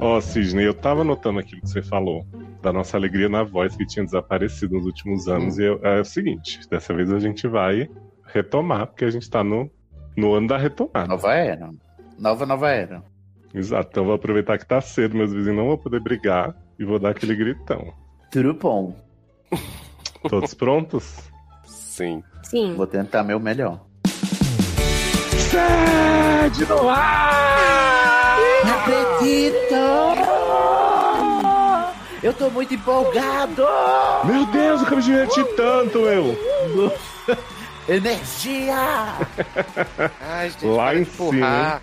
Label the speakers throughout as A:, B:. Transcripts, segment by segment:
A: Ó, Sidney, eu tava notando aquilo que você falou, da nossa alegria na voz que tinha desaparecido nos últimos anos, e eu- é o seguinte: dessa vez a gente vai retomar, porque a gente tá no, no ano da retomada.
B: Nova era. Nova, nova era.
A: Exato, então vou aproveitar que tá cedo, meus vizinhos não vão poder brigar, e vou dar aquele gritão.
B: Tudo bom.
A: Todos prontos?
C: Sim.
D: Sim.
B: Vou tentar meu melhor.
A: Sede no ar!
B: Não acredito! Eu tô muito empolgado!
A: Meu Deus, eu acabei de divertir tanto, meu!
B: Energia!
C: Ai, gente,
A: Lá
C: para
A: em
C: de empurrar.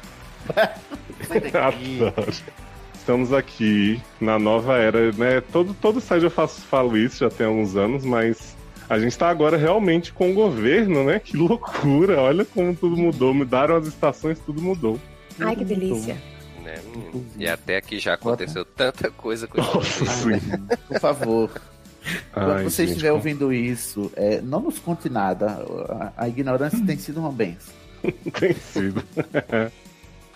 C: Sai daqui.
A: Adoro. Estamos aqui na nova era, né? Todo, todo site eu faço, falo isso já tem alguns anos, mas a gente está agora realmente com o governo, né? Que loucura! Olha como tudo mudou. Mudaram as estações, tudo mudou.
D: Ai, que delícia.
C: Né, menino? E até aqui já aconteceu tanta coisa com
A: Nossa, sim.
B: Por favor, quando
A: Ai,
B: você
A: gente,
B: estiver ouvindo isso, é, não nos conte nada. A, a ignorância tem sido uma benção.
A: como tem sido.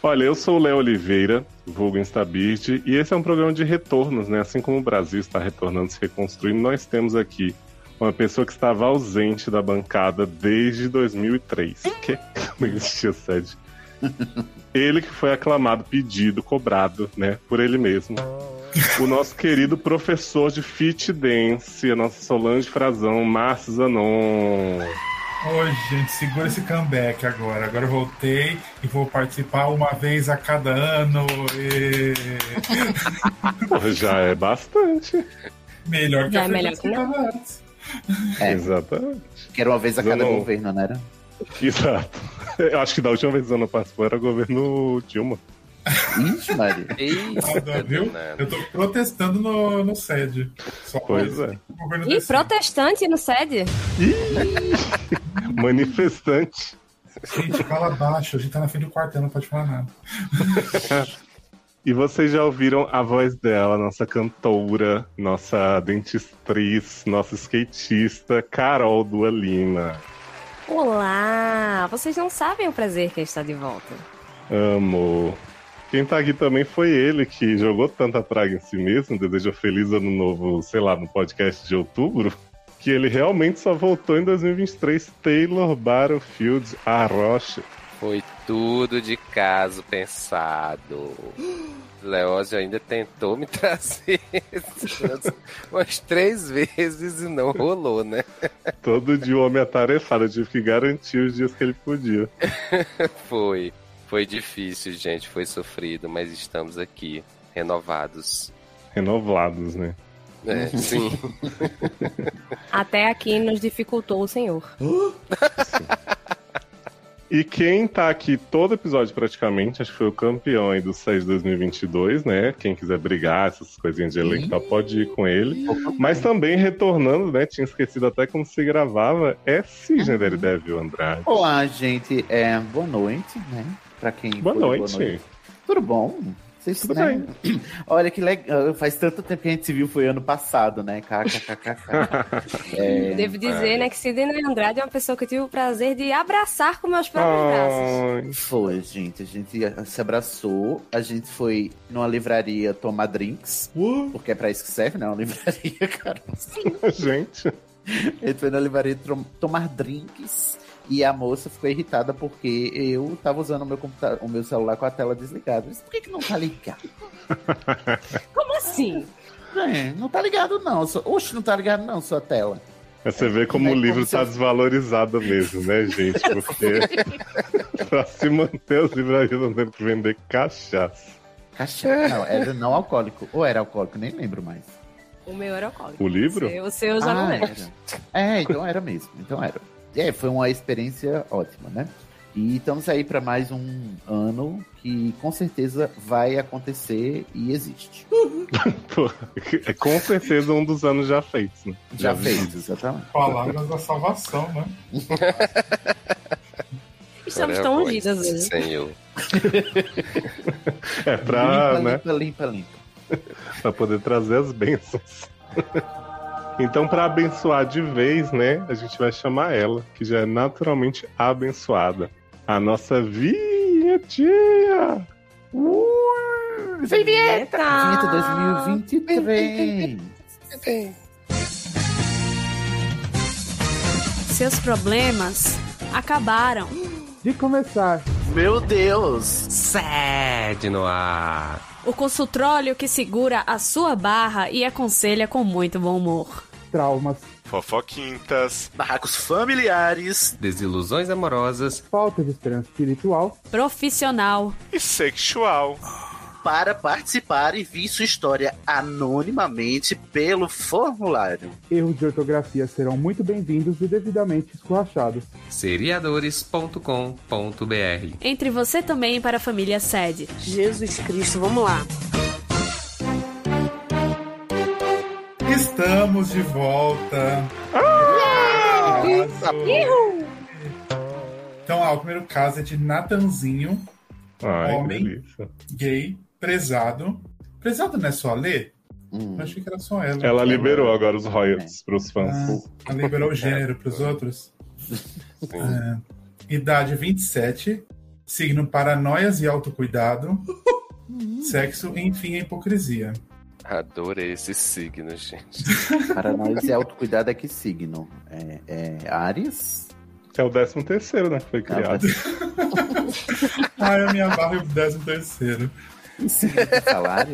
A: Olha, eu sou o Léo Oliveira, vulgo Instabird, e esse é um programa de retornos, né? Assim como o Brasil está retornando, se reconstruindo, nós temos aqui uma pessoa que estava ausente da bancada desde 2003. Que não existia sede. Ele que foi aclamado, pedido, cobrado, né? Por ele mesmo. O nosso querido professor de fit dance, a nossa Solange Frazão, Márcio Zanon.
E: Oi, gente, segura esse comeback agora. Agora eu voltei e vou participar uma vez a cada ano. E...
A: Porra, já é bastante.
E: Melhor que
D: Já
E: a
D: é melhor
E: frequência
D: que não.
E: tava antes.
B: É.
A: Exatamente.
B: Que era uma vez a cada
A: Não.
B: governo, não era?
A: Exato. Eu acho que da última vez que o ano participou era governo Dilma.
B: Ixi, Maria.
E: Nada,
C: Eita,
E: viu?
A: é
C: danado.
E: Eu tô protestando no, no sede. Só
A: Pois é.
E: o governo
D: Ih,
E: decide.
D: protestante no sede?
A: Manifestante.
E: Gente, fala baixo, a gente tá na frente do quartel, não pode falar nada.
A: E vocês já ouviram a voz dela, nossa cantora, nossa dentistriz, nossa skatista, Carol Dualina.
D: Olá! Vocês não sabem o prazer que é estar de volta.
A: Amo. Quem tá aqui também foi ele que jogou tanta praga em si mesmo, desejou feliz ano novo, sei lá, no podcast de outubro, que ele realmente só voltou em 2023, Taylor Battlefield Arrocha.
C: Foi tudo de caso pensado. Leózio ainda tentou me trazer esse lance umas três vezes e não rolou, né?
A: Todo dia o homem atarefado, eu tive que garantir os dias que ele podia.
C: Foi. Foi difícil, gente. Foi sofrido, mas estamos aqui, renovados.
A: Renovados, né?
C: É,
D: Uhum.
C: sim.
D: Até aqui nos dificultou o senhor.
A: E quem tá aqui todo episódio praticamente, acho que foi o campeão aí do SES 2022, né? Quem quiser brigar, essas coisinhas de elenco, e tal, pode ir com ele. Mas também retornando, né? Tinha esquecido até como se gravava, é Cisne Daredevil Andrade.
B: Olá, gente. É, boa noite, né? Pra quem.
A: Boa
B: foi,
A: noite.
B: Tudo bom? Vocês,
A: Tudo
B: né? Olha que legal. Faz tanto tempo que a gente se viu, foi ano passado, né? KKKKK. É,
D: Devo dizer, né, que Sidney Andrade é uma pessoa que eu tive o prazer de abraçar com meus
A: Oh.
D: próprios braços.
A: Ai,
B: Foi, gente. A gente se abraçou. A gente foi numa livraria tomar drinks. Porque é pra isso que serve, né? Uma livraria, cara.
A: gente.
B: A gente foi na livraria trom- tomar drinks. E a moça ficou irritada porque eu tava usando o meu, computa- o meu celular com a tela desligada. Eu disse, por que, que não tá ligado?
D: Como assim?
B: É, não tá ligado, não. Sua- Oxe, não tá ligado, não, sua tela.
A: Você vê como
B: É,
A: o livro
B: como se
A: tá
B: eu-
A: desvalorizado mesmo, né, gente? Porque pra se manter os livrarias não tem que vender cachaça.
B: Cachaça. Não, era não alcoólico. Ou era alcoólico, nem lembro mais.
D: O meu era alcoólico.
A: O livro?
D: O seu- O seu eu já não
B: Ah,
D: lembro.
B: era. É, então era mesmo. Então era. É, foi uma experiência ótima, né? E estamos aí para mais um ano que com certeza vai acontecer e existe.
A: Pô, é com certeza um dos anos já feitos, né?
B: Já fez, exatamente.
E: Palavras da salvação, né?
D: Estamos
C: Agora é a
D: tão
C: voz
D: unidas né?
C: do
D: hoje.
C: Senhor.
A: É pra,
B: limpa,
A: né,
B: limpa, limpa, limpa.
A: pra poder trazer as bênçãos. Então, pra abençoar de vez, né, a gente vai chamar ela, que já é naturalmente abençoada. A nossa vinhetinha! Ui!
D: Vinheta!
B: Vinheta 2023.
F: Seus problemas acabaram.
G: De começar.
H: Meu Deus!
C: Sede no ar.
F: O consultório que segura a sua barra e aconselha com muito bom humor.
G: Traumas.
I: Fofoquintas.
H: Barracos familiares.
C: Desilusões amorosas.
G: Falta de esperança espiritual.
F: Profissional.
I: E sexual.
H: Para participar, envie sua história anonimamente pelo formulário.
G: Erros de ortografia serão muito bem-vindos e devidamente escorrachados.
C: Seriadores.com.br
F: Entre você também para a família sede.
J: Jesus Cristo, vamos lá.
E: Estamos de volta. Arraso. Então, ah, o primeiro caso é de Natanzinho,
A: Ai, que
E: Homem.
A: delícia.
E: gay, prezado. Prezado não é só ler?
B: Hum.
E: Eu achei que era só ela.
A: Ela
B: é
A: liberou agora os royalties pros fãs.
B: né?
E: Ah, ela liberou o gênero pros outros. Ah, idade 27. Signo paranoias e autocuidado. Sexo, enfim, a hipocrisia.
C: Ah, Adorei esse signo, gente.
B: Para nós é autocuidado é que signo? É, é Ares?
A: É o décimo terceiro, né? Que foi criado.
E: Ai, a minha barra é o 13
B: Signo de salário?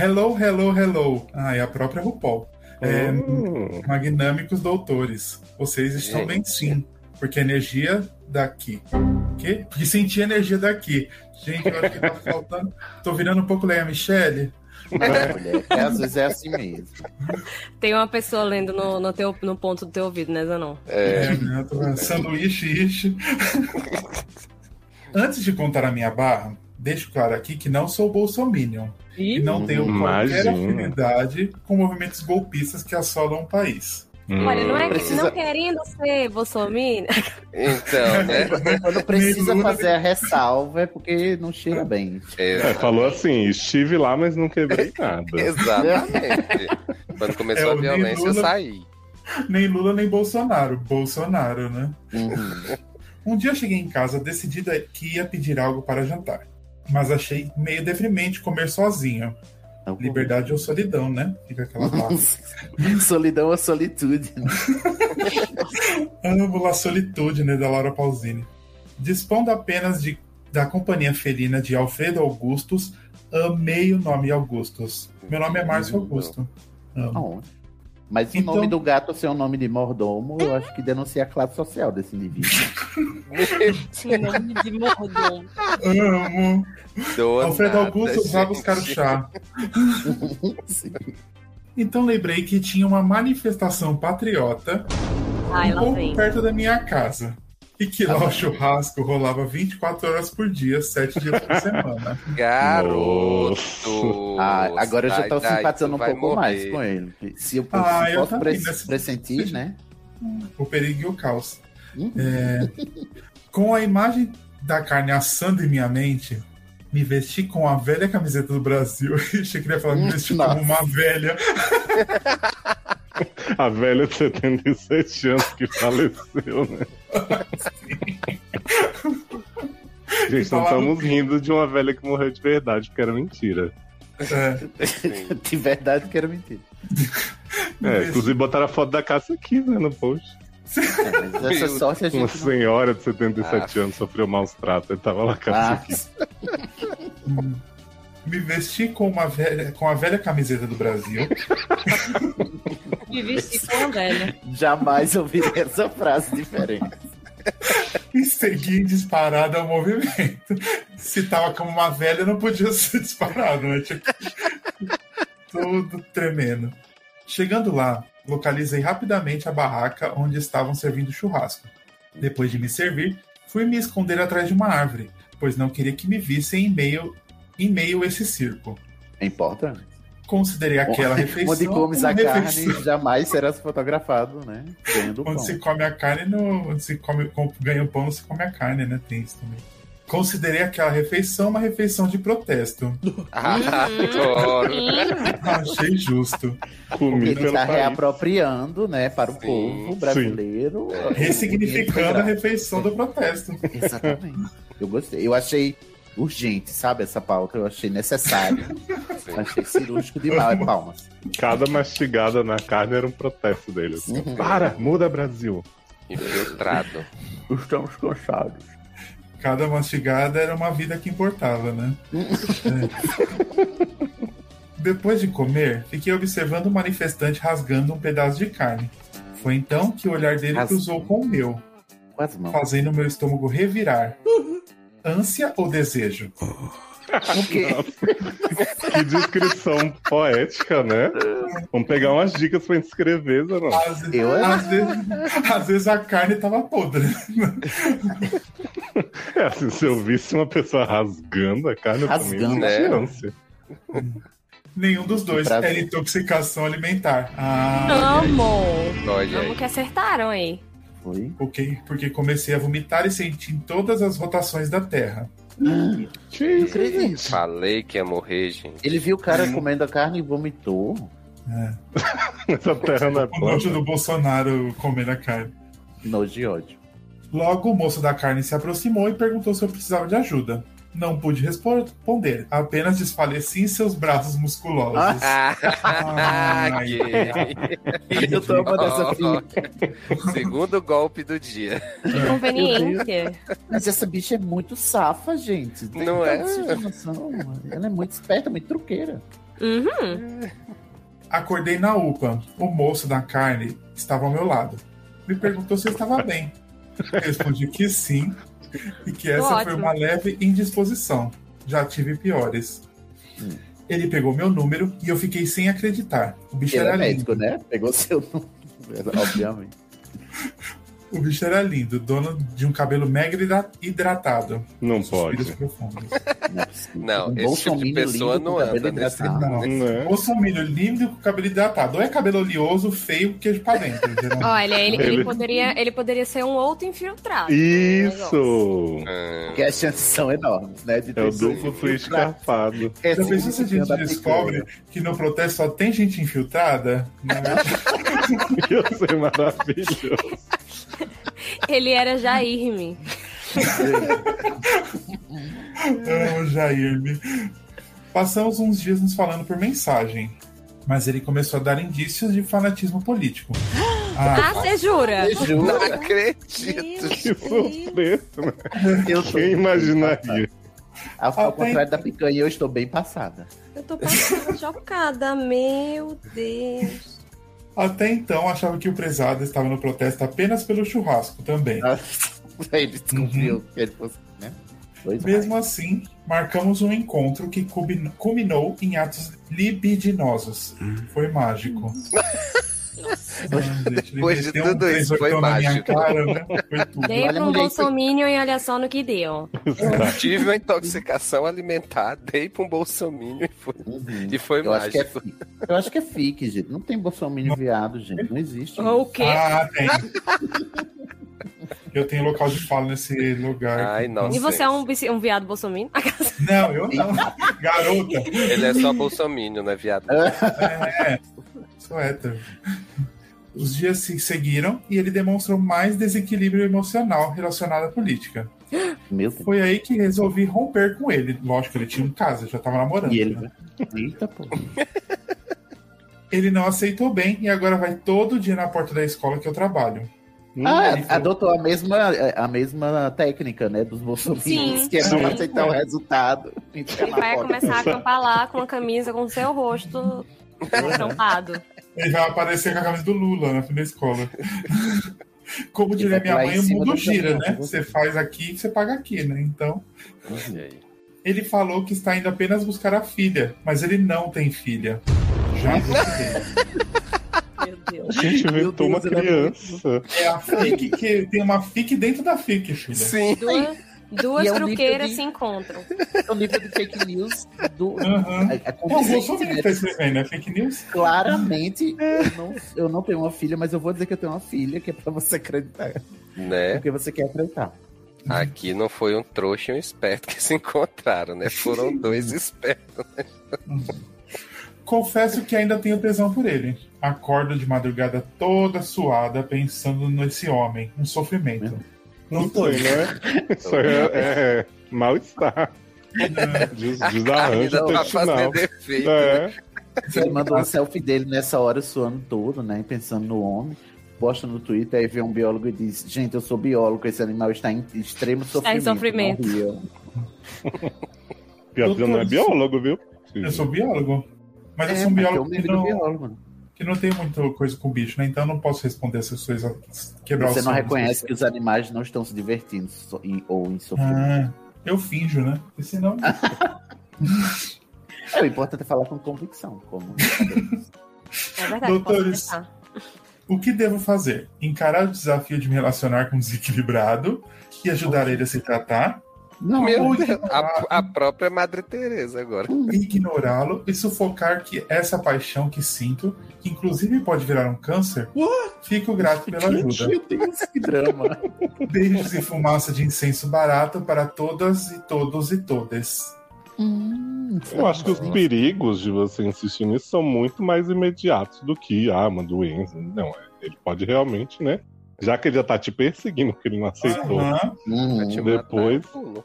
E: Hello, hello, hello. Ah, é a própria RuPaul. É,
A: Hum.
E: Magnâmicos doutores, vocês estão bem sim, porque a energia daqui. Quê? Porque senti a energia daqui. Gente, eu acho que tá faltando. Tô virando um pouco Leia Michelle.
B: Não, mulher. É, às vezes é assim mesmo.
D: Tem uma pessoa lendo no, no, teu, no ponto do teu ouvido, né, Zanon?
C: É,
E: É, né? Eu tô- Sanduíche, ishi. Antes de contar a minha barra, deixo claro aqui que não sou bolsominion. E não tenho qualquer
A: Imagina.
E: afinidade com movimentos golpistas que assolam o país.
D: Olha, não é que
B: Precisa-
D: não querendo ser Bolsonaro,
C: então, né?
B: Quando É, precisa
E: Menuda.
B: fazer a ressalva é porque não cheira bem.
A: É,
C: É,
A: falou assim, estive lá, mas não quebrei nada.
C: exatamente. Quando começou
E: É,
C: a
E: o
C: violência, eu
E: Lula-
C: saí.
E: Nem Lula, nem Bolsonaro. Bolsonaro, né?
B: Uhum.
E: Um dia eu cheguei em casa decidida que ia pedir algo para jantar, mas achei meio deprimente comer sozinho.
B: Então,
E: Liberdade ou solidão, né? Fica aquela palavra.
B: Solidão ou solitude. né?
E: Âmbula Solitude, né, da Laura Pausini. Dispondo apenas de, da companhia felina de Alfredo Augustus, amei o nome Augustus. Meu nome é Márcio Augusto. Amo.
B: Não. Mas
E: Então-
B: o nome do gato ser o nome de mordomo, eu acho que denuncia a classe social desse indivíduo.
J: Em nome né? de mordomo.
E: Amo.
C: Do
E: Alfredo
C: nada,
E: Augusto vai
C: gente.
E: buscar o chá.
B: Sim.
E: Então lembrei que tinha uma manifestação patriota
D: Ai,
E: um
D: lá
E: pouco
D: vem.
E: perto da minha casa. E que lá o churrasco rolava 24 horas por dia, 7 dias por semana.
C: Garoto!
B: Ah, agora eu já tô
C: Dai, Dai,
B: simpatizando
C: tu
B: um
C: vai
B: pouco mais
C: morrer.
B: com ele. Se eu posso,
E: Ah,
B: se
E: eu
B: posso
E: também,
B: pres-
E: mas-
B: pressentir, né?
E: O perigo e o caos.
B: Hum.
E: É, com a imagem da carne assando em minha mente, me vesti com a velha camiseta do Brasil. Achei que ele ia falar, me vesti
B: Nossa.
E: como uma velha.
A: A velha de 77 anos que faleceu, né? Gente, não estamos rindo de uma velha que morreu de verdade, porque era mentira.
E: É,
B: de verdade, que era mentira.
E: me
A: É,
E: vesti-
A: inclusive botaram a foto da caça aqui, né, no post.
B: É, mas essa
C: Meu
B: sorte a
A: Uma
B: gente não...
A: senhora de 77
D: Ah.
A: anos sofreu maus tratos, ele tava lá caça
B: Ah,
A: aqui.
E: me vesti com, uma velha, com a velha camiseta do Brasil.
J: Me vesti com a velha.
B: jamais ouvi essa frase diferente.
E: e segui disparado ao movimento. Se tava como uma velha, não podia ser disparado, né? Tinha que- Tudo tremendo. Chegando lá, localizei rapidamente a barraca onde estavam servindo churrasco. Depois de me servir, fui me esconder atrás de uma árvore, pois não queria que me vissem em meio, em meio a esse circo.
B: Não importa.
E: Considerei aquela refeição.
B: Onde comes a
E: uma um refeição-
B: carne, jamais será fotografado, né? Ganhando pão.
E: Quando se come a carne, não, quando se come, com- ganha o pão, não se come a carne, né? Tem isso também. Considerei aquela refeição uma refeição de protesto.
C: Adoro!
E: Achei justo.
B: Porque
A: Comi
B: ele
D: tá
A: pelo
B: está
A: país.
B: reapropriando, né, para o
C: Sim,
B: povo brasileiro.
C: sim.
B: O dinheiro
E: Ressignificando a
B: federal.
E: refeição do protesto.
B: Exatamente. Eu gostei. Eu achei urgente, sabe? Essa pauta eu achei necessário. achei cirúrgico demais, palmas.
A: Cada mastigada na carne era um protesto deles.
B: Uhum.
A: Para, muda Brasil.
C: Infiltrado.
B: Estamos cansados.
E: Cada mastigada era uma vida que importava, né? É. Depois de comer, fiquei observando o manifestante rasgando um pedaço de carne. Foi então que o olhar dele
B: Rasgando.
E: cruzou com o meu,
B: Com as mãos.
E: fazendo meu estômago revirar. Ânsia ou desejo?
B: O quê?
A: Que descrição poética, né? Vamos pegar umas dicas pra gente escrever, Zanon.
E: Às, ve-
B: Eu-
E: às vezes, às vezes a carne tava podre.
A: É, assim, se eu visse uma pessoa rasgando a carne,
B: Rasgando,
A: pra mim,
C: né?
A: não tinha chance.
E: Nenhum dos dois.
B: Pra
E: Era
B: ver.
E: intoxicação alimentar. Ah,
F: Amo!
C: Olha
D: Amo
C: aí.
D: Então, que acertaram aí.
B: Foi.
E: ok. Porque comecei a vomitar e senti em todas as rotações da terra.
B: Não acredito.
C: Falei que ia morrer, gente.
B: Ele viu o cara comendo a carne e vomitou.
E: É.
A: Essa terra não é
E: O
A: plana.
E: nojo do Bolsonaro comendo a carne.
B: Nojo de ódio.
E: Logo, o moço da carne se aproximou e perguntou se eu precisava de ajuda. Não pude responder, apenas desfaleci em seus braços musculosos.
C: Ah, que...
B: Eu tô amando essa
E: assim.
B: filha.
C: Segundo golpe do dia.
D: Inconveniente.
B: Mas essa bicha é muito safa, gente. Tem
C: Não
B: tanta
C: é?
B: sujeiração. Ela é muito esperta, muito truqueira.
D: Uhum.
E: Acordei na UPA. O moço da carne estava ao meu lado. Me perguntou se eu estava bem. Eu respondi que sim e que essa foi
D: Ótimo.
E: uma leve indisposição. Já tive piores.
B: Hum.
E: Ele pegou meu número e eu fiquei sem acreditar. O bicho
B: Ele
E: era
B: é médico,
E: lindo.
B: né? Pegou seu número, obviamente.
E: O bicho era lindo, dono de um cabelo mega hidra- hidratado.
A: Não
E: Suspiros
A: pode.
E: profundos.
B: Não, é possível.
C: Não,
B: Um
C: esse tipo de
B: bolsominion
C: pessoa
B: lindo com
C: não
B: cabelo
C: anda nesse-
B: hidratado.
E: Não.
A: Né?
E: Bolsominion um lindo com cabelo hidratado. Ou é cabelo oleoso, feio, queijo pra dentro. geralmente.
D: Olha, ele, ele
A: Ele-
D: poderia, ele poderia ser um outro infiltrado.
A: Isso!
B: É,
C: Ah,
B: Porque as chances são enormes, né? De
A: É o
B: ter
A: duplo
B: sido
A: fui
B: infiltrado.
A: escarpado.
B: É
E: Já pensou se a gente
B: da
E: descobre
B: picanha.
E: que no protesto só tem gente infiltrada? Na
A: Ia ser maravilhoso.
D: Ele era Jairme.
E: Amo Jairme. Passamos uns dias nos falando por mensagem, mas ele começou a dar indícios de fanatismo político. Ah,
D: Ah, você jura?
B: Você jura?
C: Não acredito.
A: Que surpresa, né?
B: Eu tô-
A: Quem imaginaria?
B: Ao, ao
E: Até-
B: contrário da picanha, eu estou bem passada.
D: Eu tô passando chocada, meu Deus.
E: até então achava que o prezado estava no protesto apenas pelo churrasco também.
B: Ele descobriu que ele fosse, né? Dois
E: Mesmo assim, marcamos um encontro que culmin- culminou em atos libidinosos. Foi mágico.
C: Depois
E: um
C: de tudo isso, foi mágico.
E: né? Foi tudo.
D: Dei
B: Olha
D: pra
B: a
D: um
B: mulher que-
D: bolsominion e olha só no que deu.
C: Tive uma intoxicação alimentar, dei pra um bolsominion e foi,
B: Uhum.
C: e foi
B: Eu acho, que é
C: mágico.
B: fique. eu acho que é fique, gente. Não tem bolsominion viado, gente. Não existe.
D: O quê?
E: Ah, tem. Eu tenho local de fala nesse lugar. então.
C: Ai, nossa.
D: E você é um, bici- um viado bolsominion?
E: Não, eu não. Garota, É,
C: Ele é só bolsominion, né, viado?
E: sou hétero. Os dias se seguiram e ele demonstrou mais desequilíbrio emocional relacionado à política.
B: Meu Deus.
E: Foi aí que resolvi romper com ele. Lógico, ele tinha um caso, já tava namorando.
B: E ele.
E: né?
B: Eita, pô.
E: Ele não aceitou bem e agora vai todo dia na porta da escola que eu trabalho. ele
B: Ah,
E: foi-
B: adotou a mesma, a mesma técnica, né? Dos bolsominions,
D: Sim.
B: que é não
D: Sim.
B: aceitar o resultado. Fica
D: Ele
B: na
D: vai
B: porta.
D: começar a acampar lá com a camisa com o seu rosto
B: É.
D: estampado.
E: Ele vai aparecer com a camisa do Lula né, na na escola. Como
B: Ele
E: diria
B: vai
E: minha
B: pular
E: mãe,
B: em
E: o
B: cima
E: mundo
B: do
E: gira,
B: caminhão,
E: né?
B: né?
E: Você faz aqui, você paga aqui, né? Então.
C: Olha aí.
E: Ele falou que está indo apenas buscar a filha, mas ele não tem filha. Já gostei.
D: Meu Deus.
A: A gente
B: Meu
A: inventou uma
B: Deus, ele é
A: criança.
E: É a FIC que tem uma FIC dentro da FIC, filha.
C: Sim.
D: Duas, duas
B: E é um nível
D: truqueiras
B: de-
D: se encontram.
B: É o nível de fake news do.
E: Aham.
B: é- é
E: É o
B: consciente,
E: Bolsonaro que tá
B: né?
E: escrevendo, é fake news?
B: Claramente, eu não, eu não tenho uma filha, mas eu vou dizer que eu tenho uma filha, que é pra você acreditar.
C: Né?
B: Porque você quer acreditar.
C: Aqui não foi um trouxa e um esperto que se encontraram, né? Foram dois espertos.
E: Confesso que ainda tenho tesão por ele. Acordo de madrugada toda suada pensando nesse homem. Um sofrimento.
B: né?
A: Não sei, né? Isso é, é mal-estar. Diz,
B: A
A: diz
B: carne
A: arranjo
B: não tá
A: intestinal.
B: fazendo efeito,
A: É.
B: né? Ele mandou um selfie dele nessa hora suando todo, né? Pensando no homem. Posta no Twitter, aí vê um biólogo e diz: Gente, eu sou biólogo, esse animal está em extremo
F: Está
B: sofrimento.
F: em sofrimento."
B: não riam."
A: Pior que não é biólogo, viu?
E: Eu sou biólogo. Mas eu
B: É,
E: sou um
B: mas
E: biólogo,
B: tem um
E: que
B: livro
E: não,
B: de biólogo.
E: que não tem muita coisa com bicho, né? Então eu não posso responder essas coisas, quebrar
B: Você
E: os
B: não
E: sonhos. né?
B: reconhece que os animais não estão se divertindo so- em- ou em sofrimento.
E: Ah, eu finjo, né? Porque senão. Ah.
B: É, o importante é falar com convicção. Como...
D: É verdade,
E: Doutores.
D: posso pensar.
E: O que devo fazer? Encarar o desafio de me relacionar com um desequilibrado e ajudar ele a se tratar?
B: Não,
C: Meu
E: Ou
C: Deus, a, a própria Madre Teresa agora.
E: Hum, ignorá-lo e sufocar que essa paixão que sinto, que inclusive pode virar um câncer, fico grato pela ajuda.
B: Meu Deus, que drama.
E: Beijos e fumaça de incenso barato para todas e todos e todas.
B: Hum,
A: Eu acho que os perigos de você insistir nisso são muito mais imediatos do que ah, uma doença. Não, ele pode realmente, né? Já que ele já tá te perseguindo, porque ele não aceitou.
E: Aham.
C: Vai te
B: Hum.
C: matar,
A: Depois-
C: pulo.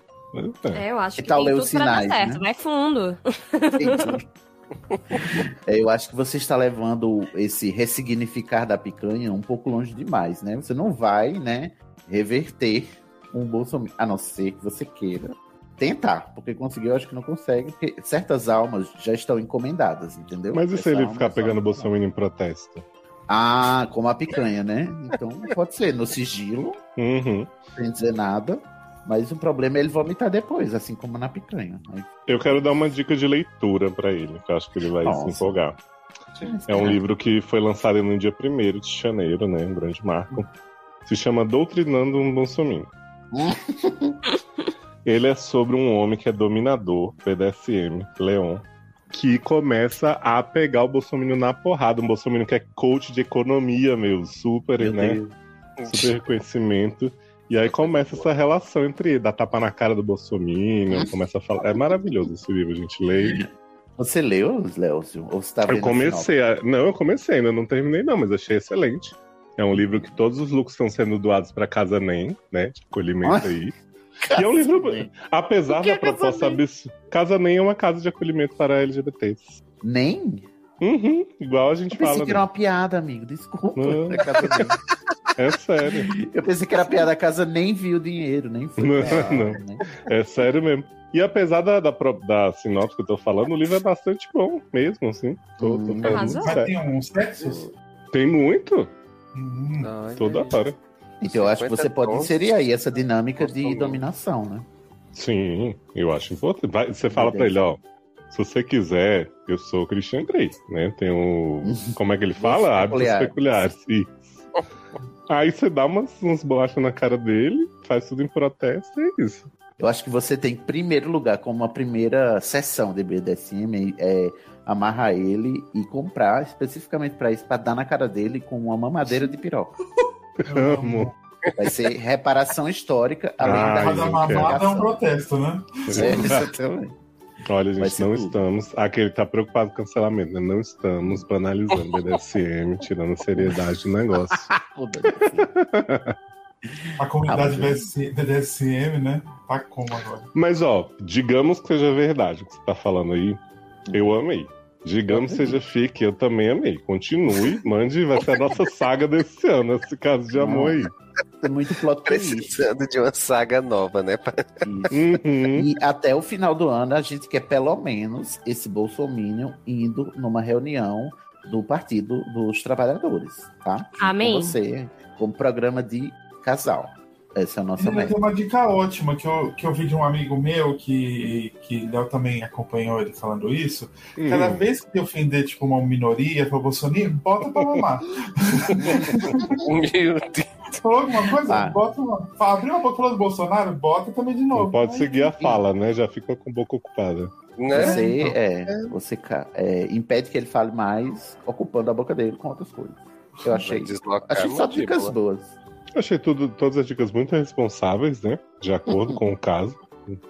A: É.
D: É, eu acho que
B: Tentar ler
D: tem
B: os
D: tudo pra dar
B: sinais,
D: certo.
B: né?
D: Vai fundo.
B: Entendi. É, Eu acho que você está levando esse ressignificar da picanha um pouco longe demais, né? Você não vai, né, reverter um bolsominion, a não ser que você queira tentar, porque conseguir eu acho que não consegue, porque certas almas já estão encomendadas, entendeu?
A: Mas e se
B: Essa
A: ele
B: alma
A: ficar
B: só-
A: pegando o Bolsonaro em protesto?
B: Ah, como a picanha, né? Então pode ser no sigilo,
A: Uhum.
B: sem dizer nada, mas o problema é ele vomitar depois, assim como na picanha. Aí
A: Eu quero dar uma dica de leitura pra ele, que eu acho que ele vai
B: Nossa.
A: se empolgar. É um livro que foi lançado no dia 1 de janeiro, né? Um grande marco. Se chama Doutrinando um Bolsominion. Ele é sobre um homem que é dominador, PDSM, Leon, que começa a pegar o Bolsonaro na porrada. Um Bolsonaro que é coach de economia, meu, super,
B: Meu
A: né?
B: Deus.
A: super reconhecimento. E aí começa essa relação entre ele, dá tapa na cara do Bolsonaro, começa a falar. É maravilhoso esse livro, a gente lê.
B: Você leu, Léozio? Ou você tá
A: Eu
B: vendo a sinopse?
A: comecei, a... não, eu comecei, ainda não terminei, não, mas achei excelente. É um livro que todos os lucros estão sendo doados para Casa Nem, né? De acolhimento aí. E é um livro, apesar
J: O que é
A: da proposta
J: Casa Nem?
A: absurda. Casa Nem é uma casa de acolhimento para LGBTs.
B: Nem?
A: Uhum, igual a gente
B: Eu pensei
A: fala. né?
B: que era uma piada, amigo. Desculpa.
A: Não.
B: É casa nem.
A: É sério.
B: Eu pensei que era piada. A casa nem viu o dinheiro, nem foi.
A: Não,
B: pra lá,
A: não.
B: né?
A: É sério mesmo. E apesar da, da, pro- da sinopse que eu tô falando, o livro é bastante bom mesmo, assim. Tô, tô
B: Hum.
A: falando
D: Arrasou.
A: muito
E: Mas
A: sério.
E: tem uns sexos?
A: Tem muito?
E: Hum.
C: Olha
A: Toda
C: aí.
A: hora.
B: Então eu acho que você
C: 50
B: pode
C: tons.
B: inserir aí essa dinâmica de
C: Gostoso.
B: dominação, né?
A: Sim, eu acho importante. Vai, você fala pra ele, ó. Se você quiser, eu sou o Christian Grey, né? Tem o. Como é que ele fala? Hábitos peculiares. Isso. Aí você dá umas, uns bolachas na cara dele, faz tudo em protesto e é isso.
B: Eu acho que você tem, em primeiro lugar, como a primeira sessão de BDSM, é amarrar ele e comprar especificamente pra isso, pra dar na cara dele com uma mamadeira de piroca.
A: Amo.
B: Vai ser reparação histórica, além
A: Ai,
B: da
E: Cada
A: Ah, eu
E: mamada é um
B: reivindicação.
E: protesto, né?
B: É, exatamente.
A: Olha,
B: Vai
A: gente,
B: ser
A: não
B: tudo.
A: estamos. Aquele tá preocupado com cancelamento, né? Não estamos banalizando BDSM, tirando a seriedade do negócio.
E: A comunidade
B: Ah,
A: é.
E: BDSM, BDSM, né? Tá como agora?
A: Mas, ó, digamos que seja verdade o que você tá falando aí. Eu amei. Digamos que seja fique, eu também amei. Continue, mande, vai ser a nossa saga desse ano, esse caso de amor aí.
B: É muito plot twist.
C: Precisando de uma saga nova, né?
B: isso.
A: Uhum.
B: E até o final do ano a gente quer pelo menos esse Bolsominion indo numa reunião do Partido dos Trabalhadores, tá? Junto
D: Amém.
B: Com você, como programa de casal. Essa é a nossa
E: Ele
B: meta.
E: tem uma dica ótima que eu, que eu vi de um amigo meu que, que Léo também acompanhou ele falando isso. Cada
A: Hum.
E: vez que ofender tipo, uma minoria, falou Bolsonaro, bota pra mamar.
C: Meu Deus.
E: Falou alguma coisa?
B: Ah.
E: Bota uma... Fala, Abriu a boca falando do Bolsonaro, bota também de
A: Uhum. Não
E: novo.
A: pode
E: Aí,
A: seguir a fala, né? Já ficou com a boca ocupada.
C: Né?
B: Você, é, você ca- é, impede que ele fale mais, ocupando a boca dele com outras coisas. Eu achei.
C: Deslocar
B: Achei
C: a
B: só dicas
C: mandíbula.
B: boas.
A: Eu achei tudo, todas as dicas muito responsáveis, né? De acordo com o caso,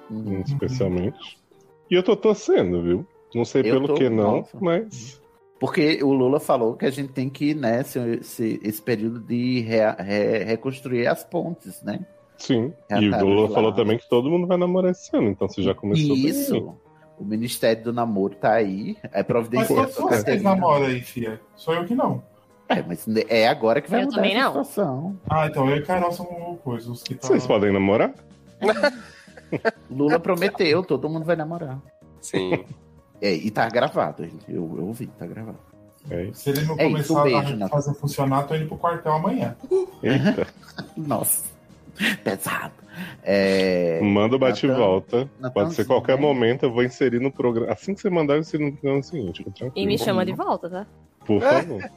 B: Uhum.
A: especialmente. E eu tô torcendo, viu? Não sei
B: Eu
A: pelo
B: tô-
A: que não,
B: nossa.
A: mas.
B: Porque o Lula falou que a gente tem que, né, esse, esse- esse período de rea- re- reconstruir as pontes, né?
A: Sim.
B: Já
A: e
B: tá
A: o Lula
B: do
A: falou
B: lado.
A: também que todo mundo vai namorar esse ano, então você já começou bem. assim.
B: Isso. O Ministério do Namoro tá aí. É
E: Mas
B: providência.
E: todos
A: né?
E: vocês namoram aí, Fia. Sou eu que não.
B: É, mas é agora que vai
F: Eu
B: mudar
F: também
B: essa
F: não.
B: situação.
E: Ah, então eu e Carol somos coisas. Os que tá...
B: Ah.
A: Vocês podem namorar?
B: Lula prometeu, todo mundo vai namorar.
C: Sim.
B: É, e tá gravado, gente. eu, eu ouvi, tá gravado.
A: É isso.
E: Se ele não
B: É isso,
E: começar
B: um beijo,
E: a
B: Nathan.
E: fazer funcionar, tô indo pro quartel amanhã.
A: Eita.
B: Nossa, pesado. É,
A: Manda o bate e
B: Natan-
A: volta. Hum, Pode ser
B: Natanzinho,
A: qualquer
B: né?
A: momento, eu vou inserir no programa. Assim que você mandar, eu insiro no programa seguinte. fica tranquilo.
D: E me chama de volta, tá?
A: Por favor.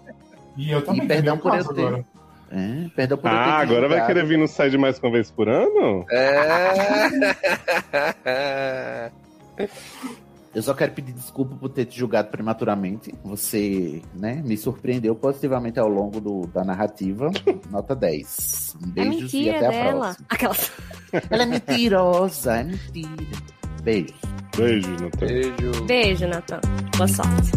E: E eu também.
B: E perdão
E: que
B: por
E: caso
B: eu ter-
E: agora.
B: É, perdão por eu ter
A: Ah, agora vai
B: desligado.
A: querer vir no site mais que uma vez por ano?
C: É.
B: Eu só quero pedir desculpa por ter te julgado prematuramente. Você, né, me surpreendeu positivamente ao longo do- da narrativa. Nota 10. Um
D: É
B: beijo e
D: mentira
B: até a
D: dela.
B: próxima.
D: Aquela.
B: Ela é mentirosa, é mentira. Beijo.
A: Beijo, Natan.
C: Beijo.
D: Beijo, Natan. Boa sorte.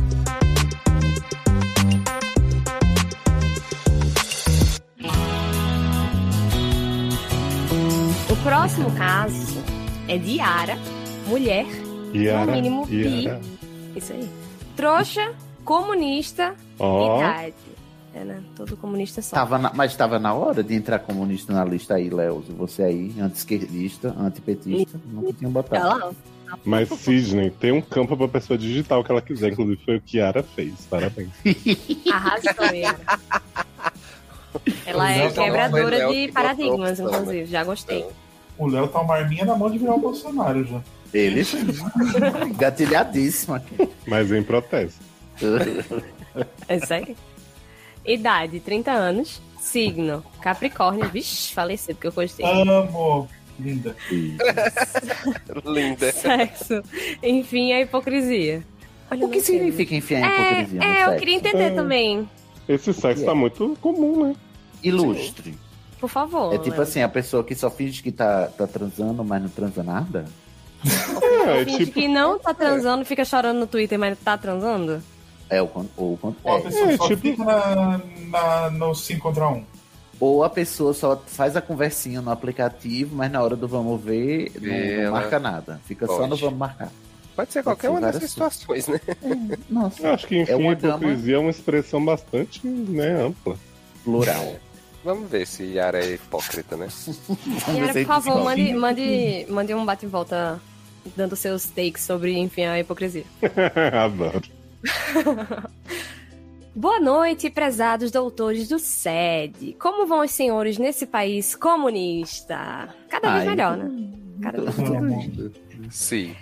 D: O próximo caso é de Yara, mulher,
A: Yara,
D: No mínimo, bi.
A: Yara.
D: isso aí. Trouxa, comunista,
A: Ó,
D: idade. É, né? Todo comunista só.
B: Tava na- mas estava na hora de entrar comunista na lista aí, Léo. Você aí, anti-esquerdista, antipetista, nunca tinha
D: Tá
B: botado.
D: lá.
A: mas Sidney, tem um campo pra pessoa digital que ela quiser, inclusive foi o que Yara fez. Parabéns.
D: Arrasou, Yara. Ela
E: Não,
D: é
E: não foi
D: quebradora
C: Léo que
D: de
C: botou
D: paradigmas,
C: opção, né?
D: inclusive. Já gostei.
E: O Léo tá uma arminha na mão de virar o Bolsonaro já.
B: Ele gatilhadíssima.
A: Mas em protesto.
D: É isso aí. Idade, 30 anos. Signo, Capricórnio. Vixe, falei cedo que eu gostei.
E: Amo. Linda.
A: É.
C: Linda.
D: Sexo. Enfim, a hipocrisia. Olha,
B: o que
D: não sei.
B: significa enfiar a hipocrisia no
D: É, é, eu
B: sexo?
D: queria entender também.
A: Esse sexo
B: É.
A: tá muito comum, né?
B: Ilustre.
D: Por favor.
B: É tipo
D: Léo.
B: assim, a pessoa que só finge que tá, tá transando, mas não transa nada.
A: É, é
D: Finge
A: tipo.
D: que não tá transando, fica chorando no Twitter, mas tá transando?
B: É o con- ou o con-
E: Ou a
B: é.
E: pessoa
A: É,
E: só
A: tipo-
E: fica na, na, no 5 contra 1.
B: Ou a pessoa só faz a conversinha no aplicativo, mas na hora do vamos ver, não- não,
C: Ela-
B: marca nada. Fica só
C: Pode.
B: no vamos marcar.
C: Pode ser qualquer
B: Pode ser
C: uma
B: várias
C: dessas situações, né?
B: Nossa,
A: eu Acho que, enfim,
B: É uma
A: hipocrisia é uma expressão bastante né, ampla.
B: plural.
C: Vamos ver se Yara é hipócrita, né?
D: Yara, por favor,
B: Não.
D: mande, mande, mande um bate-volta dando seus takes sobre, enfim, a hipocrisia.
A: Adoro.
D: Boa noite, prezados doutores do SED. Como vão os senhores nesse país comunista? Cada
B: Ai,
D: vez melhor, né? Cada vez melhor.
C: Sim.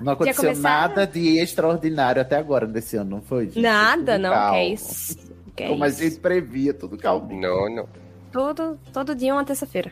B: Não aconteceu
D: começar?
B: nada de extraordinário até agora nesse ano, não foi? gente?
D: Nada,
B: Tudo
D: não,
B: calmo.
D: que é isso. Que é
B: Como a
D: isso.
B: gente previa, tudo calmo.
C: Não, não.
D: Todo, todo dia é uma terça-feira.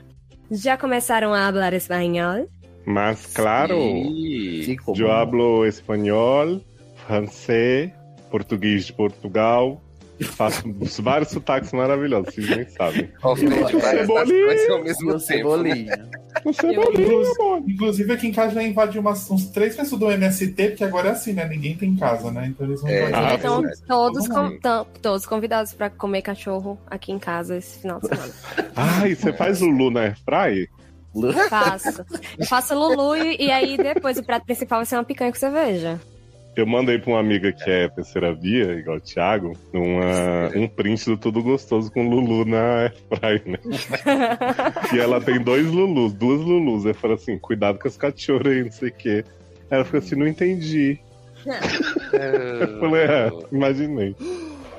D: Já começaram a falar espanhol?
A: Mas, claro,
C: Sim.
B: Sim, como
A: eu
B: não?
A: hablo espanhol, francês, português de Portugal. Faço vários sotaques maravilhosos, vocês nem sabem.
C: Obviamente,
B: Eu-
C: várias das
A: Cebolinha.
C: coisas ao
B: E o
C: mesmo tempo. né?
B: Cebolinha.
A: Não sei bolinha, amor.
E: Inclusive aqui em casa já invadiu umas, uns três pessoas do MST, porque agora é assim, né? Ninguém tem em casa, né? Então eles vão
C: É.
E: invadir.
A: Ah,
D: Então,
C: verdade.
D: todos,
E: Todo
D: com-
C: mundo.
D: tão- todos convidados pra comer cachorro aqui em casa esse final de semana.
A: Ai, você faz o Lu na Airfry?
B: Lu-
D: faço. Eu faço Lulu e, e aí depois o prato principal vai ser uma picanha com cerveja.
A: Eu mandei pra uma amiga que é terceira via, igual o Thiago, uma- um print do Tudo Gostoso com Lulu na Airfry, né? e ela tem dois Lulus, duas Lulus. Eu falo assim, cuidado com as cachorras aí, não sei o quê. Ela fica assim, não entendi. Eu falei, é, imaginei.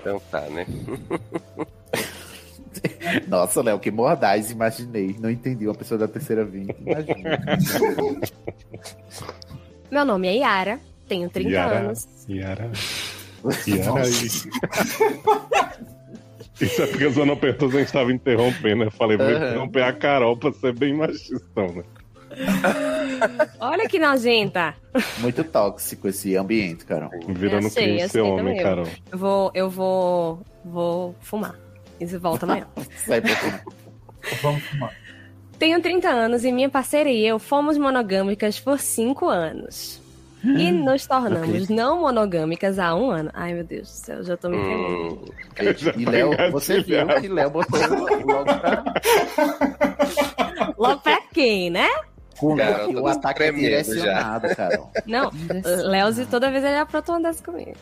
C: Então tá, né?
B: Nossa, Léo, que mordaz, imaginei. Não entendi uma pessoa da terceira vinda. Imagina.
D: Meu nome é Yara, tenho 30
A: Yara.
D: anos.
A: Yara. Yara. Isso Isso é porque a Zona Pertosa a gente tava interrompendo. Eu falei, vou
B: Aham.
A: interromper a Carol pra ser bem machistão, né?
D: Olha que nojenta!
B: Muito tóxico esse ambiente, Carol.
A: Virando
D: Eu sei,
A: crime
D: eu
A: ser
D: sei
A: homem,
D: também.
A: Carol.
D: Eu vou, eu vou, vou fumar. Isso volta amanhã.
B: Sai um pra fumar.
E: Vamos fumar.
D: Tenho 30 anos e minha parceira e eu fomos monogâmicas por 5 anos. E nos tornamos não monogâmicas há um ano. Ai, meu Deus do céu, já
C: Hum.
D: tô me entendendo.
B: E Léo, você viu que Léo botou logo pra.
D: Logo pra quem, né?
B: Com
D: Cara, eu tô
B: o ataque é
D: tremendo já.
B: direcionado, Carol.
D: Não, Leozi toda vez ele aprontou uma dessa comigo.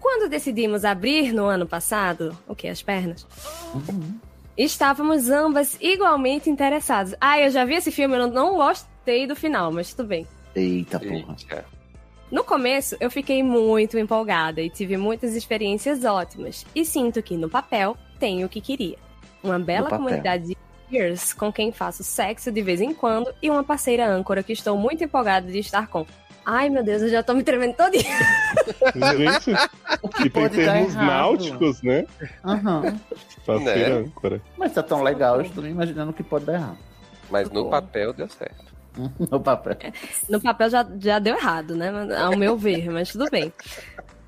D: Quando decidimos abrir no ano passado, o que? As pernas? Estávamos ambas igualmente interessadas. Ah, eu já vi esse filme, eu não gostei do final, mas tudo bem.
B: Eita
C: Hum,
B: porra.
D: No começo, eu fiquei muito empolgada e tive muitas experiências ótimas. E sinto que no papel tenho o que queria. Uma bela
J: papel.
D: comunidade de peers com quem faço sexo de vez em quando e uma parceira âncora que estou muito empolgada de estar com. Ai, meu Deus, eu já tô me tremendo todinha.
A: Gente, e tem
B: pode dar
A: termos
B: errado?
A: náuticos, né?
B: Aham.
A: Parceira
C: Né?
A: âncora.
B: Mas tá tão legal, eu tô imaginando que pode dar errado.
C: Mas no
B: Bom.
C: papel deu certo.
B: No papel.
D: No papel já, já deu errado, né? Mas- Ao meu ver, mas tudo bem.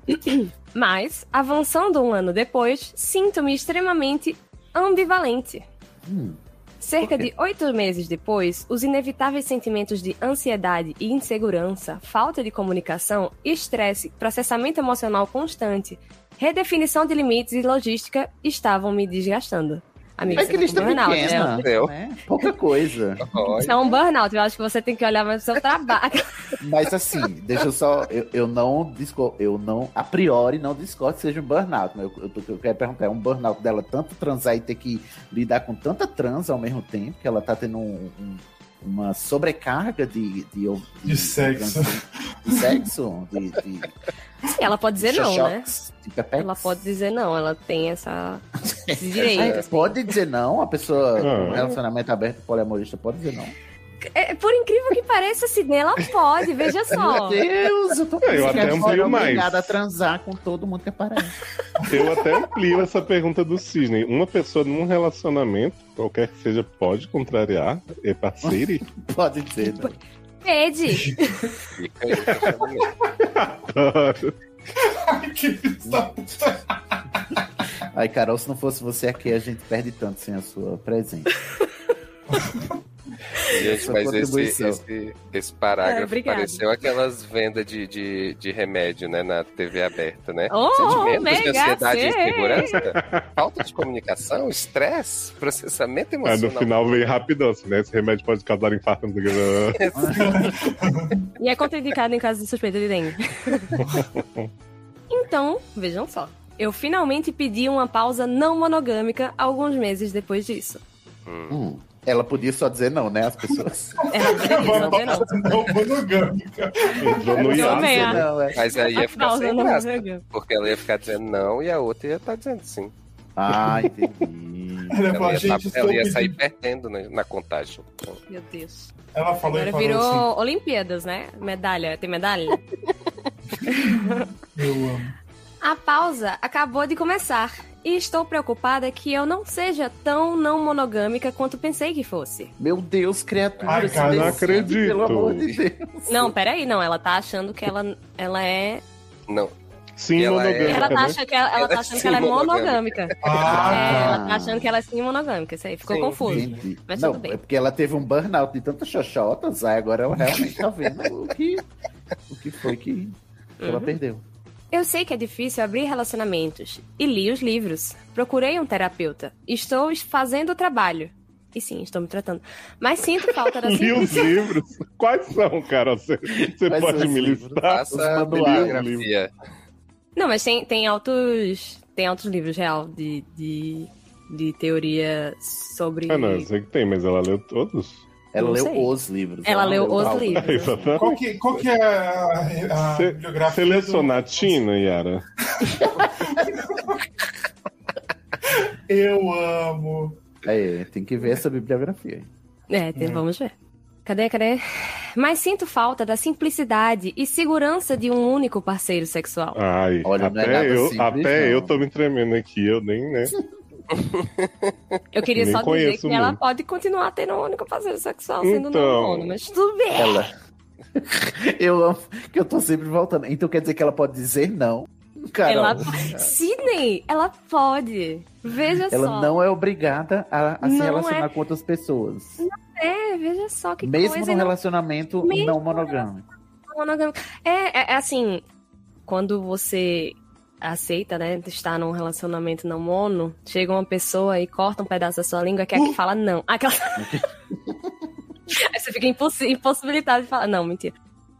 D: Mas, avançando um ano depois, sinto-me extremamente ambivalente.
B: Hum,
D: Cerca de oito meses depois, os inevitáveis sentimentos de ansiedade e insegurança, falta de comunicação, estresse, processamento emocional constante, redefinição de limites e logística estavam me desgastando. Amiga,
B: É
D: você
B: que
D: tá
B: lista
D: com burnout,
B: pequena,
D: né?
B: né? Pouca coisa.
D: Isso é um burnout, eu acho que você tem que olhar mais o seu trabalho.
B: Mas assim, deixa eu só. Eu, eu não disco, eu não, a priori, não discordo que seja um burnout. Mas eu, eu, tô- eu quero perguntar, é um burnout dela tanto transar e ter que lidar com tanta trans ao mesmo tempo, que ela tá tendo um- um- uma sobrecarga de. De, de,
E: De sexo.
B: De sexo? De, de,
D: Ela pode dizer
B: de
D: não, né?
B: xoxox, de pepex.
D: Ela pode dizer não, ela tem essa esse direito. assim.
B: É, Pode dizer não, a pessoa
A: Ah.
B: com um relacionamento aberto poliamorista pode dizer não.
D: É, por incrível que pareça, Sidney, ela pode, veja
B: Meu
D: só.
B: Deus, eu tô
A: É, eu até
B: pensando que
A: amplio
B: é
A: mais.
B: obrigada a transar com todo mundo que é aparece.
A: Eu até amplio essa pergunta do Cisne. Uma pessoa num relacionamento, qualquer que seja, pode contrariar e parceiro?
B: Pode dizer, né?
D: Pede.
C: Fica aí, fica bonito.
A: Adoro.
B: Ai, Carol, se não fosse você aqui, a gente perde tanto sem a sua presença.
C: Gente,
B: Essa
C: mas esse,
B: contribuição.
C: esse, esse parágrafo
D: É, obrigada.
C: pareceu aquelas vendas de, de, de remédio, né? Na TV aberta, né?
D: Oh,
C: Sentimentos de
D: ômega
C: ansiedade e
D: seis.
C: insegurança, falta de comunicação, estresse,
A: Aí
C: processamento emocional.
A: É, no final vem rapidão, assim, né? Esse remédio pode causar infarto. não sei o que.
D: E é contraindicado em caso de suspeita de dengue. Então, vejam só. Eu finalmente pedi uma pausa não monogâmica alguns meses depois disso.
B: Hum, Ela podia só dizer não, né? As pessoas.
D: Ela poderia não ter não.
E: Não, monogâmica.
A: Entrou no
D: Eu
A: hiato.
D: amei,
A: né?
B: Não, é.
C: Mas aí
D: A
C: ia ficar
D: pausa
C: sem
D: não
C: graça.
D: monogâmica.
C: Porque ela ia ficar dizendo não e a outra ia estar dizendo sim.
B: Ah, entendi.
A: É,
E: Ela, falou,
C: Ela ia, tá-
E: "Gente,
C: ela
E: estou
C: ia sair
E: pedindo."
C: perdendo na, na contagem.
D: Meu Deus.
E: Ela falou e
D: Agora
E: falou
D: virou
E: assim,
D: Olimpíadas, né? Medalha. Tem medalha?
E: assim, eu amo.
D: A pausa acabou de começar e estou preocupada que eu não seja tão não monogâmica quanto pensei que fosse.
B: Meu Deus, criatura.
E: Ai,
B: se
E: cara, não
B: decide,
A: acredito.
B: Pelo amor de Deus.
D: Não, peraí, não. Ela tá achando que ela, ela é.
C: Não.
A: Sim,
C: Ela é-
A: monogâmica,
D: Ela tá
A: né?
D: achando que ela, ela tá achando que ela é monogâmica. É,
E: Ah,
D: ela tá achando que ela é sim monogâmica. Isso aí ficou
C: Sim.
D: confuso.
B: Entendi.
D: Mas
B: não,
D: tudo bem.
B: é porque ela teve um burnout de tantas xoxotas, aí agora ela realmente tá vendo o que, o que foi que ela
D: Uhum.
B: perdeu.
D: Eu sei que é difícil abrir relacionamentos e li os livros. Procurei um terapeuta. Estou fazendo o trabalho. E sim, estou me tratando. Mas sinto falta da
A: E os
D: simplicidade.
A: livros? Quais são, Carol? Você, você
B: Quais
A: pode
B: são os
A: me
B: livros? Ah,
A: listar?
C: Passa a
B: Os manuais.
A: É
C: bibliografia.
D: Não, mas tem, tem altos. Tem altos livros real de, de, de teoria sobre.
A: Ah, não, eu sei que tem, mas ela leu todos.
B: Ela
D: Não
B: leu
D: sei.
B: os livros.
D: Ela leu os
B: algo.
D: livros.
A: É, exatamente.
E: Qual que, qual que é a, a
A: Você-
E: biografia?
A: Você leu
E: do-
A: Sonatina, Yara?
E: Eu amo.
B: É, tem que ver essa bibliografia. aí.
D: É, tem- vamos ver. Cadê, cadê? Mas sinto falta da simplicidade e segurança de um único parceiro sexual.
A: Ai,
B: Olha, não é nada
A: até, eu,
B: simples,
A: até
B: não.
A: eu tô me tremendo aqui, eu nem, né?
D: Eu queria
A: Nem
D: só dizer
A: conheço
D: que ela
A: muito.
D: pode continuar tendo um único parceiro sexual sendo
A: Então.
D: não mono, mas tudo bem.
B: Ela. eu amo que eu tô sempre voltando. Então quer dizer que ela pode dizer não. Carol,
D: Ela...
B: ela,
D: Sidney, ela pode. Veja só.
B: não é obrigada a, a se
D: Não
B: relacionar com outras pessoas.
D: É, veja só que
B: Mesmo
D: coisa.
B: num
D: e não-
B: relacionamento
D: Mesmo
B: não monogâmico.
D: relação monogâmica. É, é, é assim, quando você aceita, né, estar num relacionamento não mono, chega uma pessoa e corta um pedaço da sua língua que é
B: Uh!
D: a que fala não. Aquela... Aí você fica impossi- impossibilitado de falar. Não, mentira.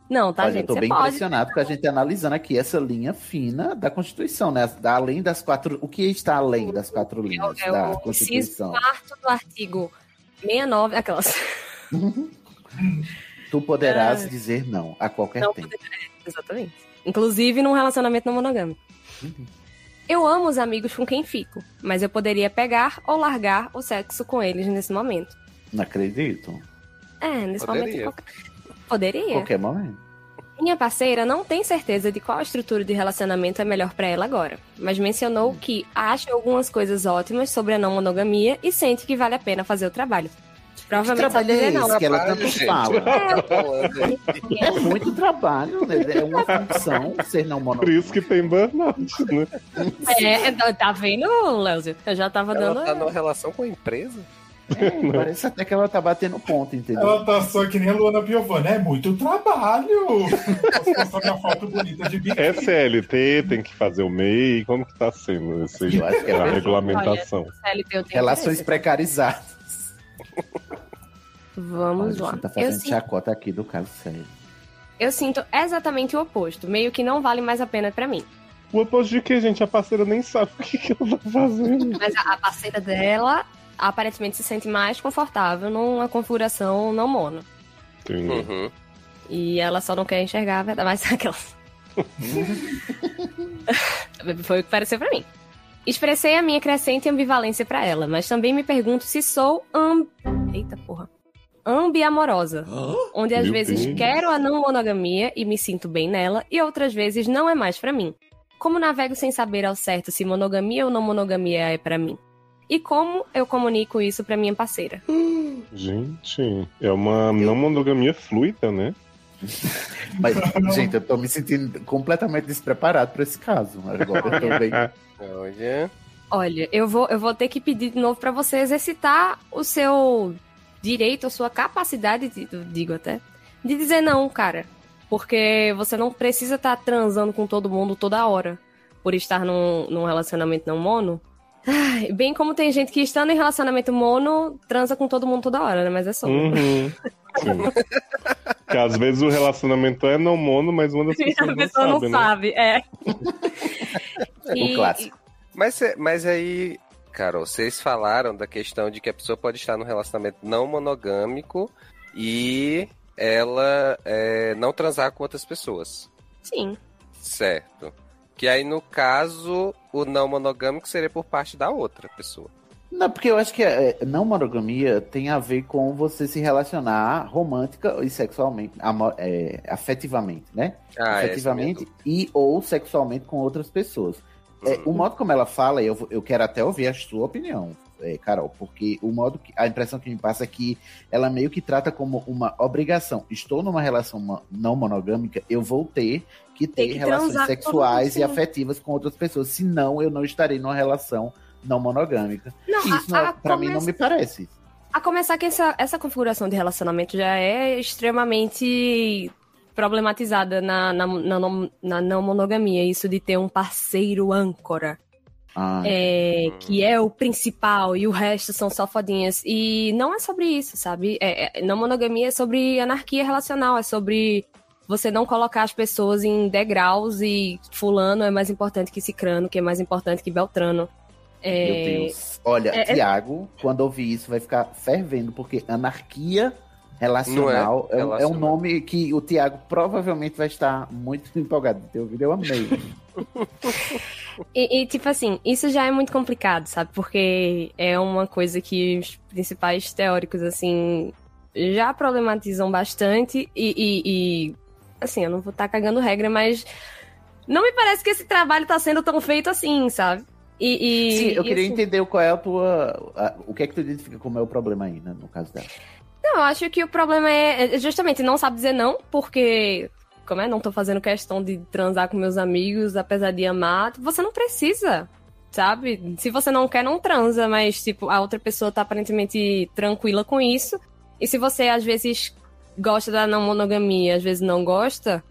D: Não, tá,
B: Olha, eu
D: gente?
B: tô
D: Você
B: bem
D: pode.
B: impressionado porque a gente tá analisando aqui essa linha fina da Constituição, né? Da- Além das quatro. O que está além das quatro linhas
D: É
B: da
D: o inciso
B: Constituição?
D: quarto do artigo 69, aquelas.
B: Tu poderás
D: É.
B: dizer não a qualquer
D: Não é,
B: tempo.
D: Exatamente. Inclusive num relacionamento não monogâmico.
B: Uhum.
D: Eu amo os amigos com quem fico, mas eu poderia pegar ou largar o sexo com eles nesse momento.
B: Não acredito.
D: É, nesse
B: Poderia.
D: momento. qualquer- Poderia.
B: Qualquer momento.
D: Minha parceira não tem certeza de qual estrutura de relacionamento é melhor pra ela agora, mas
B: Hum.
D: mencionou que acha algumas coisas ótimas sobre a não monogamia e sente que vale a pena fazer o trabalho. Provavelmente
B: trabalho
D: sabe
B: é
D: dizer não.
B: esse que ela tanto
D: Gente.
B: fala?
C: tá
D: É.
B: É muito trabalho, né? É uma função ser não
A: Por
B: monogâmico.
A: isso que tem burnout, né?
D: É, tá- tá vendo, Léo? Eu já tava
C: Ela
D: dando.
C: tá numa relação com a empresa?
B: É, parece até que ela tá batendo ponto, entendeu?
E: Ela tá só que nem a Luana Piovani. É muito trabalho. Posso postar minha foto bonita de biquíni.
A: É CLT, tem que fazer o MEI, como que tá sendo esse,
B: Eu acho que é
A: a
B: verdade.
A: regulamentação?
D: Olha, CLT, eu tenho
B: Relações
D: interesse.
B: precarizadas.
D: Vamos
B: Olha,
D: lá.
B: Você tá
D: eu,
B: fazendo
D: sinto,
B: chacota aqui do caso sério.
D: eu sinto exatamente o oposto. Meio que não vale mais a pena pra mim.
A: O oposto de que, gente? A parceira nem sabe o que, que ela tá fazendo.
D: Mas a, a parceira dela aparentemente se sente mais confortável numa configuração não mono.
A: Hum.
C: Uhum.
D: E ela só não quer enxergar a verdade, mas aquela. Foi o que pareceu pra mim. Expressei a minha crescente ambivalência pra ela, mas também me pergunto se sou amb... Eita porra. Ambiamorosa. Onde às
K: Meu
D: vezes
K: Deus.
D: quero a não monogamia e me sinto bem nela, e outras vezes não é mais pra mim. Como navego sem saber ao certo se monogamia ou não monogamia é pra mim? E como eu comunico isso pra minha parceira?
A: Gente, é uma não monogamia fluida, né?
B: É, Mas, gente, eu tô me sentindo completamente despreparado pra esse caso. Agora eu tô bem.
C: Olha.
D: Olha, eu vou, eu vou ter que pedir de novo pra você exercitar o seu direito, a sua capacidade, de- eu digo até, de dizer não, cara. Porque você não precisa estar transando com todo mundo toda hora por estar num, num relacionamento não mono. Ai, bem como tem gente que estando em relacionamento mono transa com todo mundo toda hora, né? Mas é só.
A: Uhum. Sim. Que às vezes o relacionamento é não mono, mas uma das pessoas
D: A pessoa não é.
A: não, sabe, né?
D: sabe, é.
A: O clássico.
C: Mas, cê- mas aí, Carol, vocês falaram da questão de que a pessoa pode estar num relacionamento não monogâmico e ela é, não transar com outras pessoas.
D: Sim.
C: Certo. Que aí, no caso, o não monogâmico seria por parte da outra pessoa.
B: Não, porque eu acho que é, não monogamia tem a ver com você se relacionar romântica e sexualmente, amo- é, afetivamente, né?
C: Ah, é,
B: afetivamente e ou sexualmente com outras pessoas. É,
C: Uhum.
B: o modo como ela fala, eu, vou- eu quero até ouvir a sua opinião, é, Carol, porque o modo que, a impressão que me passa é que ela meio que trata como uma obrigação. Estou numa relação ma- não monogâmica, eu vou ter que ter
K: Tem que
B: relações
K: transar com todo mundo,
B: sexuais e
K: sim.
B: afetivas com outras pessoas, senão eu não estarei numa relação não monogâmica.
D: Não,
B: Isso
D: a-
B: não,
D: a
B: pra mim não
D: começa-
B: me parece.
D: A começar que essa, essa configuração de relacionamento já é extremamente problematizada na, na, na, não- na não monogamia, isso de ter um parceiro âncora.
B: Ah,
D: é, que é o principal e o resto são só fodinhas. E não é sobre isso, sabe? É, é- não monogamia é sobre anarquia relacional, é sobre você não colocar as pessoas em degraus e fulano é mais importante que cicrano, que é mais importante que beltrano. É,
B: Meu Deus. Olha,
D: é- é-
B: Tiago, quando ouvir isso, vai ficar fervendo, porque anarquia relacional
C: Não é
B: é, um- é um nome que o Tiago provavelmente vai estar muito empolgado de ter ouvido. Eu amei.
D: E, e, tipo assim, isso já é muito complicado, sabe? Porque é uma coisa que os principais teóricos, assim, já problematizam bastante. E, e- e, assim, eu não vou estar cagando regra, mas não me parece que esse trabalho tá sendo tão feito assim, sabe? E, e-
B: Sim, eu
D: e,
B: queria
D: assim,
B: entender qual é a tua. a- o que é que tu identifica como é o problema aí, né, no caso dela.
D: Não, eu acho que o problema é é justamente não sabe dizer não, porque. Como é? Não tô fazendo questão de transar com meus amigos, apesar de amar. Você não precisa, sabe? Se você não quer, não transa, mas, tipo, a outra pessoa tá aparentemente tranquila com isso. E se você, às vezes, gosta da não monogamia, às vezes não gosta.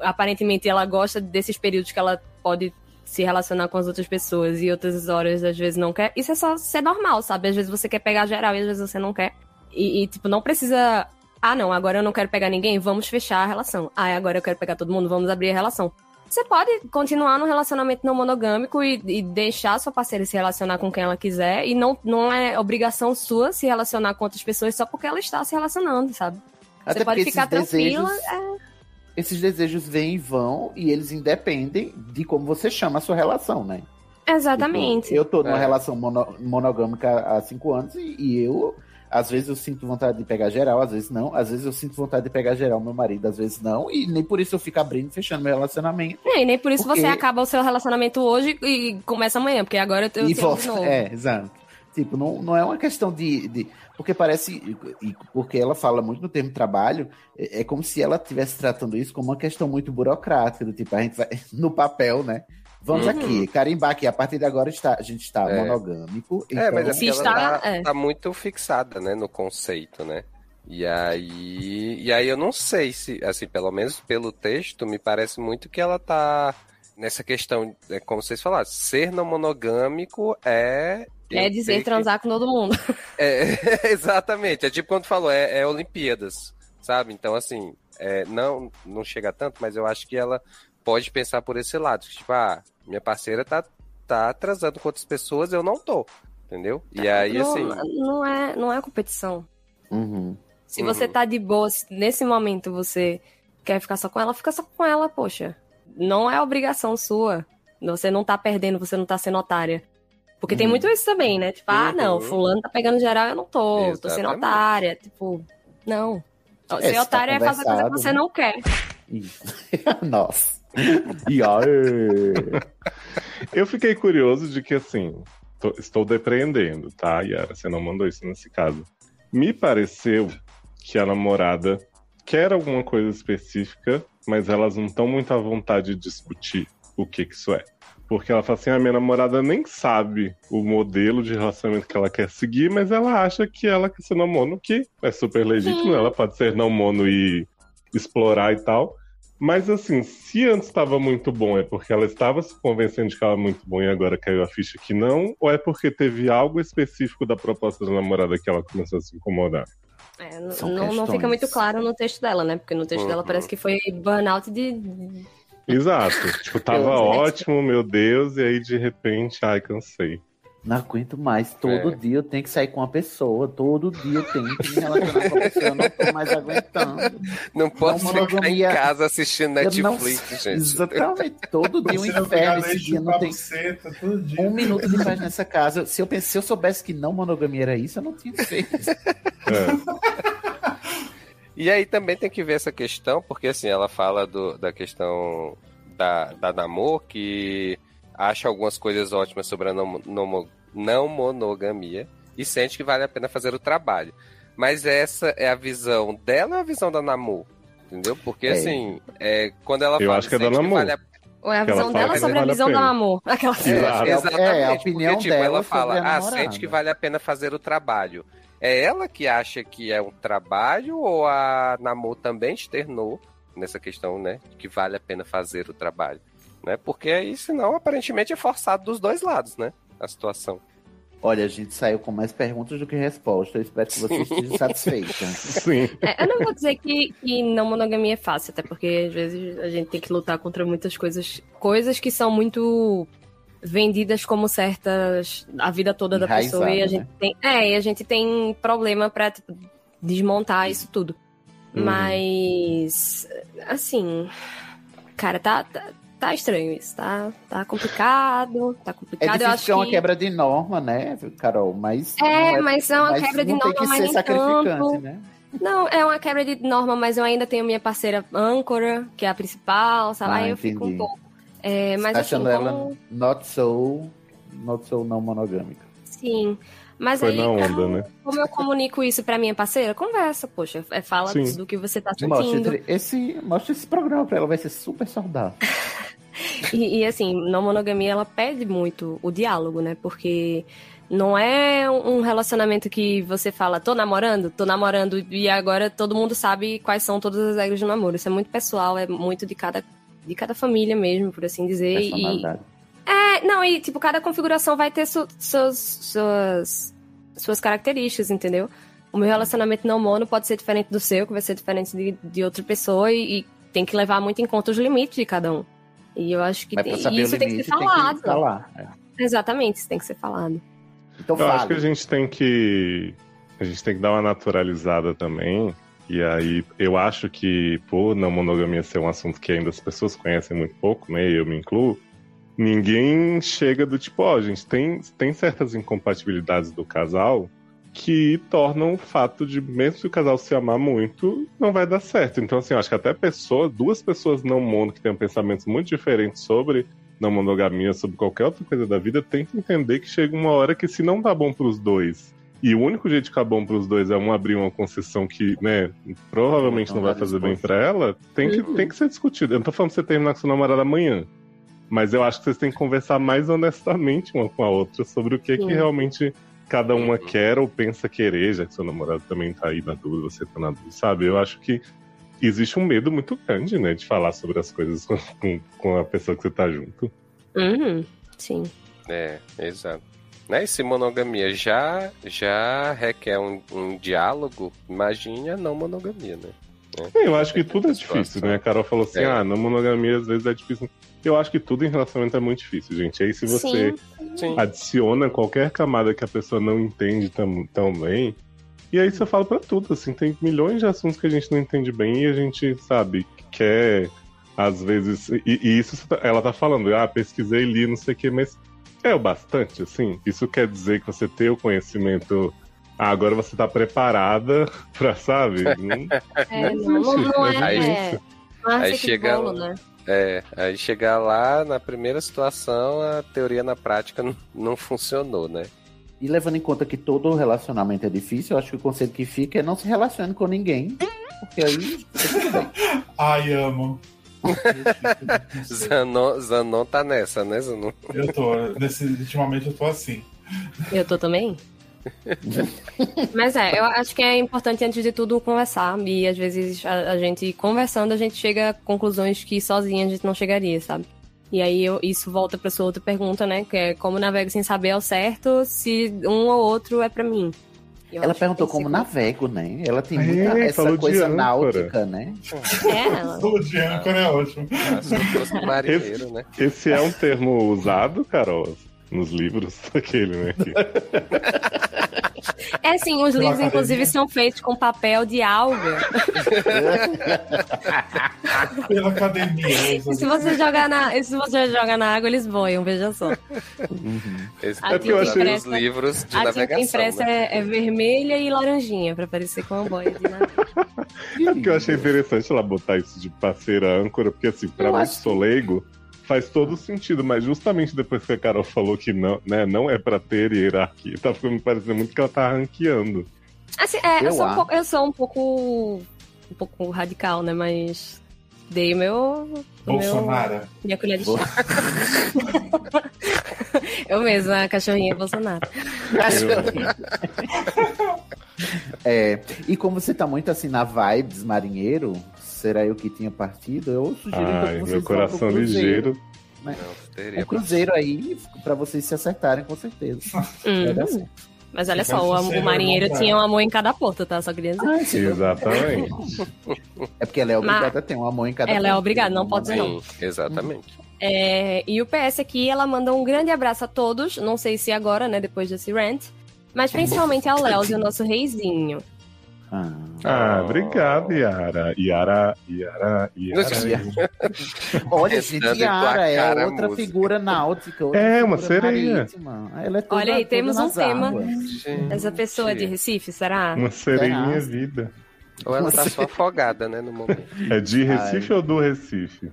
D: Aparentemente ela gosta desses períodos que ela pode se relacionar com as outras pessoas e outras horas às vezes não quer. Isso é só ser normal, sabe? Às vezes você quer pegar geral e às vezes você não quer. E, e, tipo, não precisa. Ah, não, agora eu não quero pegar ninguém, vamos fechar a relação. Ah, agora eu quero pegar todo mundo, vamos abrir a relação. Você pode continuar num relacionamento não monogâmico e, e deixar a sua parceira se relacionar com quem ela quiser. E não, não é obrigação sua se relacionar com outras pessoas só porque ela está se relacionando, sabe?
B: Até
D: você pode
B: porque
D: ficar
B: esses
D: tranquila.
B: desejos-
D: é.
B: Esses desejos vêm e vão e eles independem de como você chama a sua relação, né?
D: Exatamente.
B: Tipo, Eu tô numa
D: É.
B: relação mono- monogâmica há cinco anos e, e eu, às vezes, eu sinto vontade de pegar geral, às vezes não. Às vezes eu sinto vontade de pegar geral meu marido, às vezes não. E nem por isso eu fico abrindo e fechando meu relacionamento.
D: É, e nem por isso
B: Porque-
D: você acaba o seu relacionamento hoje e começa amanhã, porque agora eu tenho
B: e
D: de
B: volta.
D: novo.
B: É, exato. Tipo, não, não é uma questão de, de- Porque parece. e porque ela fala muito no termo trabalho, é, é como se ela estivesse tratando isso como uma questão muito burocrática, do tipo, a gente vai. No papel, né? Vamos
C: Uhum.
B: aqui, carimbar aqui, a partir de agora está, a gente está
C: É.
B: monogâmico.
C: É, mas é
B: então-
C: porque ela tá, tá muito fixada, né, no conceito, né? E aí, e aí eu não sei se, assim, pelo menos pelo texto, me parece muito que ela tá nessa questão, é como vocês falaram, ser não monogâmico é...
D: É
C: eu ter
D: dizer
C: que-
D: transar com todo mundo.
C: É, exatamente, é tipo quando falou, é, é Olimpíadas, sabe? Então, assim, é, não, não chega tanto, mas eu acho que ela pode pensar por esse lado, tipo, ah, minha parceira tá, tá transando com outras pessoas, eu não tô, entendeu? E
B: Tá,
C: aí,
D: não,
C: assim...
D: não é, não é competição.
B: Uhum.
D: Se você tá de boa, se nesse momento você quer ficar só com ela, fica só com ela, poxa. Não é obrigação sua. Você não tá perdendo, você não tá sendo otária. Porque tem
F: Uhum.
D: muito isso também, né? Tipo, ah, não,
F: Uhum.
D: fulano tá pegando geral, eu não tô, tô sendo
F: Exatamente.
D: otária. Tipo, não.
B: É,
D: Ser
B: se tá
D: otária é fazer coisa que
B: conversado,
D: você
B: né?
D: não quer.
B: Nossa. E aê!
A: Eu fiquei curioso de que, assim, tô- estou depreendendo, tá, Yara? Você não mandou isso nesse caso. Me pareceu que a namorada quer alguma coisa específica, mas elas não estão muito à vontade de discutir o que, que isso é. Porque ela fala assim: a minha namorada nem sabe o modelo de relacionamento que ela quer seguir, mas ela acha que ela quer ser não mono, que é super legítimo,
K: Sim.
A: ela pode ser não mono e explorar e tal. Mas assim, se antes estava muito bom, é porque ela estava se convencendo de que estava muito bom e agora caiu a ficha que não? Ou é porque teve algo específico da proposta da namorada que ela começou a se incomodar?
D: É, n-
A: São
D: não, não
A: questões.
D: fica muito claro no texto dela, né? Porque no texto dela
A: Uhum.
D: parece que foi burnout de.
A: Exato. tipo, tava ótimo, meu Deus, e aí de repente, ai, cansei.
B: Não aguento mais. Todo
A: É.
B: dia eu tenho que sair com uma pessoa. Todo dia eu tenho que me relacionar com uma pessoa. Eu não tô mais aguentando.
C: Não posso
B: Não,
C: ficar em
B: é monogamia.
C: casa assistindo
B: Eu não-
C: Netflix,
D: É.
C: gente.
B: Exatamente. Todo dia um
C: Você não
B: inferno.
C: fica
B: Esse
C: leite
B: dia não
C: pra
B: tem um minuto de paz nessa casa. Se eu, pensei, se eu soubesse que não monogamia era isso, eu não tinha feito.
A: É,
C: E aí também tem que ver essa questão, porque assim, ela fala do- da questão da, da Namor, que acha algumas coisas ótimas sobre a não, não mo- não monogamia e sente que vale a pena fazer o trabalho. Mas essa é a visão dela ou a visão da Namor? Entendeu? Porque
A: É.
C: assim, é, quando ela
A: Eu
C: fala
A: acho que é
C: sente
A: da Namor.
C: vale a-
D: Ou é a
A: Que ela
D: visão
A: fala
D: dela
A: que
D: sobre a
A: vale a
D: visão do
A: pena.
D: amor. Aquela
C: É, exatamente.
B: É, a
C: porque,
B: opinião
C: tipo,
B: dela
C: ela
B: sobre
C: fala,
B: a
C: ah, sente
B: namorada."
C: que vale a pena fazer o trabalho. É ela que acha que é um trabalho ou a Namor também externou nessa questão, né, que vale a pena fazer o trabalho, né? Porque aí, senão, aparentemente é forçado dos dois lados, né, a situação.
B: Olha, a gente saiu com mais perguntas do que respostas. Eu espero que você
C: Sim.
B: esteja satisfeita.
A: Sim.
D: É, eu não vou dizer que, que não monogamia é fácil, até porque às vezes a gente tem que lutar contra muitas coisas, coisas que são muito vendidas como certas a vida toda da
F: Enraizado,
D: pessoa e a
F: né?
D: gente tem, é, e a gente tem problema pra tipo, desmontar isso tudo.
F: Uhum.
D: Mas assim, cara, tá, tá tá estranho isso, tá tá complicado, tá
B: É
D: complicado, eu
B: difícil
D: acho
B: porque
D: que
B: é uma quebra de norma, né, Carol? Mas
D: É,
B: não
D: mas é uma
B: mas
D: quebra de
B: não
D: norma,
B: tem que
D: mas
B: ser
D: nem
B: sacrificante,
D: tanto.
B: né?
D: Não, é uma quebra de norma, mas eu ainda tenho minha parceira âncora, que é a principal, sabe?
B: Ah,
D: Aí eu fico um
B: entendi. Tá
D: pouco. É, mas
B: Achando
D: assim,
B: ela
D: como-
B: not so, not so não monogâmica.
D: sim. Mas
B: Foi
D: aí, então,
B: na onda,
D: como,
B: né?
D: como eu comunico isso pra minha parceira? Conversa, poxa. É, fala
B: Sim.
D: do que você tá
B: Mostra
D: sentindo.
B: entre- esse, mostra esse programa pra ela, vai ser super saudável.
D: E, e, assim, na monogamia ela pede muito o diálogo, né? Porque Não é um relacionamento que você fala, tô namorando, tô namorando, e agora todo mundo sabe quais são todas as regras de namoro. Isso é muito pessoal, é muito de cada, de cada família mesmo, por assim dizer. E,
B: Personalidade.
D: é, não, e tipo, cada configuração vai ter su- suas, suas, suas características, entendeu? O meu relacionamento não mono pode ser diferente do seu, que vai ser diferente de, de outra pessoa, e, e tem que levar muito em conta os limites de cada um. E eu acho que
B: Mas
D: tem,
B: pra
D: e
B: saber
D: isso
B: o
D: tem que
B: limite
D: ser falado.
B: falar. É.
D: Exatamente, isso tem que ser falado.
B: Então
A: Eu
B: fala.
A: acho que a gente tem que a gente tem que dar uma naturalizada também. E aí, eu acho que por não monogamia ser um assunto que ainda as pessoas conhecem muito pouco, né? e Eu me incluo. Ninguém chega do tipo, ó, gente, tem, tem certas incompatibilidades do casal que tornam o fato de, mesmo se o casal se amar muito, não vai dar certo. Então, assim, eu acho que até pessoa, duas pessoas não mono que tenham pensamentos muito diferentes sobre na monogamia, sobre qualquer outra coisa da vida, tem que entender que chega uma hora que se não tá bom pros dois, e o único jeito de ficar bom pros dois é um abrir uma concessão que, né, provavelmente
B: Então,
A: não vai
B: várias
A: fazer bem
B: coisas.
A: pra ela, tem que,
D: Uhum.
A: tem que ser discutido. Eu não tô falando pra você terminar com seu namorado amanhã, mas eu acho que vocês têm que conversar mais honestamente uma com a outra sobre o que, é que
D: Sim.
A: realmente cada uma
C: Uhum.
A: quer ou pensa querer, já que seu namorado também tá aí na dúvida, você tá na dúvida, sabe? Eu acho que existe um medo muito grande, né, de falar sobre as coisas com- com, com a pessoa que você tá junto.
D: Uhum, sim.
C: É, exato. Né? E se monogamia já, já requer um, um diálogo, imagine a não monogamia, né?
A: É, Eu acho que tudo é difícil, né? A Carol falou assim:
C: É.
A: ah, na monogamia às vezes é difícil. Eu acho que tudo em relacionamento é muito difícil, gente. Aí se você
C: Sim.
A: adiciona qualquer camada que a pessoa não entende tam- tão bem, e aí você fala pra tudo, assim, tem milhões de assuntos que a gente não entende bem e a gente, sabe, quer, às vezes. E, e isso ela tá falando, ah, pesquisei, li, não sei o quê, mas é o bastante, assim. Isso quer dizer que você tem o conhecimento. Ah, agora você tá preparada pra, sabe? Hum, Não-
D: É,
A: Mas um
D: não, não,
A: existe,
D: não
A: né?
D: é.
A: Existe.
D: Não é
C: Aí
D: receita de
C: chega
D: bolo,
C: lá.
D: né?
C: É, aí chegar lá, na primeira situação, a teoria na prática n- não funcionou, né?
B: E levando em conta que todo relacionamento é difícil, eu acho que o conselho que fica é não se relacione com ninguém. Porque aí.
E: Ai, amo.
C: Zanon, Zanon tá nessa, né, Zanon?
E: Eu tô. Nesse, ultimamente eu tô assim.
D: Eu tô também. Mas é, eu acho que é importante, antes de tudo, conversar. E às vezes a, a gente conversando, a gente chega a conclusões que sozinha a gente não chegaria, sabe? E aí eu- isso volta pra sua outra pergunta, né? Que é como navego sem saber ao certo se um ou outro é pra mim. E eu
B: Ela
D: acho que
B: perguntou
D: tem que
B: como
D: ser-
B: navego, né? Ela tem
A: É,
B: muita
A: falou
B: essa
A: de
B: coisa
A: âncora.
B: náutica, né?
D: É, ela.
E: Todo dia âncora é ótimo.
C: Ah, Se eu fosse marinheiro, né?
A: Esse é um termo usado, Carol, nos livros, aquele, né? que-
D: É sim, os
E: Pela
D: livros,
E: academia.
D: inclusive, são feitos com papel de alga.
E: Pela academia. eu
D: E se
E: uso.
D: você
B: é.
D: jogar na, e se você jogar na água, eles boiam, veja só.
C: Esse
D: A
C: tá
A: tinta
C: usando os
D: impressa-
C: livros de
D: a tinta
C: navegação,
D: impressa
C: né?
D: é, é vermelha e laranjinha, pra parecer com uma boia de navio.
A: É porque eu achei interessante ela botar isso de parceira âncora, porque assim, pra
B: Eu
A: mim que
B: acho
A: sou leigo, faz todo sentido, mas justamente depois que a Carol falou que não, né, não é pra ter hierarquia, tá ficando me parecendo muito que ela tá ranqueando.
D: Assim, é, eu,
B: Eu
D: sou um
B: acho.
D: pouco, eu sou um pouco. um pouco radical, né? Mas dei o meu.
B: é
D: o meu
E: Bolsonaro.
D: minha colher de chá. eu mesma, a cachorrinha Bolsonaro.
B: É, e como você tá muito assim na vibes marinheiro, será eu que tinha partido? Eu sugiro então, que
A: Ai,
B: vocês
A: meu
B: vão pro
A: coração
B: cruzeiro.
A: ligeiro.
C: Não,
B: Um
D: é
C: teria.
B: cruzeiro aí pra vocês se acertarem, com certeza. Vai dar
D: Hum.
B: certo.
D: Mas olha
E: É Então,
D: só, o,
E: se você
D: am- o marinheiro
E: levantar-
D: tinha um amor em cada porta, tá? Só queria dizer.
B: Ah, esse não-
A: Exatamente.
B: É porque ela é
D: Mas-
B: obrigada a ter um amor em cada né?
D: Ela é
B: ponto.
D: obrigada, não pode dizer não.
C: Sim, exatamente.
D: É, e o PS aqui, ela manda um grande abraço a todos, não sei se agora, né, depois desse rant, mas principalmente ao Léo, o nosso reizinho.
B: Ah.
A: Ah, obrigado, Yara. Yara, Yara, Yara.
B: Olha, gente,
C: Tentando
B: Yara é
C: emplacar a
B: outra
C: música.
B: figura náutica. outra
A: É, uma
B: figura
A: sereia.
B: marítima. Ela é toda-
D: Olha aí,
B: toda
D: temos um
B: nas
D: tema.
B: águas.
C: Gente.
D: Essa pessoa é de Recife, será?
A: Uma sereinha
B: Será?
A: vida.
C: Ou ela tá só afogada, né, no momento.
A: É de Recife ou do Recife?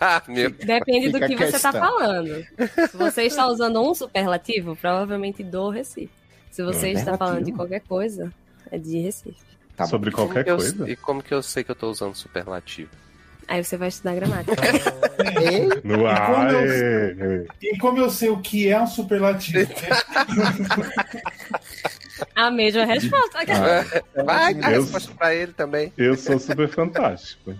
C: Ah, Meu
D: Depende do
B: Fica a
D: que você tá
B: questão.
D: falando. Se você está usando um superlativo, provavelmente do Recife. Se você está
B: Superlativo?
D: falando de qualquer coisa, é de Recife.
B: Tá bom.
A: Sobre qualquer
C: Como que eu-
A: coisa?
C: e como que eu sei que eu tô usando superlativo?
D: Aí você vai estudar gramática.
A: No ar.
E: quando
A: é, é.
E: E como eu sei o que é um superlativo?
D: A mesma resposta.
A: Ah,
C: Ah.
A: é.
C: Vai, dá
A: Eu-
C: resposta pra ele também.
A: Eu sou super fantástico.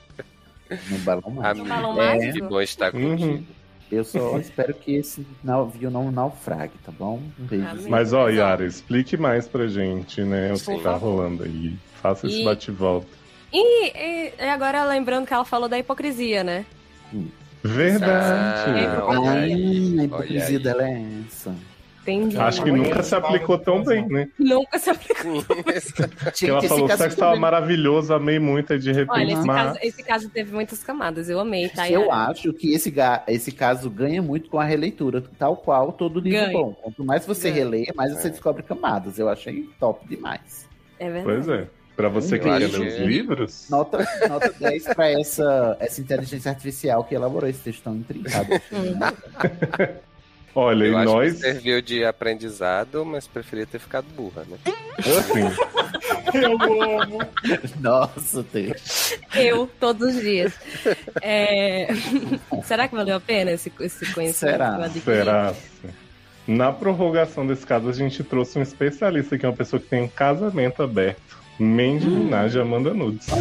B: No balão mágico.
C: Amigo,
D: Balão
B: É.
C: que
D: mágico.
C: bom estar contigo.
A: Uhum.
B: Eu só espero que esse navio não naufrague, tá bom? Um beijo.
D: Amém.
A: Mas, ó, Yara, explique mais pra gente, né, o
C: Sim.
A: que tá rolando aí. Faça esse
D: E-
A: bate-volta.
D: E, e- e agora lembrando que ela falou da hipocrisia, né?
A: Verdade.
D: Ah,
B: Ai,
C: olha aí,
B: a
C: olha aí.
B: hipocrisia dela é essa.
D: Entendi.
A: Acho que nunca se aplicou tão bem, né?
D: Nunca se aplicou.
A: Que ela falou que o sexo
B: é
A: tava maravilhoso, amei muito, e de
D: Olha,
A: repente.
D: esse,
A: mas-
D: caso, esse caso teve muitas camadas. Eu amei, tá?
B: Eu
D: Yara?
B: acho que esse, ga- esse caso ganha muito com a releitura, tal qual todo livro
D: Ganha.
B: bom. Quanto mais você
D: Ganha.
B: releia, mais você descobre camadas. Eu achei top demais.
D: É verdade.
A: Pois é. Pra você que
B: Eu
A: quer ler
B: acho
A: os
C: que-
A: livros,
B: Nota, nota 10 para essa, essa inteligência artificial que elaborou esse texto tão intrincado.
D: Hum.
A: olha,
C: Eu
A: e
C: acho
A: nós.
C: que serviu de aprendizado, mas preferia ter ficado burra, né?
A: Sim.
E: Eu amo.
B: Nossa, Deus.
D: Eu, todos os dias. É, Será que valeu a pena esse, esse conhecimento
B: Será?
D: que eu adquiri?
A: Será? assim. Na prorrogação desse caso, a gente trouxe um especialista, que é uma pessoa que tem um casamento aberto. Mandy Minaj e Amanda Nudes.
D: Ah.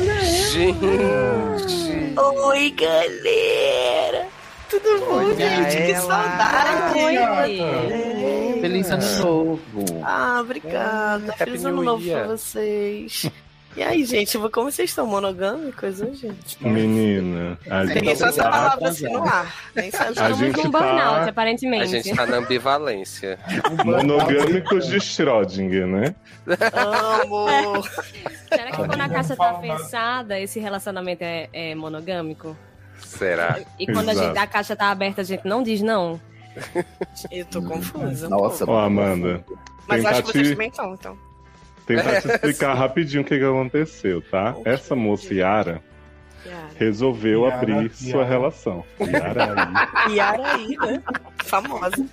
C: Gente!
D: Oi, galera! Tudo bom, gente? Que saudade! Oi!
B: Feliz ano novo.
K: Ah,
A: É,
K: obrigada.
C: Happy
K: Feliz
C: New
K: ano novo
C: Year.
K: pra vocês. E aí, gente, como vocês estão monogâmicos hoje?
A: Menina, a gente
K: Peguei só essa
A: tá-
K: palavra assim no ar. Nem sabe
A: A
D: Estamos
A: gente
D: num burnout,
A: tá-
D: aparentemente.
C: A gente tá na ambivalência.
A: monogâmicos de Schrödinger, né?
K: Amo.
D: Será que quando a caixa tá
E: Fala.
D: fechada, esse relacionamento é, é monogâmico?
C: Será?
D: E quando a,
A: Exato.
D: gente- a caixa tá aberta, a gente não diz não?
K: Eu
A: Hum,
K: tô confusa. um
B: Nossa,
K: pouco.
A: Ó, Amanda,
K: Mas eu acho que vocês
A: tentativa-
K: também estão, então.
A: tentar
E: É,
A: te explicar rapidinho o que, que aconteceu, tá? Essa moça, Yara,
K: Yara.
A: resolveu
E: Yara,
A: abrir
E: Yara.
A: sua relação. Yara,
K: Yara aí, né? Famosa.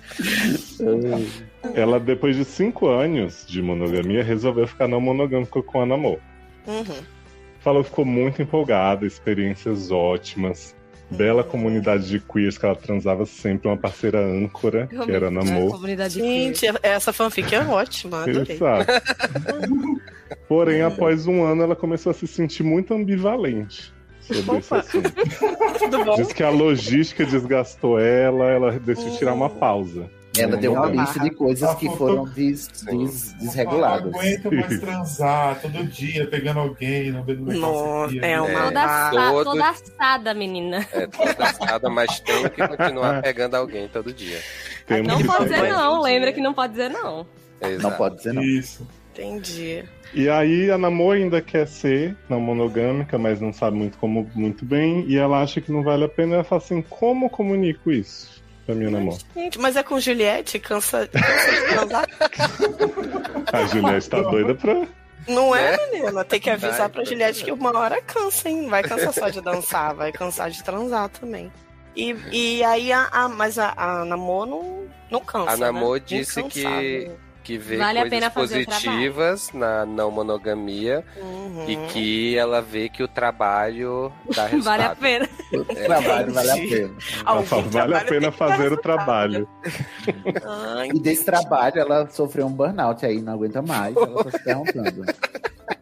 A: aí. ela, depois de cinco anos de monogamia, resolveu ficar não monogâmica com a namor.
K: Uhum.
A: Falou que ficou muito empolgada, experiências ótimas. Bela comunidade de queers que ela transava sempre, uma parceira âncora, que era
D: A
A: namor.
D: comunidade
K: Gente, essa fanfic é ótima, adorei. É.
A: Exato. Porém, após um ano, ela começou a se sentir muito ambivalente sobre esse
K: Opa.
A: assunto.
K: Tudo bom?
A: Diz que a logística desgastou ela, ela decidiu tirar
K: Oh.
A: uma pausa.
B: Ela deu uma
A: Não, não.
B: lista de coisas que foram des- des- desreguladas.
E: Eu aguento mais transar todo dia, pegando alguém, não vendo
K: Nossa, é
E: um.
K: uma...
D: Toda,
K: Ah,
D: assa-
C: todo-
D: toda assada, menina.
C: É toda assada, mas tenho que continuar pegando alguém todo dia.
A: Temos
D: Não
A: que
D: pode
A: ter-
D: dizer não,
K: Entendi.
D: lembra que não pode dizer não.
C: É Exato.
B: Não pode
K: um-
B: dizer não.
E: Isso.
K: Entendi.
A: E aí a Namor ainda quer ser não monogâmica, mas não sabe muito como muito bem, e ela acha que não vale a pena, ela fala assim, como eu comunico isso pra minha Namor?
K: Gente, mas é com Juliette? Cansa, cansa de transar?
A: A Juliette tá doida pra...
K: Não é,
C: Né?
K: menina? Tem que avisar
C: Vai,
K: pra
C: tá
K: Juliette que uma hora cansa, hein? Vai cansar só de dançar, vai cansar de transar também. E, e aí, a, a- mas a, a Namor não, não cansa.
C: A Namor
K: né?
C: disse que-
K: Incansável.
C: Que vê
D: Vale a
C: coisas
D: pena fazer o
C: positivas na não monogamia
K: Uhum.
C: e que ela vê que o trabalho dá resultado.
D: Vale a pena.
B: O trabalho vale a pena.
A: Ela
K: Algum
A: fala, vale a
K: Ah, trabalho
A: pena
K: tem que dar
A: fazer o
K: resultado."
A: trabalho.
K: Ai,
B: E desse trabalho ela sofreu um burnout aí, não aguenta mais. Ela tá se perguntando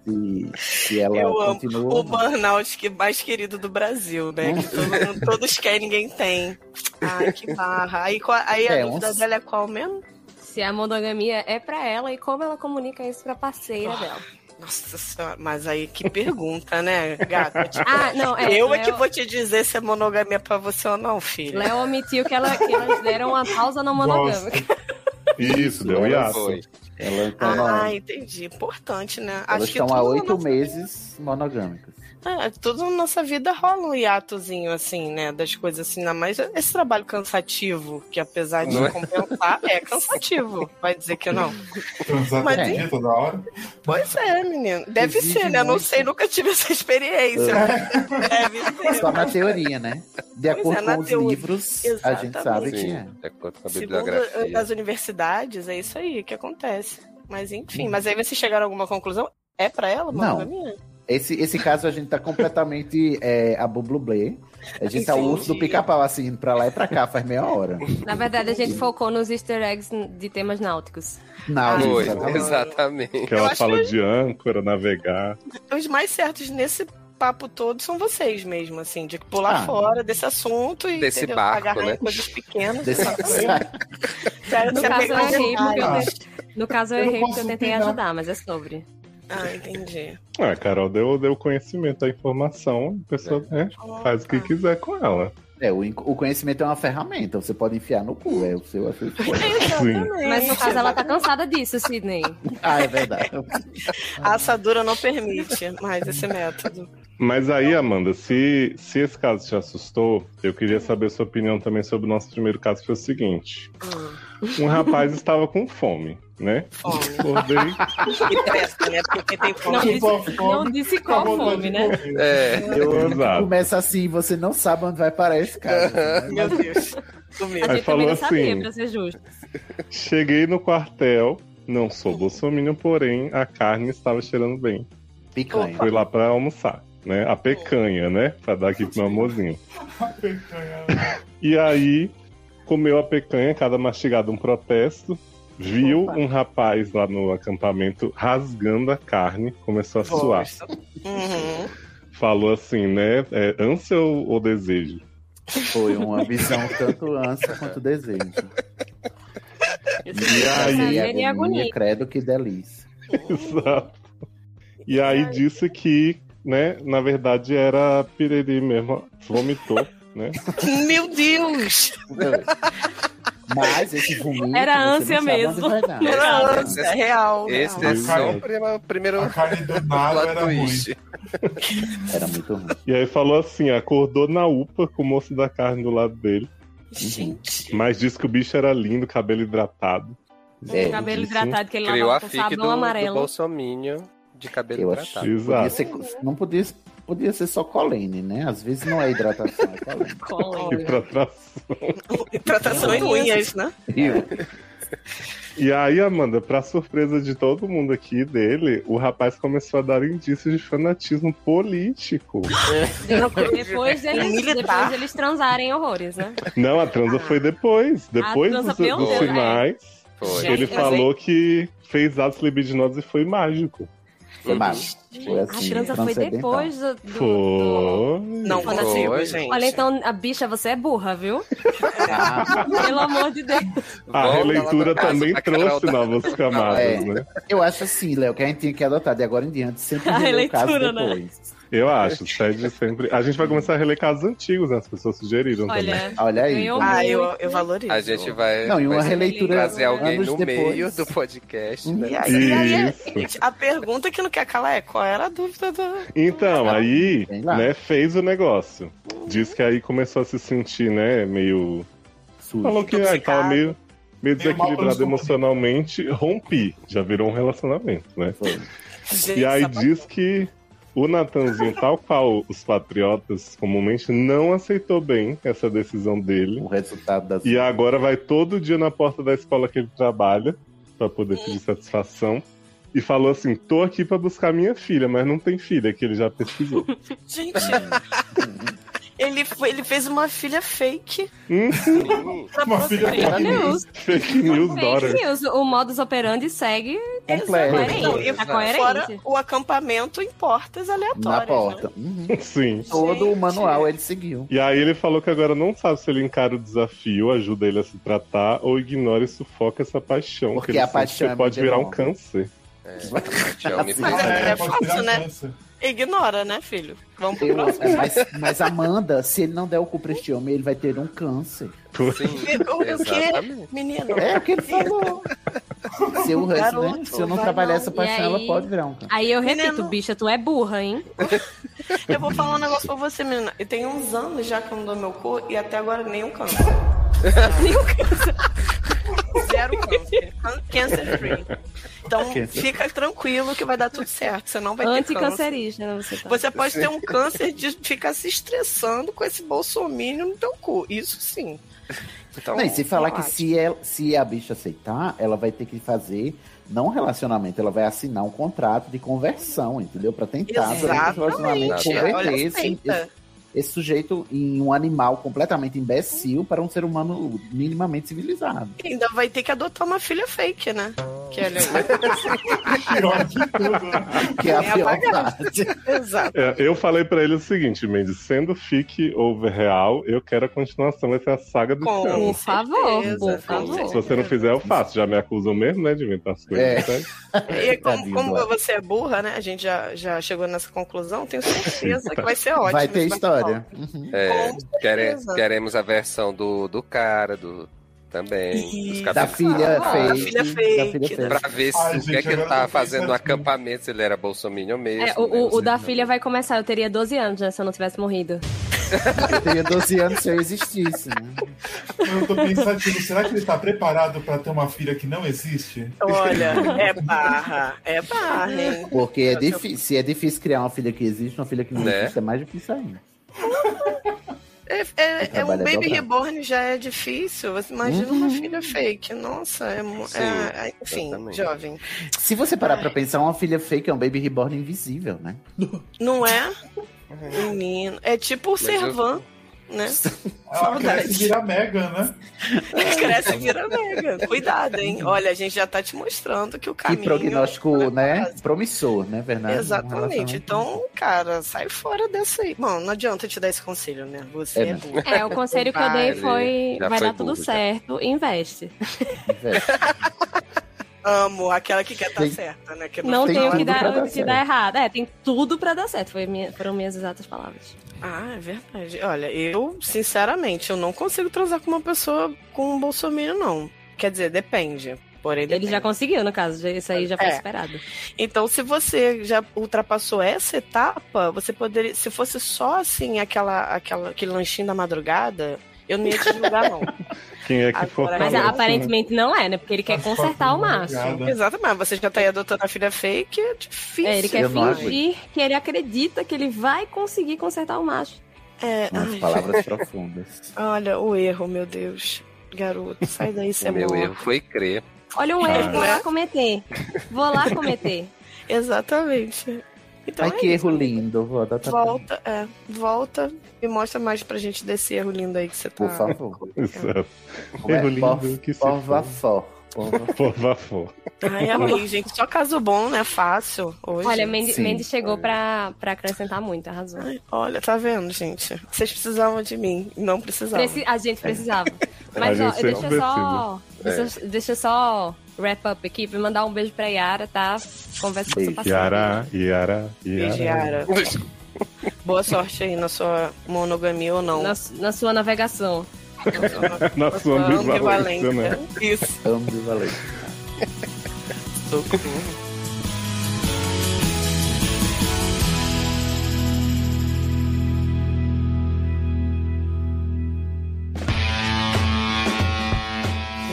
B: se, se ela
K: Eu amo.
B: continua.
K: o burnout que mais querido do Brasil, né? Que todo mundo- todos querem, ninguém tem. Ai, que barra. Aí, qual- aí a
B: É,
K: dúvida
B: uns-
K: dela é qual mesmo?
D: Se a monogamia é pra ela e como ela comunica isso pra parceira dela.
K: Nossa senhora, mas aí que pergunta, né, gata? Tipo,
D: Ah, não, é.
K: eu é
D: Léo-
K: que vou te dizer se é monogamia pra você ou não, filho.
D: Léo omitiu que, ela, que elas deram uma pausa na monogâmica.
A: Isso, deu um
B: Ela
A: iaço.
C: Foi.
B: Ela tá na-
K: Ah, entendi. Importante, né?
B: Elas
K: Acho que
B: estão há
K: tudo na
B: oito
K: nossa-
B: meses monogâmicas.
K: É, tudo na nossa vida rola um hiatozinho, assim, né? Das coisas assim, ainda mais esse trabalho cansativo, que apesar de
C: Não é?
K: compensar, é cansativo. Vai dizer que não.
E: Transar
K: Mas
E: todo
B: tem-
E: dia, toda hora.
K: Pois é, menino. Deve
B: Exige
K: ser, né? Eu Não
B: muito. É.
K: sei, nunca tive essa experiência. mas Deve ser.
B: Só na teoria, né? De acordo
K: é, na
B: com os
K: teoria.
B: livros, a gente
K: Exatamente.
B: sabe que é.
C: Sim, de acordo com a
K: Segundo
C: bibliografia.
K: eh, das universidades, é
C: Uhum.
K: isso aí que acontece. Mas enfim, mas aí vocês chegaram a alguma conclusão? É pra ela,
B: Não.
K: monogamia?
B: Esse, esse caso a gente tá completamente é, a bublublê. A gente tá o urso do
D: Entendi.
B: pica-pau, assim, indo pra lá e pra cá, faz meia hora.
D: Na verdade, a gente focou nos easter eggs de temas náuticos.
K: Ah,
B: Náuticos,
C: Foi,
D: né,
B: exatamente.
C: exatamente.
A: Que ela fala de âncora, navegar.
K: é. Os mais certos nesse papo todo são vocês mesmo, assim, de pular
A: Ah.
K: fora desse assunto e
C: Desse
K: entendeu?
C: barco,
K: agarrar
C: né?
K: em coisas pequenas.
C: Desse-
K: Sério,
D: No
K: você é
D: caso,
K: pegou
D: eu errei, porque eu
K: vontade.
D: tentei- no caso, eu
K: Eu não
D: errei porque eu
K: posso
D: tentei
K: opinar.
D: ajudar, mas é sobre.
K: Ah, entendi.
A: Ah, a Carol deu, deu conhecimento, a informação, a pessoa né, faz o que quiser com ela.
B: É, o, in- o conhecimento é uma ferramenta, você pode enfiar no cu, é o seu a sua escolha.
D: Mas no caso, ela tá cansada disso, Sidney.
B: Ah, é verdade.
K: A assadura não permite mais esse método.
A: Mas aí, Amanda, se, se esse caso te assustou, eu queria saber sua opinião também sobre o nosso primeiro caso, que foi o seguinte.
K: Hum,
A: Um rapaz estava com fome, né? Fome.
K: Que presta, né? Porque quem tem fome.
D: Não disse- não disse qual fome, né?
C: É,
B: eu amo que
A: Exato.
B: começa assim, você não sabe onde vai parar esse cara. assim, né?
K: Meu Deus.
A: Aí
D: A
A: falou
D: gente também não sabia,
A: assim-
D: pra ser justo.
A: Cheguei no quartel, não sou bolsominion, porém a carne estava cheirando bem.
B: Picanha.
A: Fui lá pra almoçar, né? A pecanha, né? Pra dar aqui pro meu amorzinho. E aí, comeu a pecanha, cada mastigado um protesto. Viu um rapaz lá no acampamento rasgando a carne, começou a suar.
K: Uhum.
A: Falou assim, né? É, ânsia ou, ou desejo?
B: Foi uma visão tanto ânsia quanto desejo.
A: E
D: é
A: aí,
B: agonia, credo que delícia.
A: Exato. E aí disse que, né, na verdade era piriri mesmo, vomitou, né?
K: Meu Deus!
B: Mas esse vomito.
K: Era
B: você não
K: ânsia
B: sabe onde
K: mesmo.
B: vai dar.
K: Era ânsia, é real.
C: Esse
A: Real.
C: é só o prima- o primeiro plot twist.
B: Era muito ruim.
A: E aí falou assim, acordou na UPA com o moço da carne do lado dele.
K: Gente.
A: Mas disse que o bicho era lindo, cabelo hidratado. é
D: O cabelo hidratado que ele
C: Criou a
D: lavava com
C: fic do,
D: sabão
C: do
D: amarelo.
C: Bolsominion de cabelo
B: Eu acho
C: hidratado.
B: que podia ser, não podia, podia ser só colene, né? Às vezes não é hidratação, é colene.
K: Hidratação em unhas, né?
A: E aí, Amanda, pra surpresa de todo mundo aqui dele, o rapaz começou a dar indícios de fanatismo político.
D: Depois deles,
K: Militar.
D: depois deles transarem horrores, né?
A: Não, a transa foi depois. Depois
D: transa,
A: dos,
D: meu
A: dos
D: Deus,
A: sinais,
C: é. Foi.
A: ele
D: Gente, eu
A: falou que fez atos libidinosos e foi mágico.
B: Foi mágico. É, Foi assim,
D: a transa foi
B: transcendental.
D: depois né? do. do-
A: Foi.
K: Não consigo,
A: Foi.
K: gente.
D: Olha, então, a bicha, você é burra, viu?
B: Ah.
D: Pelo amor de Deus.
A: A
C: Volta lá
A: releitura
C: no caso
A: também
C: da Carol tá
A: trouxe né?
C: da-
A: novas camadas,
B: É,
A: né?
B: Eu acho assim, Léo, que a gente tinha que adotar de agora em diante, sempre
D: A
B: reler o caso
D: releitura, né?
B: depois.
A: Eu acho, Sede sempre. A gente vai começar a reler casos antigos, né? As pessoas sugeriram
D: Olha,
A: também.
B: Olha aí.
D: ganhou
K: Ah,
D: muito.
K: eu, eu valorizo.
C: A gente vai,
B: Não, e uma
C: vai
B: releitura
C: trazer alguém
B: anos
C: no
B: depois.
C: meio do podcast, né?
K: E aí, e aí,
A: Isso.
K: gente, a pergunta que não quer calar é qual era a dúvida do.
A: Então, aí,
B: lá.
A: né, fez o negócio. Diz que aí começou a se sentir, né, meio.
B: Sujo.
A: Falou que ah, tava meio, meio
E: mal pelos
A: desequilibrado
E: companheiros.
A: emocionalmente. Rompi. Já virou um relacionamento, né?
K: Gente,
A: E aí
K: sabe-
A: diz que o Natanzinho, tal qual os patriotas comumente, não aceitou bem essa decisão dele.
B: O resultado das.
A: E agora vai todo dia na porta da escola que ele trabalha pra poder pedir satisfação. E falou assim: tô aqui pra buscar minha filha, mas não tem filha, que ele já pesquisou.
K: Gente. ele, foi- ele fez uma filha fake.
A: Hum,
K: pra
E: Uma filha
K: postar.
D: Fake news.
A: fake news, Dora.
D: Fake news. O modus operandi segue. Eles são
B: Completo.
D: coerentes. Tá
C: Exato.
K: Então, Fora
D: coerente.
K: o acampamento em portas aleatórias.
B: Na
K: né?
B: porta. Uhum.
A: Sim.
B: Todo o manual ele seguiu.
A: E aí ele falou que agora não sabe se ele encara o desafio, ajuda ele a se tratar, ou ignora e sufoca essa paixão.
B: Porque
A: que ele
B: a
A: sente
B: paixão é
A: que pode
B: muito
A: virar um
B: enorme.
A: câncer.
B: É.
C: Tchau, me
K: Mas
C: fala.
K: é, é
E: pode virar
K: fácil, né?
E: câncer.
K: Ignora, né, filho? Vamos pro
B: Eu-
K: próximo.
B: é, mas, mas Amanda, se ele não der o cu pra este homem, ele vai ter um câncer.
C: Sim,
K: O- o quê?
C: exatamente.
K: Menino,
B: É o que ele falou. Se, o resto, né?
K: Garoto,
B: se eu não
K: vai
B: trabalhar
K: não.
B: essa paixão,
D: E
B: ela
D: aí?
B: pode virar um câncer.
D: Aí eu
K: Menino.
D: repito, bicha, tu é burra, hein?
K: eu vou falar um negócio pra você, menina. Eu tenho uns anos já que eu não dou meu cu e até agora nenhum câncer. Zero câncer. Cancer free. Então
D: Câncer.
K: fica tranquilo que vai dar tudo certo. Você não vai ter câncer.
D: Anticancerígena você tá.
K: Você pode ter um câncer de ficar se estressando com esse bolsomínio no teu cu. Isso sim. Então,
B: não, e se falar que
K: relaxa.
B: se, ela, se a bicha aceitar, ela vai ter que fazer não um relacionamento, ela vai assinar um contrato de conversão, entendeu? Pra tentar durante o relacionamento
K: Exatamente. Olha,
B: converter esse,
K: aceita.
B: esse, esse sujeito em um animal completamente imbecil para um ser humano minimamente civilizado.
K: Ainda vai ter que adotar uma filha fake, né? Que ela
E: pior de
K: tudo.
B: Que é a pior
K: Exato.
A: É, eu falei pra ele o seguinte, Mendes, sendo fique overreal, eu quero a continuação, essa é a saga do
D: Com
A: chão.
D: Por favor, por
A: Se
D: favor.
A: você não fizer, eu faço. Já me acusam mesmo, né, de inventar as coisas.
B: É.
A: sabe?
K: E como,
A: Tadinho
K: como
A: do Arthur.
K: você é burra, né? A gente já, já chegou nessa conclusão. Tenho certeza que vai ser ótimo.
B: Vai ter
K: esse
B: história.
K: bate-papo.
C: É, quere-
K: certeza.
C: queremos a versão do, do cara, do também. dos
K: Isso.
B: Da
C: cabeças.
B: filha
K: Ah,
B: fake.
K: da filha fake,
B: da filha
K: né?
C: Pra ver se,
K: Ai,
C: o que é
K: gente,
C: que ele
K: agora
C: tava
K: eu fiquei
C: fazendo no acampamento, se ele era bolsominion mesmo. né?
D: É, o, o- o da filha vai começar. Eu teria 12 anos, né? Se eu não tivesse morrido.
B: Eu teria 12 anos se eu existisse, né?
E: Eu tô pensativo, será que ele tá preparado pra ter uma filha que não existe?
K: Olha, é barra. É barra, hein?
B: Porque é difícil, se é difícil criar uma filha que existe, uma filha que não
C: Né?
B: existe é mais difícil ainda.
K: É, é-
B: O
K: é um
B: trabalho é
K: baby
B: dobrado.
K: reborn já é difícil. Você imagina uma filha fake. Nossa, é, mu-
B: Uhum. Sim,
K: é- é- enfim,
B: exatamente.
K: jovem.
B: Se você parar pra pensar, uma filha fake é um baby reborn invisível, né?
K: Não é?
B: Uhum.
K: Menino. É tipo o Servan, né?
E: Ah, Ela cresce e vira mega, né?
K: Cresce e vira mega. Cuidado, hein? Olha, a gente já tá te mostrando que o
B: Que
K: caminho.
B: prognóstico, né? Promissor, né, verdade?
K: Exatamente. Então, cara, sai fora dessa aí. Bom, não adianta eu te dar esse conselho, né? Você
B: É,
K: é,
B: né?
K: burro.
D: É, o conselho que eu dei foi:
K: Já
D: vai
K: foi
D: dar tudo
K: burro, já.
D: certo, investe.
K: Amo aquela que quer tá
D: Tem-
K: certa, né? Que
D: Não
K: tem
D: tem o
K: nada
D: que
K: pra
D: dar, o que dar errado. É, tem tudo pra dar certo. Foi minha- foram minhas exatas palavras.
K: Ah, é verdade. Olha, eu, sinceramente, eu não consigo transar com uma pessoa com um bolsominion, não. Quer dizer, depende. Porém,
D: Ele já conseguiu, no caso. já- Isso aí já foi
K: É.
D: superado.
K: Então, se você já ultrapassou essa etapa, você poderia. Se fosse só assim aquela, aquela, aquele lanchinho da madrugada, eu não ia te julgar, não.
A: Quem é que
D: Mas
A: fortalece? né?
D: aparentemente não é, né? Porque ele quer consertar o maço.
K: Exato, mas você já tá aí adotando a filha fake, é difícil.
D: É, ele quer
B: Eu não
D: fingir que ele acredita que ele vai conseguir consertar o macho.
K: É,
B: Umas
K: ai,
B: palavras profundas.
K: Olha, o erro, meu Deus. Garoto, sai daí, você é
C: O meu
K: morto.
C: erro foi crer.
D: Olha um erro, vou
K: Ah.
D: lá cometer. Vou lá cometer.
K: Exatamente. Então
B: Ai,
K: é
B: que tá
K: isso.
B: erro lindo. Vou adotar pra mim,
K: Volta, é, volta e mostra mais pra gente desse erro lindo aí que você tá.
B: Por favor.
A: Exato.
B: Como
A: Erro
B: é?
A: lindo que se
B: Por
A: for.
B: favor.
A: Por favor.
K: Ai, é ruim, gente. Só caso bom, né? Fácil. Hoje.
D: Olha, Mendes,
K: Sim.
D: Mendes chegou pra, pra acrescentar muito, arrasou.
K: Olha, tá vendo, gente? Vocês precisavam de mim. Não precisavam.
D: Preci- a gente precisava.
K: É.
D: Mas
K: A
D: ó,
K: gente
D: deixa eu só.
K: precisa.
D: Deixa, eu- deixa eu só wrap up aqui pra mandar um beijo pra Yara, tá? Conversa com
A: Beijo.
D: você passada.
A: Yara, Yara, Yara.
K: Beijo, Yara. Boa sorte aí na sua monogamia ou não.
D: Na, su- na sua navegação.
A: Na sua ambivalência, né?
K: Isso.
B: Ambivalente.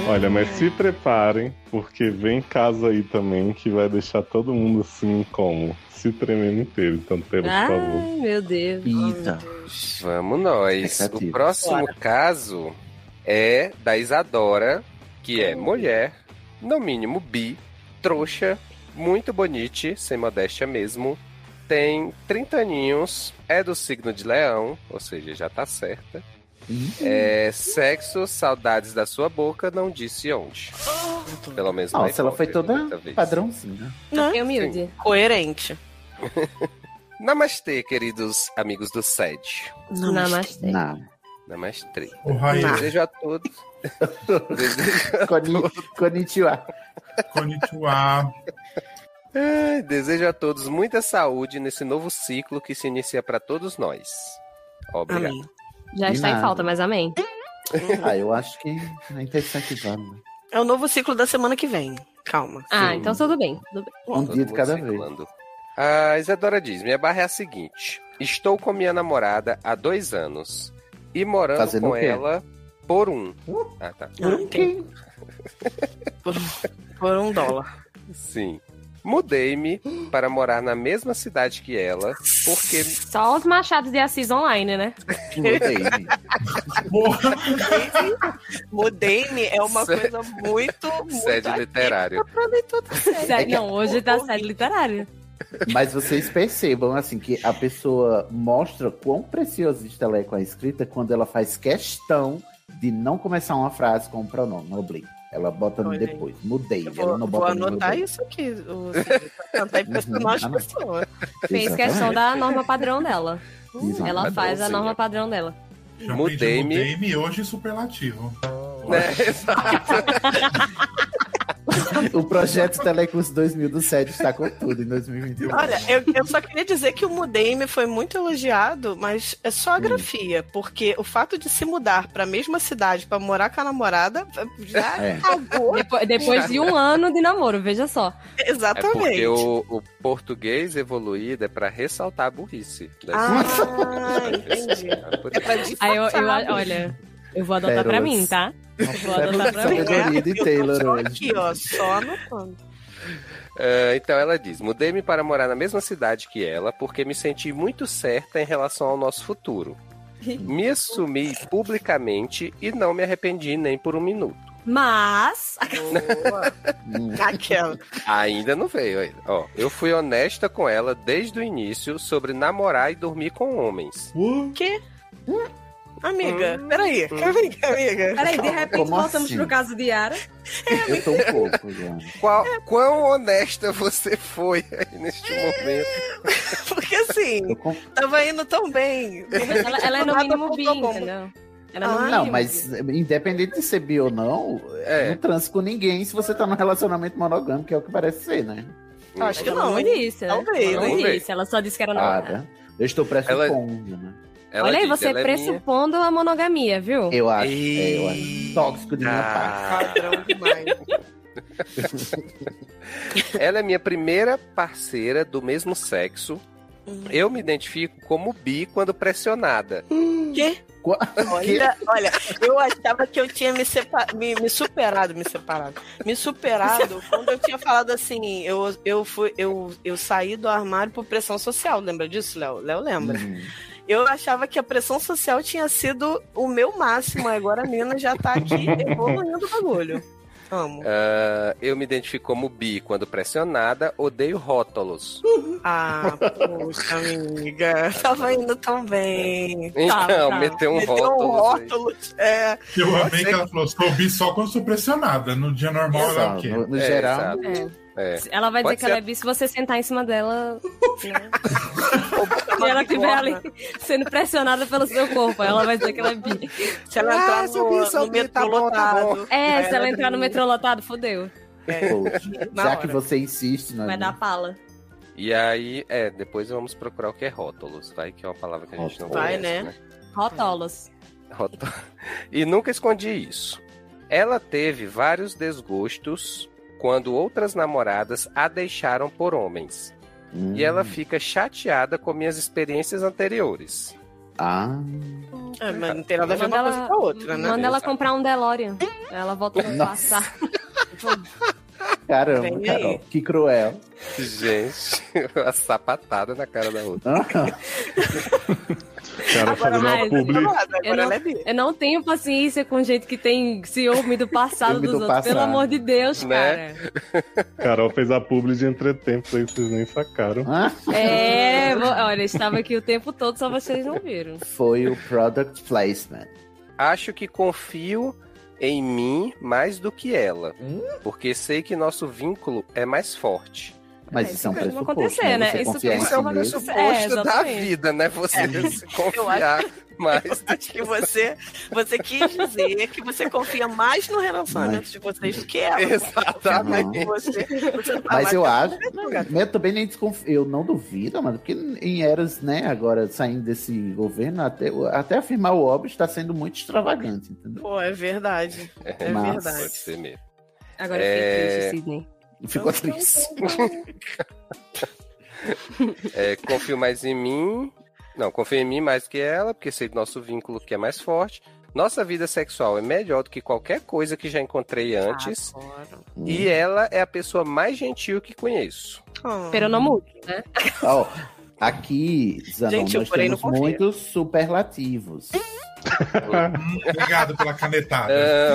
A: Olha, mas se preparem, porque vem casa aí também que vai deixar todo mundo assim como? Se tremendo inteiro. Então, pelo
D: Ah.
A: favor.
D: Ai, meu Deus.
C: Vamos nós. O próximo
D: Bora.
C: caso é da Isadora, que é mulher, no mínimo bi, trouxa, muito bonite, sem modéstia mesmo, tem 30 aninhos, é do signo de leão, ou seja, já tá certa. É, sexo, saudades da sua boca, não disse onde. Pelo menos na
B: Nossa, ela foi
C: hipótese,
B: toda
C: dessa vez.
B: padrãozinha.
K: Não,
D: é humilde.
K: Coerente.
C: Namastê, queridos amigos do SED.
D: Namastê.
C: Namastê.
E: raio.
C: Desejo a todos.
B: Konnichiwa.
E: Konnichiwa.
C: Ai, Desejo a todos muita saúde nesse novo ciclo que se inicia para todos nós. Obrigado.
K: Amém. Uhum.
D: Já
B: De
D: está em
B: nada.
D: falta, mas amém.
B: Ah, eu acho que é interessante vá, né?
K: É o novo ciclo da semana que vem. Calma.
D: Ah, então tudo bem. Tudo bem.
B: Um dia de cada vez.
C: A Ah, Isadora diz: Minha barra é a seguinte. Estou com minha namorada há dois anos e morando
B: Fazendo
C: com
B: o quê? Uh!
C: ela por um. Ah, tá.
K: Por um quê? por, por um dólar.
C: Sim. Mudei-me para morar na mesma cidade que ela, porque.
D: Só os machados de Assis online, né?
B: Mudei-me.
K: Mudei-me é uma
C: Sé-
K: coisa muito,
B: é
K: muito.
C: Sede É literária.
D: Sério, não,
B: é
D: hoje
B: um
D: tá série literária.
B: Mas vocês percebam, assim, que a pessoa mostra quão preciosista ela é com a escrita quando ela faz questão de não começar uma frase com um pronome, oblei. Ela bota no
K: Olha aí.
B: depois. Mudei.
K: Eu
B: ela
K: vou,
B: não
K: vou
B: bota no
K: anotar
B: oblei.
K: isso aqui. o- pra Tentar impressionar as
B: Anota.
K: pessoas.
D: Fez
B: Exatamente.
D: questão da norma padrão dela.
B: Exatamente.
D: Ela faz a
C: Padrãozinho.
D: norma padrão dela.
E: Já
C: Mudei-me.
E: mudei Mudei-me hoje superlativo.
C: Né? Exato.
B: O projeto Telecurso 2000 do SED está com tudo em 2021.
K: Olha, eu, eu só queria dizer que o Mudei-me foi muito elogiado, mas é só
B: Hum.
K: a grafia, porque o fato de se mudar pra mesma cidade pra morar com a namorada já
B: É.
K: cagou.
D: Depo- depois de um ano de namoro, veja só.
C: É
K: Exatamente.
C: porque o, o português evoluído é pra ressaltar a burrice. das
K: Ah,
C: pessoas.
K: entendi.
C: É por
K: É pra
C: isso.
D: Aí eu, eu-
K: disfarçar.
D: olha, eu vou adotar
B: Pérolas.
D: pra mim, tá? Eu vou adotar pra mim.
B: Sabedoria de
K: Tá Eu tô
B: Taylor
K: só
B: hoje.
K: aqui, ó, só anotando.
C: Ah, então ela diz: mudei-me para morar na mesma cidade que ela porque me senti muito certa em relação ao nosso futuro. Me assumi publicamente e não me arrependi nem por um minuto.
D: Mas,
B: Hum.
K: Aquela.
C: Ainda não veio. ainda. Ó, eu fui honesta com ela desde o início sobre namorar e dormir com homens.
K: Que? Amiga, peraí, peraí, amiga.
D: peraí, de repente
B: Como
D: voltamos
B: assim?
D: pro caso de Yara.
B: Eu tô um pouco, já.
C: Qual,
D: É.
C: quão honesta você foi aí neste momento?
K: Porque assim,
B: Eu com-
K: tava indo tão bem.
D: Ela, ela é no
K: Nada
D: mínimo bi,
K: apontou a bomba.
D: entendeu? Ela é no
K: Ah,
D: mínimo
B: Não,
D: bi.
B: mas independente de ser bi ou não,
C: É.
B: não transe com ninguém se você tá num relacionamento monogâmico, que é o que parece ser, né?
K: Acho que
D: Ela
K: não.
D: não disse, né?
K: Talvez,
D: Ela não
C: hein?
D: disse, ela só disse que era
B: Ah,
D: namorada.
B: tá. Eu estou pressupondo, né?
C: Ela
D: Olha aí,
C: diz,
D: você
C: ela é minha-
D: pressupondo a monogamia, viu?
B: Eu acho, é, eu acho tóxico de minha parte.
K: Padrão demais.
C: Ela é minha primeira parceira do mesmo sexo.
B: Hum.
C: Eu me identifico como bi quando pressionada.
K: Quê?
B: Qua-
K: Olha, olha, eu achava que eu tinha me, sepa- me, me superado, me separado. Me superado quando eu tinha falado assim, eu, eu, fui, eu, eu saí do armário por pressão social, lembra disso, Léo? Léo lembra.
B: Hum.
K: Eu achava que a pressão social tinha sido o meu máximo, agora a mina já tá aqui evoluindo o bagulho. Amo.
C: Ah, eu me identifico como bi quando pressionada. Odeio rótulos.
K: Ah, poxa, amiga. Tava indo tão bem.
C: Então,
D: tá.
C: meteu um
K: Meteu
C: rótulo.
K: rótulos, é.
E: Eu amei que ela falou, sou bi só quando sou pressionada. No dia normal ela é o
B: Exato,
E: quê?
B: no no
C: É,
B: geral,
C: exato.
D: É.
C: É.
D: Ela vai
C: Pode
D: dizer que ela
C: ser.
D: é bi se você sentar em cima dela. né? Se ela estiver ali sendo pressionada pelo seu corpo, ela vai dizer que ela é bi.
K: Se ela entrar no, no metrô lotado.
D: É,
K: Vai
D: se ela
K: lá
D: entrar no
K: dormir.
D: metrô lotado, fodeu.
K: É,
B: poxa,
K: Na
B: já
K: hora.
B: que você insiste, né? nós
D: Vai dar pala.
C: E aí, é, depois vamos procurar o que é rótulos, vai, que é uma palavra que a gente não
K: Rótulos. Vai,
C: conhece,
K: né?
C: né?
D: Rotolos.
C: Roto- E nunca escondi isso. Ela teve vários desgostos quando outras namoradas a deixaram por homens.
B: Hum.
C: E ela fica chateada com minhas experiências anteriores.
B: Ah,
K: É, mas não tem nada a ver
D: Manda
K: uma coisa com a
D: ela,
K: outra,
C: é
K: né?
D: manda ela comprar um DeLorean. Ela volta no
B: Nossa.
D: passado.
B: caramba,
K: Vem aí.
B: Carol, que cruel.
C: Gente, a sapatada na cara da outra.
B: Ah,
A: O cara fazendo
D: mais,
A: uma publi.
K: Agora
D: Eu não-
K: ela é bi.
D: Eu não tenho paciência com gente que tem ciúme do passado
B: Ciúme do
D: dos outros. Pelo
B: passado.
D: amor de Deus,
C: Né?
D: cara.
A: Carol fez a publi de entretempo, aí vocês nem sacaram.
B: Ah,
D: É, vo- olha, estava aqui o tempo todo, só vocês não viram.
B: foi o product placement.
C: Acho que confio em mim mais do que ela, porque sei que nosso vínculo é mais forte.
B: Mas
D: É,
B: isso é um
D: isso costuma
B: pressuposto, né?
D: acontecer, né?
B: Você
D: Isso-
B: confiar em
D: isso
C: Esse
B: si
C: é o
D: um
B: mesmo.
C: pressuposto
D: É,
C: da
D: exatamente.
C: vida, né? Você se confiar mais.
K: Acho que Tá você, você quis dizer que você confia mais no relacionamento de vocês do que ela.
C: Exatamente.
K: Você- você tá
B: Mas
K: mais
B: eu acho.
K: gata.
B: Eu também nem desconfio. Eu não duvido, mano, porque em eras, né, agora saindo desse governo, até, até afirmar o óbvio está sendo muito extravagante, entendeu?
K: Pô, é verdade. É
B: Massa.
C: Pode
K: verdade.
C: ser mesmo.
D: Agora
C: eu
D: eu
C: fiquei É.
D: fiquei
C: triste,
D: triste, Sidney.
B: Ficou triste.
C: É, confio mais em mim. Não, confio em mim mais que ela, porque sei do nosso vínculo que é mais forte. Nossa vida sexual é melhor do que qualquer coisa que já encontrei antes.
B: Hum,
C: E ela é a pessoa mais gentil que conheço.
D: Pero não muito, né?
B: Ó, aqui, Zanon,
C: Gente, eu
B: nós
C: porém não
B: temos
C: confio.
B: muitos superlativos.
E: Obrigado pela canetada.
K: É.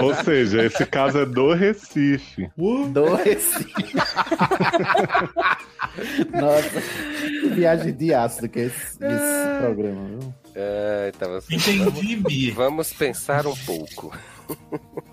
A: Ou seja, esse caso é do Recife.
B: Do Recife. Nossa, que viagem de ácido que é esse, esse programa, viu?
C: É, tava...
E: Entendi, Bia.
C: Vamos pensar um pouco.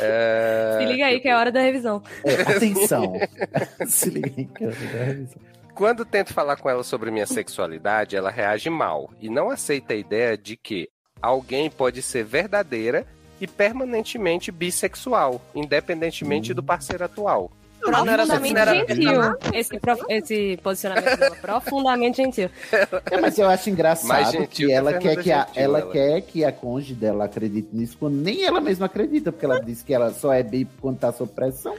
C: É,
D: Se liga aí que é hora da revisão.
B: Se liga aí que é hora da revisão.
C: Quando tento falar com ela sobre minha sexualidade, ela reage mal e não aceita a ideia de que alguém pode ser verdadeira e permanentemente bissexual, independentemente do parceiro atual. Ela não era- assim,
D: Profundamente
C: não era-
D: gentil. Esse, pro- esse posicionamento dela, profundamente gentil.
B: É, mas eu acho
C: Mais
B: engraçado
C: gentil
B: que
C: que a
B: ela quer
C: Fernanda
B: que a,
C: Gentil,
B: ela,
C: ela.
B: quer que a cônjuge dela acredite nisso quando nem ela mesma acredita, porque ela diz que ela só é bi quando tá sob pressão.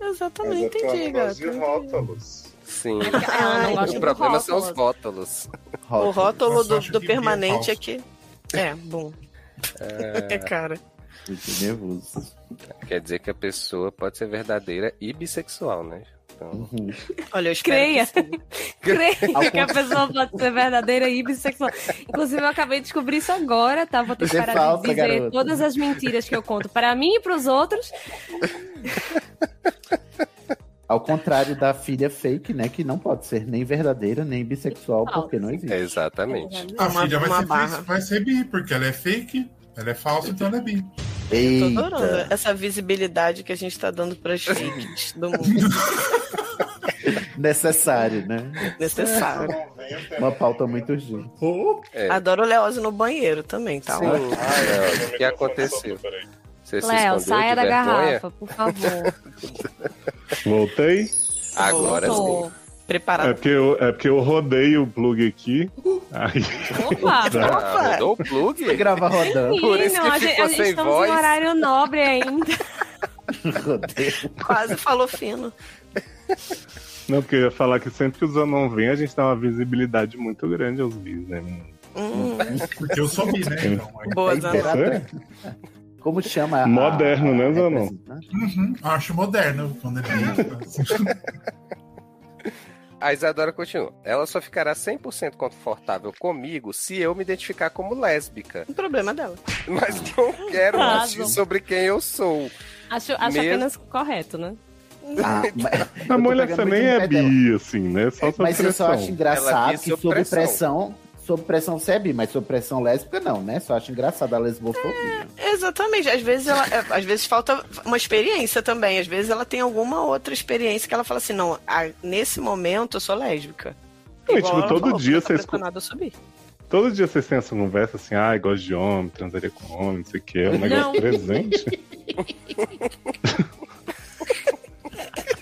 K: Exatamente, entendi, gato.
A: rótulos.
C: Sim.
K: É ela não gosta
C: o
K: do
C: problema
K: rótulo.
C: são os rótulos.
K: O rótulo
C: um
K: do, do
C: falso.
K: permanente aqui. É, bom. É, cara.
B: Fiquei nervoso.
C: Quer dizer que a pessoa pode ser verdadeira e bissexual, né? Então...
B: Uhum.
K: Olha, eu
D: Creia. Creia
C: Ao
D: que a pessoa pode ser verdadeira e bissexual. Inclusive, eu acabei de descobrir isso agora, tá? Vou ter que
C: Você
D: parar
C: falsa,
D: de dizer
C: garota.
D: todas as mentiras que eu conto para mim e pros outros.
B: Ao contrário da filha fake, né? Que não pode ser nem verdadeira, nem bissexual, porque não
K: É,
B: existe.
C: Exatamente.
E: A filha Ah, vai
K: uma
E: ser,
K: barra.
E: triste, vai ser bi, porque ela é fake, ela é falsa, então ela é bi.
K: Tô adorando né? essa visibilidade que a gente tá dando pras fics do mundo.
B: Necessário, né?
K: Necessário.
B: Uma pauta muito urgente.
C: É.
K: Adoro o Leose no banheiro também, tá?
C: Sim. Léo, o que aconteceu? Você se
K: Léo,
C: escondeu
K: saia
C: de
K: da
C: vergonha?
K: garrafa,
D: por favor.
A: Voltei.
C: Agora sim.
A: É porque, eu, é porque eu rodei o plug aqui. Aí...
D: Opa! Opa!
C: Rodou Ah, o plug? Você
B: grava rodando.
D: Menino, a gente, a gente estamos em horário nobre ainda.
C: É.
K: Quase falou fino.
A: Não, porque eu ia falar que sempre que o Zanon vem, a gente dá uma visibilidade muito grande aos bis, né? menino?
K: Hum.
C: É
E: Porque eu sou bi, né? Então,
K: Boa,
B: É imperatriz. Como chama? a-
A: Moderno, né, Zanon?
E: Uhum, acho moderno quando é bi.
C: A Isadora continua. Ela só ficará 100% confortável comigo se eu me identificar como lésbica.
K: O problema dela.
C: Mas não quero
D: Razão.
C: agir sobre quem eu sou.
D: Acho, acho
C: Mesmo-
D: apenas correto, né?
B: Ah,
A: A mulher
B: pegando
A: também
B: muito no
A: é
B: pé
A: bi, assim, né? Só sob
B: Mas eu só
A: pressão.
B: acho engraçado que sob pressão, sob pressão você é bi, mas sob pressão lésbica não, né? Só acho engraçado a lesbofobia.
K: Exatamente. Às vezes ela, é, às vezes falta uma experiência também. Às vezes ela tem alguma outra experiência que ela fala assim, não, ah, nesse momento eu sou lésbica.
A: Não, e,
K: Igual
A: tipo,
K: ela
A: todo
K: falou,
A: dia
K: quando tá
A: vocês-
K: pressionada, eu subi.
A: Todo dia vocês têm essa conversa assim, ai, gosto de homem, transaria com homem, não sei o que, é um negócio
K: Não.
A: presente.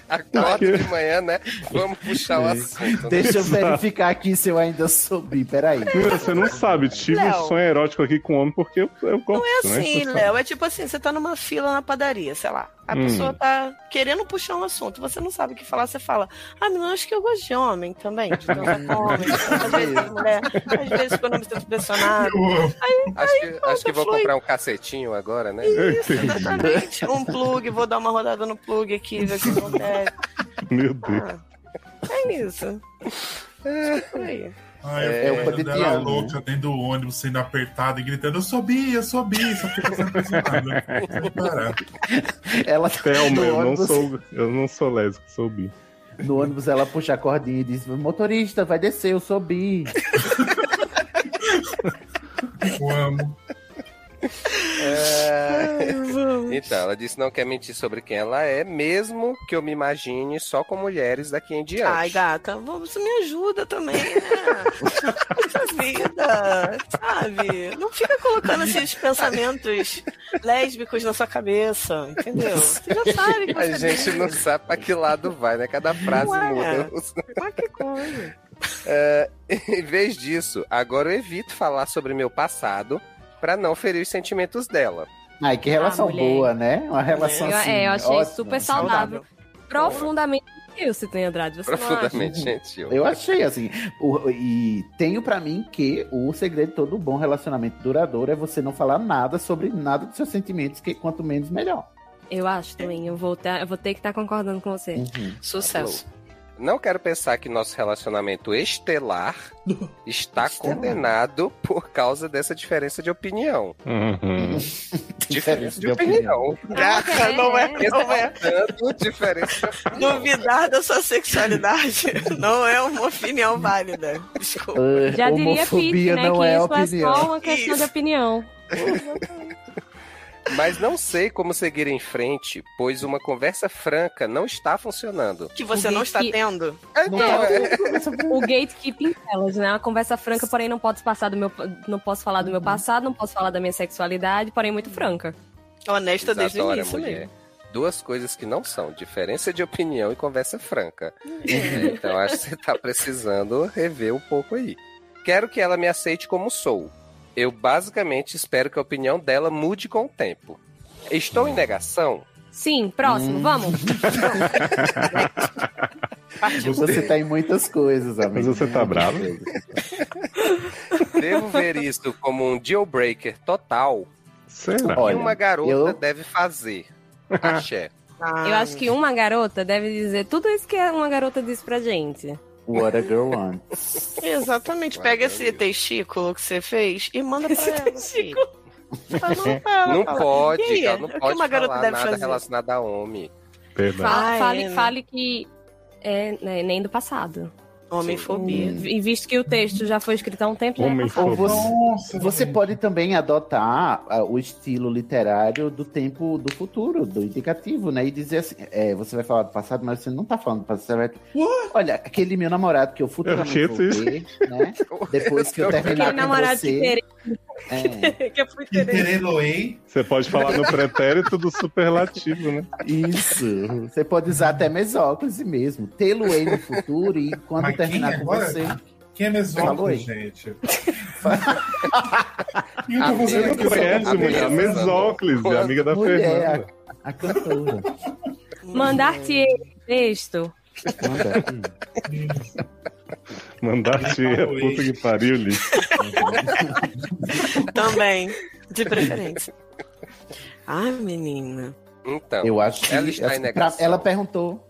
C: Acorda de manhã, né? Vamos puxar o assunto. né?
B: Deixa eu verificar aqui se eu ainda sou bi, peraí.
A: Mira, você não sabe, tive
K: Léo.
A: um sonho erótico aqui com homem porque eu, eu gosto.
K: Não é assim,
A: né?
K: Léo. É tipo assim, você tá numa fila na padaria, sei lá. A
A: Hum.
K: pessoa tá querendo puxar um assunto, você não sabe o que falar, você fala, ah, menina, acho que eu gosto de homem também. De transar com homem. Às vezes de mulher, às vezes quando eu me sinto pressionada. Aí,
C: Acho que, acho que vou
K: flui.
C: comprar um cacetinho agora, né?
K: Exatamente. Um plug, vou dar uma rodada no plug aqui, ver o que acontece.
A: Meu Deus.
K: É isso. É, por aí.
E: Ah, eu
K: É,
E: é,
K: o
E: eu
K: cotidiano,
E: dela
K: né?
E: louca dentro do ônibus, sendo apertada e gritando, eu sou bi, eu sou bi, só fica né? sendo pressionada. Vou parar.
B: Ela
A: tipo, Thelma,
B: no
A: eu não
B: ônibus-
A: sou, eu não sou lésbico, sou bi.
B: No ônibus ela puxa a cordinha e diz: motorista, vai descer, eu sou bi.
E: Eu amo.
C: É. Então, ela disse que não quer mentir sobre quem ela é, mesmo que eu me imagine só com mulheres daqui em diante.
K: Ai, gata, vô, você me ajuda também, né? Puxa vida, sabe? Não fica colocando esses pensamentos lésbicos na sua cabeça, entendeu? Você já sabe que você
C: A gente não sabe pra que lado vai, né? Cada frase
K: Ué.
C: muda.
K: Mas que coisa.
C: É, em vez disso, agora eu evito falar sobre meu passado pra não ferir os sentimentos dela.
B: Ai, que relação
D: Ah, mulher.
B: boa, né? Uma relação
D: Eu-
B: assim.
D: é, eu achei
B: ótima,
D: super saudável. Profundamente gentil, Sidney Andrade. Você não acha?
C: Profundamente gentil.
B: Eu achei, assim. o- e tenho pra mim que o segredo de todo bom relacionamento duradouro é você não falar nada sobre nada dos seus sentimentos, que quanto menos melhor.
D: Eu acho também. Eu vou, tá- eu vou ter que estar concordando com você.
K: Uhum. Sucesso.
C: Não quero pensar que nosso relacionamento estelar está condenado por causa dessa diferença de opinião.
A: Uhum.
C: Diferença de opinião.
D: Ah,
K: Caraca, não é, não é.
C: Tanto diferença.
K: Duvidar da sua sexualidade não é uma opinião válida. Desculpa.
B: Ah,
D: Já diria Pete,
B: homofobia
D: né?
B: não
D: que
B: é
D: isso
B: opinião.
D: é só uma questão de
K: Isso.
D: opinião.
C: Mas não sei como seguir em frente, pois uma conversa franca não está funcionando.
K: Que você
D: O
K: não está
D: gate-
K: tendo.
C: tá
D: É, o gatekeeping delas, né? Uma conversa franca, porém não posso passar do meu, não posso falar do meu passado, não posso falar da minha sexualidade, porém muito franca.
K: Honesta desde o
C: Isadora,
K: início
C: mulher.
K: mesmo.
C: Duas coisas que não são: diferença de opinião e conversa franca.
K: É.
C: então acho que você tá precisando rever um pouco aí. Quero que ela me aceite como sou. Eu basicamente espero que a opinião dela mude com o tempo. Estou em negação?
D: Sim, próximo, vamos.
B: Você tá em muitas coisas, amigo.
A: Mas você tá bravo?
C: Devo ver isso como um deal breaker total?
A: Será?
C: O que uma garota
B: eu-
C: deve fazer? Axé.
K: Ah,
D: Eu acho que uma garota deve dizer tudo isso que uma garota disse pra gente.
B: What a girl wants.
K: Exatamente. Pega esse testículo que você fez e manda pra ela. filho. Fala pra ela,
C: Não
K: fala.
C: pode,
K: E aí,
C: ela não
K: o que
C: pode
K: uma garota
C: falar
K: deve
C: nada
K: fazer?
C: relacionado a homem.
D: Fala-
K: Ai,
D: fale,
K: né?
D: fale que é né, nem do passado.
K: Homem-fobia.
D: E visto que o texto já foi escrito há um tempo, né?
B: Ou você, você pode também adotar ah, o estilo literário do tempo do futuro, do indicativo, né? E dizer assim, é, você vai falar do passado, mas você não tá falando do passado. Você vai... Olha, aquele meu namorado que eu futuramente
A: Eu
B: vou
A: achei isso.
B: ter, né? Depois que eu terminar
D: Aquele
B: com
D: namorado
B: você...
D: que terei.
B: É.
K: que eu fui entender.
E: Tereloei.
A: Você pode falar no pretérito do superlativo, né?
B: Isso. Você pode usar até mesóclise mesmo. Tê-lo ei no futuro e quando
E: Mas quem
B: terminar com
E: agora?
B: você.
E: Quem é
B: Falou aí.
E: mesóculo, gente? Quem
C: A
E: tá fazendo
C: mesma-
E: aqui?
A: Conhece,
C: a
A: mulher? A
C: Fernanda.
A: Mesóclise, a amiga da Fernanda.
B: Mulher, a, a cantora.
D: Mandar-te texto.
B: Manda aqui.
E: assim,
A: Mandaste
E: Quem
A: a
E: falou
A: puta que pariu, Liz.
K: Também, de preferência. Ai, menina.
C: Então,
B: Eu acho que
C: ela está em
B: assim, pra-
C: negação.
B: ela perguntou.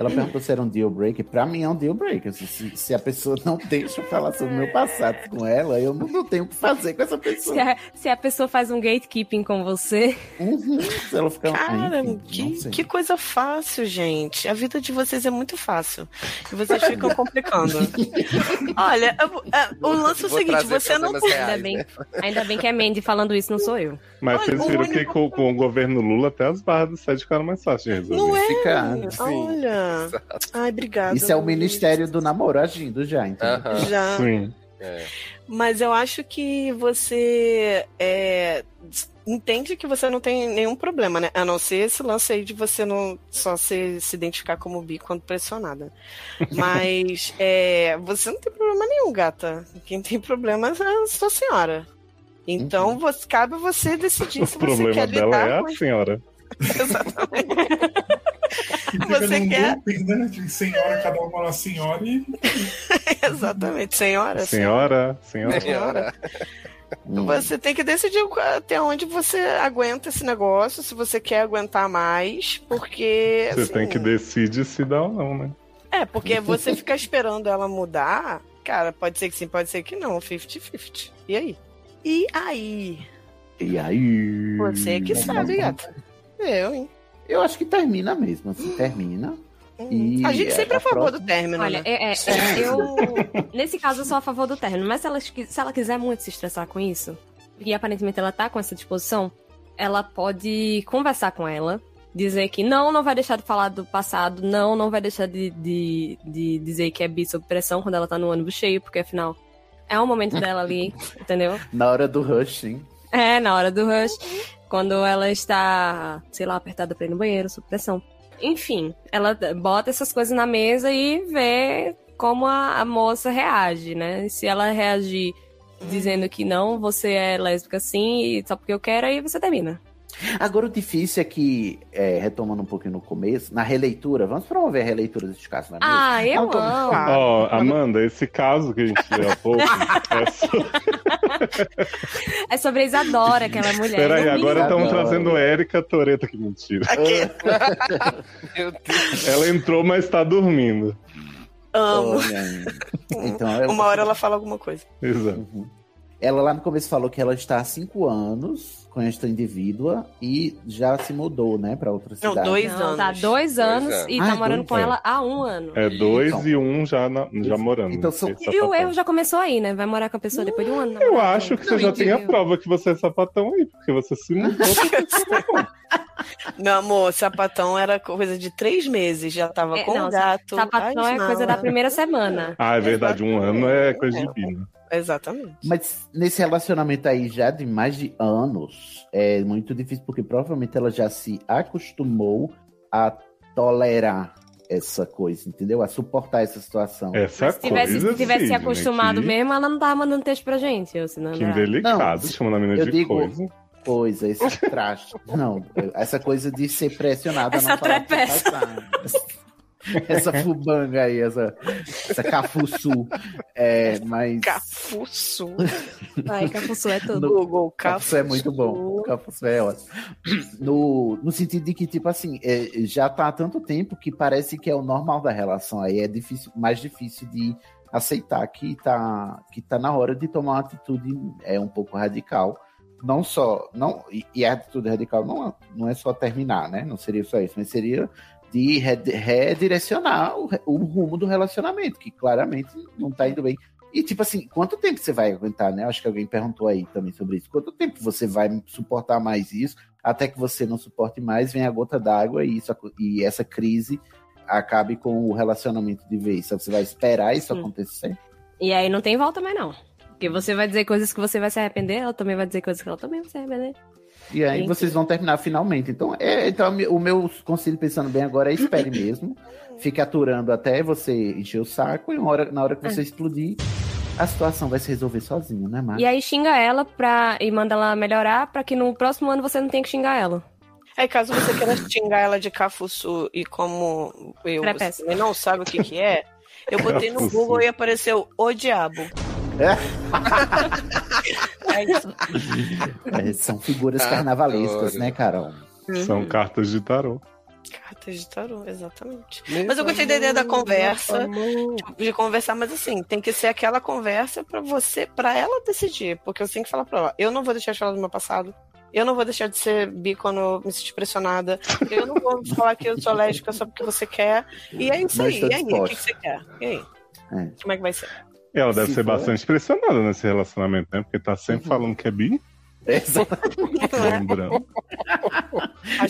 B: Ela perguntou se era um deal breaker. Pra mim é um deal breaker. Se, se- se a pessoa não deixa eu falar sobre o meu passado com ela, eu não, não tenho o que fazer com essa
D: Se
B: pessoa.
D: a, se a pessoa faz um gatekeeping com você,
B: Uhum, se ela
C: Então,
B: ficar.
K: Cara,
B: Enfim, não
K: que,
B: sei.
K: que coisa fácil, gente. A vida de vocês é muito fácil. E vocês ficam complicando. Olha, eu- é, o lance é o
C: Vou
K: seguinte:
C: trazer
K: você não
C: problemas
K: tem.
C: reais,
D: ainda bem,
C: né?
D: ainda bem que é Mandy falando isso, não sou eu.
A: Mas
K: Olha,
A: vocês
K: o
A: viram
K: único-
A: que com, com o governo Lula até as barras do site ficaram mais fáceis de resolver.
K: Não é?
B: Fica-
K: Olha. Ai, obrigada.
B: Isso é o
K: Luiz.
B: Ministério do Namoro agindo já, entendeu?
C: Aham.
K: Já.
A: Sim.
C: É.
K: Mas eu acho que você é, entende que você não tem nenhum problema, né? A não ser esse lance aí de você não só se, se identificar como bi quando pressionada. Mas é, você não tem problema nenhum, gata. Quem tem problema é a sua senhora. Então você- cabe a você decidir se
A: Uhum. o
K: você
A: problema
K: quer
A: dela
K: lidar
A: é
K: com
A: a senhora.
E: Que fica
K: Você
E: num
K: quer?
E: looping, né? De senhora, cada uma na senhora e
K: Exatamente, senhora.
A: Senhora,
K: é
A: senhora.
C: Senhora.
B: Hum.
K: Você tem que decidir o- até onde você aguenta esse negócio, se você quer aguentar mais, porque.
A: Você
K: assim,
A: tem que decidir se dá ou não, né?
K: É, porque você ficar esperando ela mudar, cara, pode ser que sim, pode ser que não. 50-50. E aí? E aí?
B: E aí?
K: Você que sabe, gata. Eu, hein?
B: Eu acho que termina mesmo, assim, termina.
K: Hum. A
B: E
K: gente sempre
B: a
K: é a favor
B: próxima-
K: do término.
D: Olha,
K: né?
D: é- é- é- eu. Nesse caso, eu sou a favor do término, mas se ela, esqui- se ela quiser muito se estressar com isso, e aparentemente ela tá com essa disposição, ela pode conversar com ela, dizer que não, não vai deixar de falar do passado, não, não vai deixar de, de, de dizer que é bi sob pressão quando ela tá no ônibus cheio, porque afinal é o momento dela ali, entendeu?
B: Na hora do rush, hein?
D: É, na hora do rush, quando ela está, sei lá, apertada pra ir no banheiro, sob pressão. Enfim, ela bota essas coisas na mesa e vê como a, a moça reage, né? E se ela reagir dizendo que não, você é lésbica sim, e só porque eu quero, aí você termina.
B: Agora o difícil é que, é, retomando um pouquinho no começo, na releitura, vamos promover a releitura desses casos, não é mesmo?
D: Ah, eu
A: Tá
B: Autor-
D: amo.
A: Ó, Amanda, esse caso que a gente deu há pouco. é so-
D: É sobre a Isadora, aquela mulher.
A: Peraí,
D: No mínimo-
A: agora estamos trazendo Érica Toreta, que mentira.
C: Meu Deus.
A: Ela entrou, mas tá dormindo.
K: Amo.
B: Então, ela- Uhum.
K: Uma hora ela fala alguma coisa.
A: Exato.
B: Ela lá no começo falou que ela está há cinco anos com esta indivídua e já se mudou, né, para outra cidade.
D: Não, Tá dois anos e tá
B: Ah,
D: morando
B: dois
D: com
B: anos.
D: ela há um ano.
A: então É dois
B: Então.
A: e um já, na- já morando.
B: Então, são-
A: Esse é
D: E o
A: sapatão.
D: erro já começou aí, né? Vai morar com a pessoa depois de um ano. né?
A: Eu acho que você já tem a prova que você é sapatão aí, porque você se mudou.
K: Meu amor, sapatão era coisa de três meses, já tava
D: É,
K: com
D: não,
K: o gato.
D: sapatão
K: Ai,
D: é coisa da primeira semana.
A: ah, é verdade, um ano é coisa de pina.
K: Exatamente.
B: Mas nesse relacionamento aí já de mais de anos, é muito difícil, porque provavelmente ela já se acostumou a tolerar essa coisa, entendeu? A suportar essa situação.
A: Essa é
D: Se tivesse, se tivesse se acostumado mesmo, né? ela não tava mandando texto pra gente. Eu, senão
A: né? assim, Que
D: não.
A: delicado, chamando a menina
B: eu
A: de
B: digo-
A: coisa.
B: Coisa, esse traste. Não, essa coisa de ser pressionada. a não
D: Essa
B: falar o que tá
D: trepeça.
B: essa fubanga aí, essa, essa cafuçu. É, mas.
K: Cafuçu.
D: Ai, Cafuçu é tudo.
B: No-
K: Google,
B: Cafuçu é muito bom. Cafuçu é ótimo. No, no sentido de que, tipo assim, é, já tá há tanto tempo que parece que é o normal da relação. Aí é difícil, mais difícil de aceitar que tá, que tá na hora de tomar uma atitude é, um pouco radical. Não só. não E, e a atitude radical não, é- não é só terminar, né? Não seria só isso, mas seria de redi- redirecionar o, re- o rumo do relacionamento, que claramente não tá indo bem. E, tipo assim, quanto tempo você vai aguentar, né? Acho que alguém perguntou aí também sobre isso. Quanto tempo você vai suportar mais isso, até que você não suporte mais, vem a gota d'água e, isso aco- e essa crise acabe com o relacionamento de vez. Então, você vai esperar isso
D: Hum.
B: acontecer?
D: E aí não tem volta mais, não. Porque você vai dizer coisas que você vai se arrepender, ela também vai dizer coisas que ela também vai se arrepender.
B: E aí
D: Sim,
B: vocês vão terminar finalmente. Então, é, então me- o meu conselho, pensando bem agora, é espere mesmo. Fique aturando até você encher o saco e uma hora, na hora que você explodir, a situação vai se resolver sozinha, né, Márcia?
D: E aí xinga ela pra... e manda ela melhorar pra que no próximo ano você não tenha que xingar ela.
K: Aí, É, caso você queira xingar ela de cafuçu e como eu
D: Trapeça.
K: você não sabe o que que é, eu botei no
D: Cafuçu.
K: Google e apareceu o diabo. Aí,
B: É, são figuras
A: Adoro.
B: carnavalescas, né, Carol?
D: Uhum.
A: São cartas de tarô.
K: cartas de tarô, exatamente. mas eu gostei da ideia da conversa, tipo, de conversar, mas assim, tem que ser aquela conversa pra você, pra ela decidir, porque eu tenho que falar pra ela, eu não vou deixar de falar do meu passado. Eu não vou deixar de ser bi quando eu me sentir pressionada. Eu não vou falar que eu sou lésbica só porque você quer. E é isso
A: Não
K: aí.
A: estou
K: E aí, o que,
A: disposta.
K: que você quer? E aí?
B: tá É.
K: Como é que vai ser?
A: Ela deve
B: Se
A: ser
B: for- Uhum.
A: bastante pressionada nesse relacionamento, né? Porque tá sempre falando que é bi. Lembrando.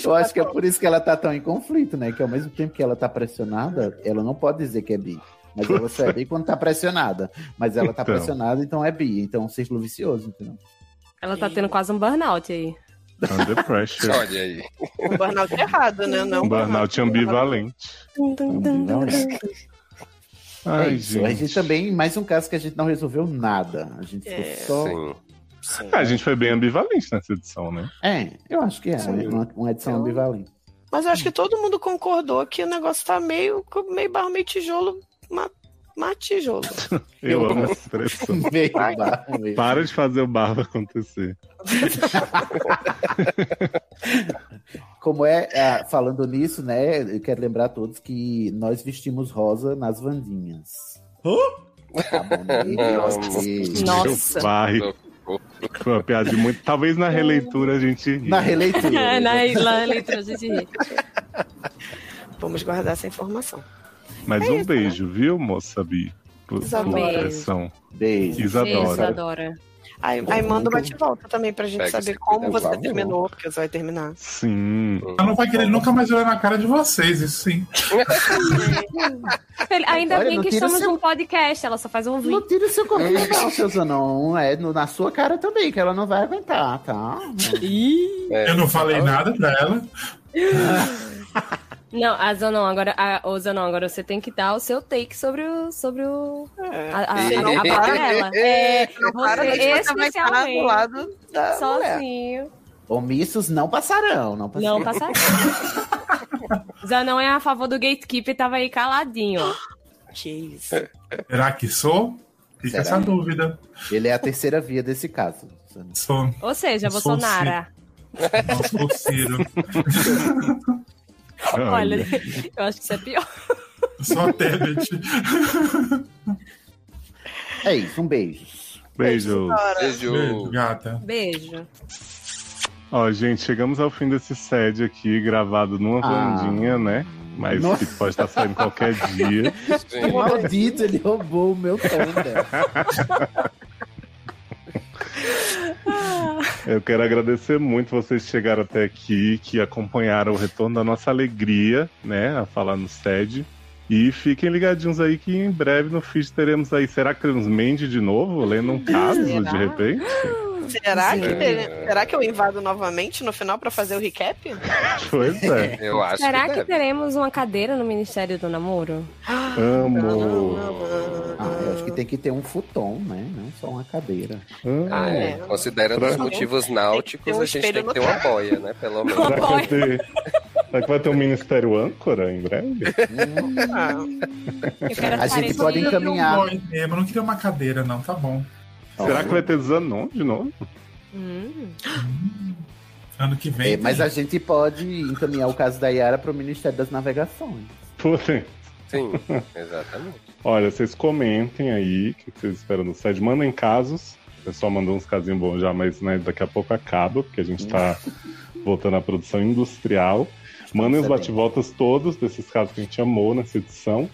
B: eu acho que é por isso que ela tá tão em conflito, né? Que ao mesmo tempo que ela tá pressionada, ela não pode dizer que é bi. Mas ela só é bi quando tá pressionada. Mas ela tá
A: Então.
B: pressionada, então é bi. Então é um círculo vicioso, entendeu?
D: Ela tá tendo quase um burnout aí.
A: Under pressure.
C: Olha aí.
K: Um burnout errado, né?
D: então
K: Não.
A: Um burnout ambivalente. Ai,
B: é isso. A gente também, mais um caso que a gente não resolveu nada. A gente ficou
K: É.
B: só.
A: Ah, a gente foi bem ambivalente nessa edição, né?
B: É, eu acho que é. né? Uma, uma
K: Então.
B: edição ambivalente.
K: Mas eu acho que todo mundo concordou que o negócio tá meio, meio barro, meio tijolo, ma- ma tijolo.
A: Eu, amo essa expressão.
B: Meio barro mesmo.
A: Tá Para de fazer o barro acontecer.
B: Como é, é, falando nisso, né? Eu quero lembrar a todos que nós vestimos rosa nas Vandinhas. Tá né? Nossa. Nossa.
A: Vai. Foi uma piada de muito. Talvez
D: É.
A: na releitura a gente. ria.
B: Na releitura.
D: na na leitura de rir.
K: Vamos guardar essa informação.
B: É
A: Mas um
B: né?
A: beijo, viu, moça Bi? Por por
K: Isadora.
A: pressão.
B: Beijo.
A: Isadora.
K: Aí, aí manda uma de volta também pra gente
A: Pega
K: saber
A: esse
K: como
A: cuidado.
K: você
A: Vamos.
K: terminou, porque você vai terminar.
A: Sim.
E: Ela não vai querer nunca mais olhar na cara de vocês, isso sim.
D: Ele- Ainda
B: Olha,
D: bem
B: não
D: que
B: tira
D: estamos
B: seu-
D: num podcast, ela só faz um vídeo.
B: Não tira o seu comentário, seu Zanon. É no- na sua cara também, que ela não vai aguentar, tá?
C: É,
E: Eu não falei nada pra ela.
D: Não, a Zanon, agora, a, ô, Zanon, agora você tem que dar o seu take sobre o. Sobre o
K: É.
D: a, a, a, a
K: Não para.
D: paralela. É,
K: Não para, mas
D: você
K: você vai parar do
D: especialmente.
K: lado da mulher.
D: Sozinho.
B: Omissos não passarão, não passarão.
D: Não tá passarão. Zanão é a favor do gatekeeper e tava aí caladinho.
K: Que isso.
A: É.
E: Será que sou?
B: Será?
E: Fica essa dúvida.
B: Ele é a terceira via desse caso.
E: Sou. um
D: Ou seja,
E: Sou
D: Bolsonaro.
E: Não sou Ciro.
D: Olha, eu acho que isso é pior.
E: Só Tebet.
B: É isso, um beijo.
A: Beijo.
E: Beijo, gata.
D: Beijo.
A: Ó, gente, chegamos ao fim desse sede aqui, gravado numa
B: Ah.
A: vandinha, né? Mas
B: Nossa.
A: que pode estar saindo qualquer dia.
B: Maldito, ele roubou o meu tom dela.
A: Eu quero agradecer muito vocês que chegaram até aqui, que acompanharam o retorno da nossa alegria, né? A falar no sede. E fiquem ligadinhos aí que em breve no feed teremos aí. Será que teremos Mandy de novo? Lendo um caso,
K: Será?
A: de repente?
K: Será que,
A: É.
K: será que eu invado novamente no final pra fazer o recap?
A: Pois é.
C: Eu acho
D: Será que,
C: que, deve.
D: teremos uma cadeira no Ministério do Namoro?
K: Ah,
A: Amo.
B: Ah, eu acho que tem que ter um futon, né? Não só uma cadeira.
C: Ah,
A: Hum.
C: é. Considerando os motivos náuticos,
B: um
C: a gente
B: espelho
C: tem que
B: no
C: ter uma
B: carro.
C: boia, né? Pelo menos.
A: Será que, vai ter... Será que vai ter um Ministério Âncora em breve?
B: Hum.
A: Ah,
E: A gente pode
B: Ah.
E: encaminhar. Eu não queria uma cadeira, não, tá bom.
A: Será que vai ter Zanon de novo?
D: Hum,
E: Ano que vem.
B: É, mas
A: né?
B: a gente pode encaminhar o caso da Yara para o Ministério das Navegações.
A: Puta.
C: Sim, exatamente.
A: Olha, vocês comentem aí o que vocês esperam do site. Mandem casos. O pessoal mandou uns casinhos bons já, mas né, daqui a pouco acaba, porque a gente tá voltando à produção industrial. Mandem os bate-voltas todos desses casos que a gente amou nessa edição.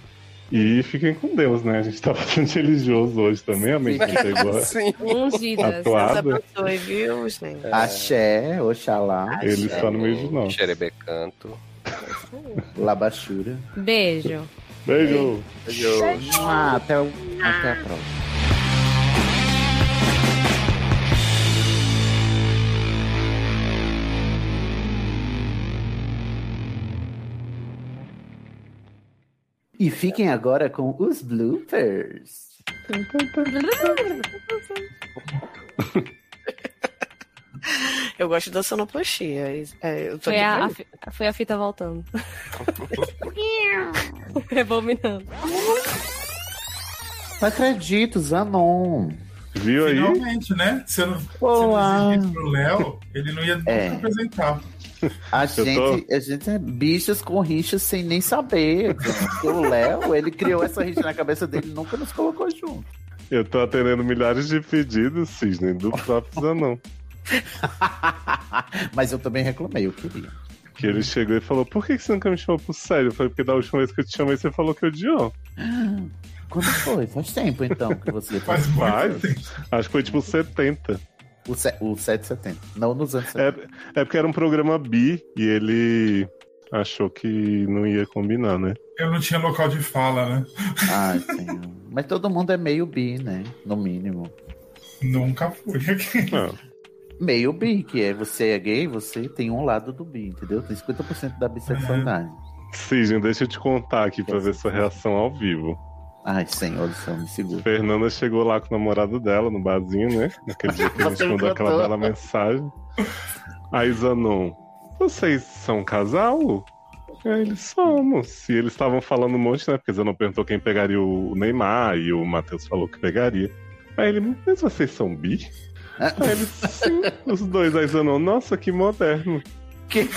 A: E fiquem com Deus, né? A gente tá bastante religioso hoje também, a mente chegou.
K: Ungidas. Deus
A: Atuada.
K: abençoe, viu, gente?
B: Axé, Oxalá.
A: Ele está no meio de nós.
C: Xerebecanto.
B: Labachura.
D: Beijo.
A: Beijo.
B: Ah, até, o- até a próxima. E fiquem agora com os bloopers.
K: Eu gosto da sonoplastia. É, eu tô
D: Foi
K: de
D: a, a
K: boa.
D: fi- foi a fita voltando. É Rebobinando.
B: Não acredito, Zanon.
A: Viu aí?
E: Finalmente, né? Se eu não, se eu não
B: Olá.
E: exigisse pro Léo, ele não ia nunca
B: É.
E: apresentar.
B: A
A: Eu tô-
B: gente, a gente é bichos com rixas sem nem saber. Porque o Léo, ele criou essa rixa na cabeça dele e nunca nos colocou junto.
A: Eu tô atendendo milhares de pedidos, Cisne, do próprio Zanon.
B: Mas eu também reclamei, eu queria.
A: Que ele chegou e falou: Por que que você nunca me chamou pro sério? Eu falei: Porque da última vez que eu te chamei, você falou que odiou.
B: Quando foi? Faz tempo então que você
E: Faz
A: Vai. Acho que foi tipo 70.
B: O, se... o 770. Não nos anos 70.
A: É, é porque era um programa bi e ele achou que não ia combinar, né?
E: Eu não tinha local de fala, né?
B: Ai, senhor. Mas todo mundo é meio bi, né? No mínimo.
E: Nunca fui aqui.
B: Meio bi, que é você é gay, você tem um lado do bi, entendeu? Tem 50% da bissexualidade.
A: Cisne, deixa eu te contar aqui pra ver sua reação ao vivo.
B: Ai, senhor do céu, me segura.
A: Fernanda chegou lá com o namorado dela no barzinho, né? Naquele dia que a gente
B: Você me
A: mandou aquela
B: contou.
A: bela mensagem. Aí Zanon, vocês são um casal? É, Eles somos. E eles estavam falando um monte, né? Porque Zanon perguntou quem pegaria o Neymar e o Matheus falou que pegaria. Aí ele, mas vocês são bi? Aí ele, sim, os dois. Aí Zanon, nossa, que moderno.
B: Que...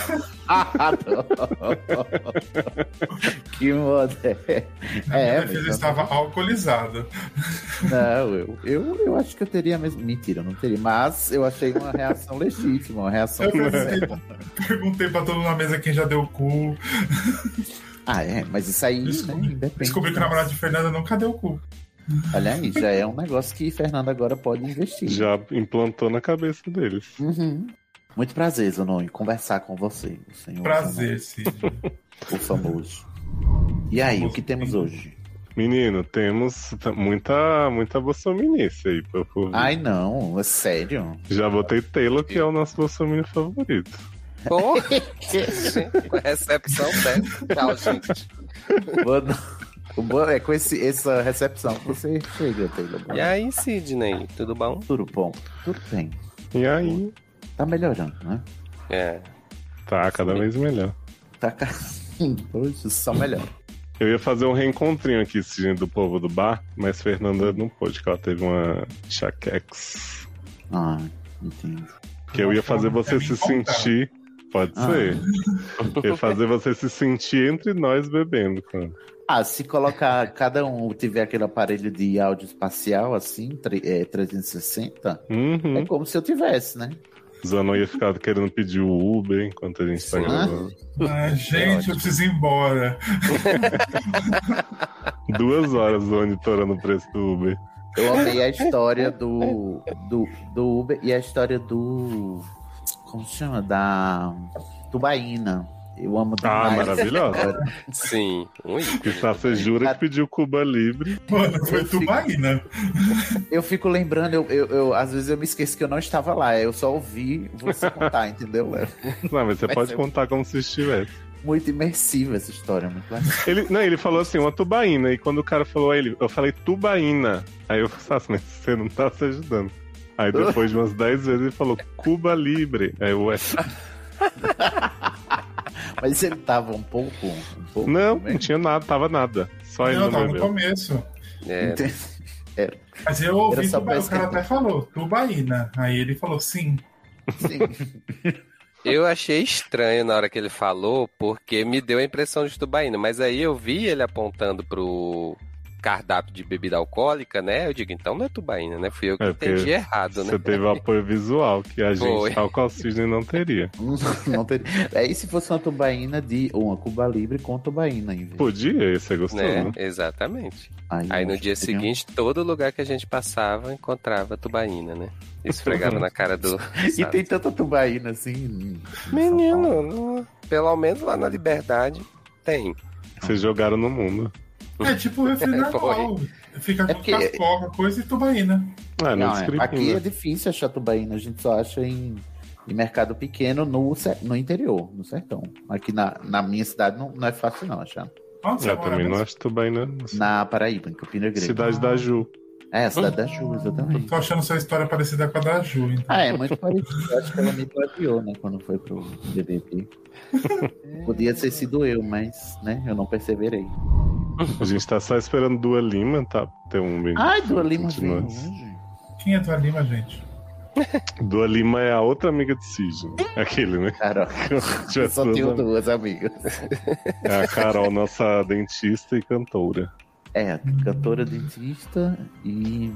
B: que moda é?
E: Minha
B: É,
E: defesa
B: mas-
E: estava alcoolizada.
B: Não, eu, eu, eu acho que eu teria mesmo. Mentira, eu não teria. Mas eu achei uma reação legítima, uma reação.
E: Eu perguntei, perguntei pra todo mundo na mesa quem já deu o cu.
B: Ah, é, mas isso aí né, independe.
E: Descobri que o namorado de Fernanda nunca deu o cu.
B: Olha aí, já é um negócio que Fernando agora pode investir. Uhum.
A: Já implantou na cabeça deles.
B: Muito prazer, Zanon, em conversar com você, o senhor.
E: Prazer, Cid.
B: O famoso. E aí, o que temos hoje?
A: Menino, temos t- muita, muita bolsominice aí pra por vir.
B: Ai, não, é sério.
A: Já botei Taylor, que é o nosso bolsominion favorito.
C: Porra! Com a recepção dessa. Tchau, gente.
B: Boa no- o bom é com esse, essa recepção que você chega, Taylor.
C: E aí, Sidney, tudo bom?
B: Tudo bom, tudo bem.
A: E aí?
B: Tá melhorando, né?
C: É.
A: Tá cada vez melhor.
B: Tá ca... Hoje só melhor.
A: Eu ia fazer um reencontrinho aqui sim, do povo do bar, mas Fernanda não pôde, que ela teve uma chaquex.
B: Ah, entendo.
A: Que eu ia fazer você se sentir. Pode
B: Ah.
A: ser. Eu ia fazer você se sentir entre nós bebendo, cara.
B: Ah, se colocar, cada um tiver aquele aparelho de áudio espacial, assim, tre- é, 360, é como se eu tivesse, né?
A: Zanon Uhum. ia ficar querendo pedir o Uber enquanto a gente tá
B: Sim.
A: gravando.
E: Ah,
B: É
E: gente, eu preciso ir embora.
A: Duas horas monitorando o preço do Uber.
B: Eu amei a história do, do, do Uber e a história do. Como se chama? Da. Tubaína. Eu amo
A: Ah,
B: demais.
A: maravilhosa.
B: né?
C: Sim. um
A: E tá, você jura que pediu Cuba Livre.
E: Mano, foi
B: Tubaína. Eu fico lembrando, eu, eu, eu- às vezes eu me esqueço que eu não estava lá, eu só ouvi você contar, entendeu, Léo?
A: Não, mas você
B: Mas
A: pode
B: eu-
A: contar como se estivesse.
B: Muito imersiva essa história, muito legal.
A: Ele, não, ele falou assim, uma tubaína. E quando o cara falou a ele, eu falei tubaína. Aí eu falei assim, mas você não tá se ajudando. Aí depois de umas 10 vezes ele falou Cuba Libre. Aí eu, ué.
B: Mas ele tava um pouco. Um pouco
A: Não, não tinha nada, tava nada. Só ele
E: não,
A: não,
E: tava no
A: bebeu.
E: começo.
C: É.
B: Entendi. Era.
E: Mas eu ouvi,
B: Era só
E: Tuba-
B: pra
E: o cara
B: esquentar.
E: até falou, Tubaína. Aí ele falou sim.
C: Eu achei estranho na hora que ele falou, porque me deu a impressão de tubaína. Mas aí eu vi ele apontando pro cardápio de bebida alcoólica, né? Eu digo, então não é tubaína, né? Fui eu que
A: É, porque
C: entendi errado, né?
A: Você teve o apoio visual que a
C: Foi.
A: gente, tal qual Cisne, não teria.
B: Não teria. Aí se fosse uma tubaína de. Ou uma Cuba Libre com tubaína, em vez.
A: Podia, ia ser gostoso.
C: Uhum. Né?
A: né?
C: Exatamente.
B: Aí,
C: Aí
B: eu
C: no
B: acho
C: dia
B: que seria um-
C: seguinte, todo lugar que a gente passava encontrava tubaína, né? Esfregava na cara do.
B: um- E tem tanta tubaína assim.
C: Menino, não- pelo menos lá na Liberdade tem.
A: Vocês jogaram no mundo.
E: É tipo o refri normal.
B: É
E: Fica com cascoca, coisa e Tubaína.
A: Ah,
B: Não, é. Aqui é difícil achar tubaína, a gente só acha em, em mercado pequeno no, cer- no interior, no sertão. Aqui na, na minha cidade não, não é fácil não achar.
E: Onde
A: Eu também não acho tubaína.
B: é Na Paraíba, em Campina Grande.
A: Cidade da Ju.
B: É, a cidade da Ju, exatamente.
E: Tô achando sua história parecida com a da Ju, então.
B: Ah, é muito parecido. Eu Acho que ela me plagiou, né, quando foi pro BBB. Podia ter sido eu, mas, né, eu não perseverei.
A: A gente tá só esperando Dua Lima, tá? Ter um bem.
B: Ai, Dua Lima
A: de
B: veio né?
A: nós.
E: Quem é Dua Lima, gente?
A: Dua Lima é a outra amiga de Cisne. Aquele, né?
B: Carol. Eu É. só tenho duas amigas.
A: É a Carol, nossa dentista e cantora.
B: É, cantora, dentista e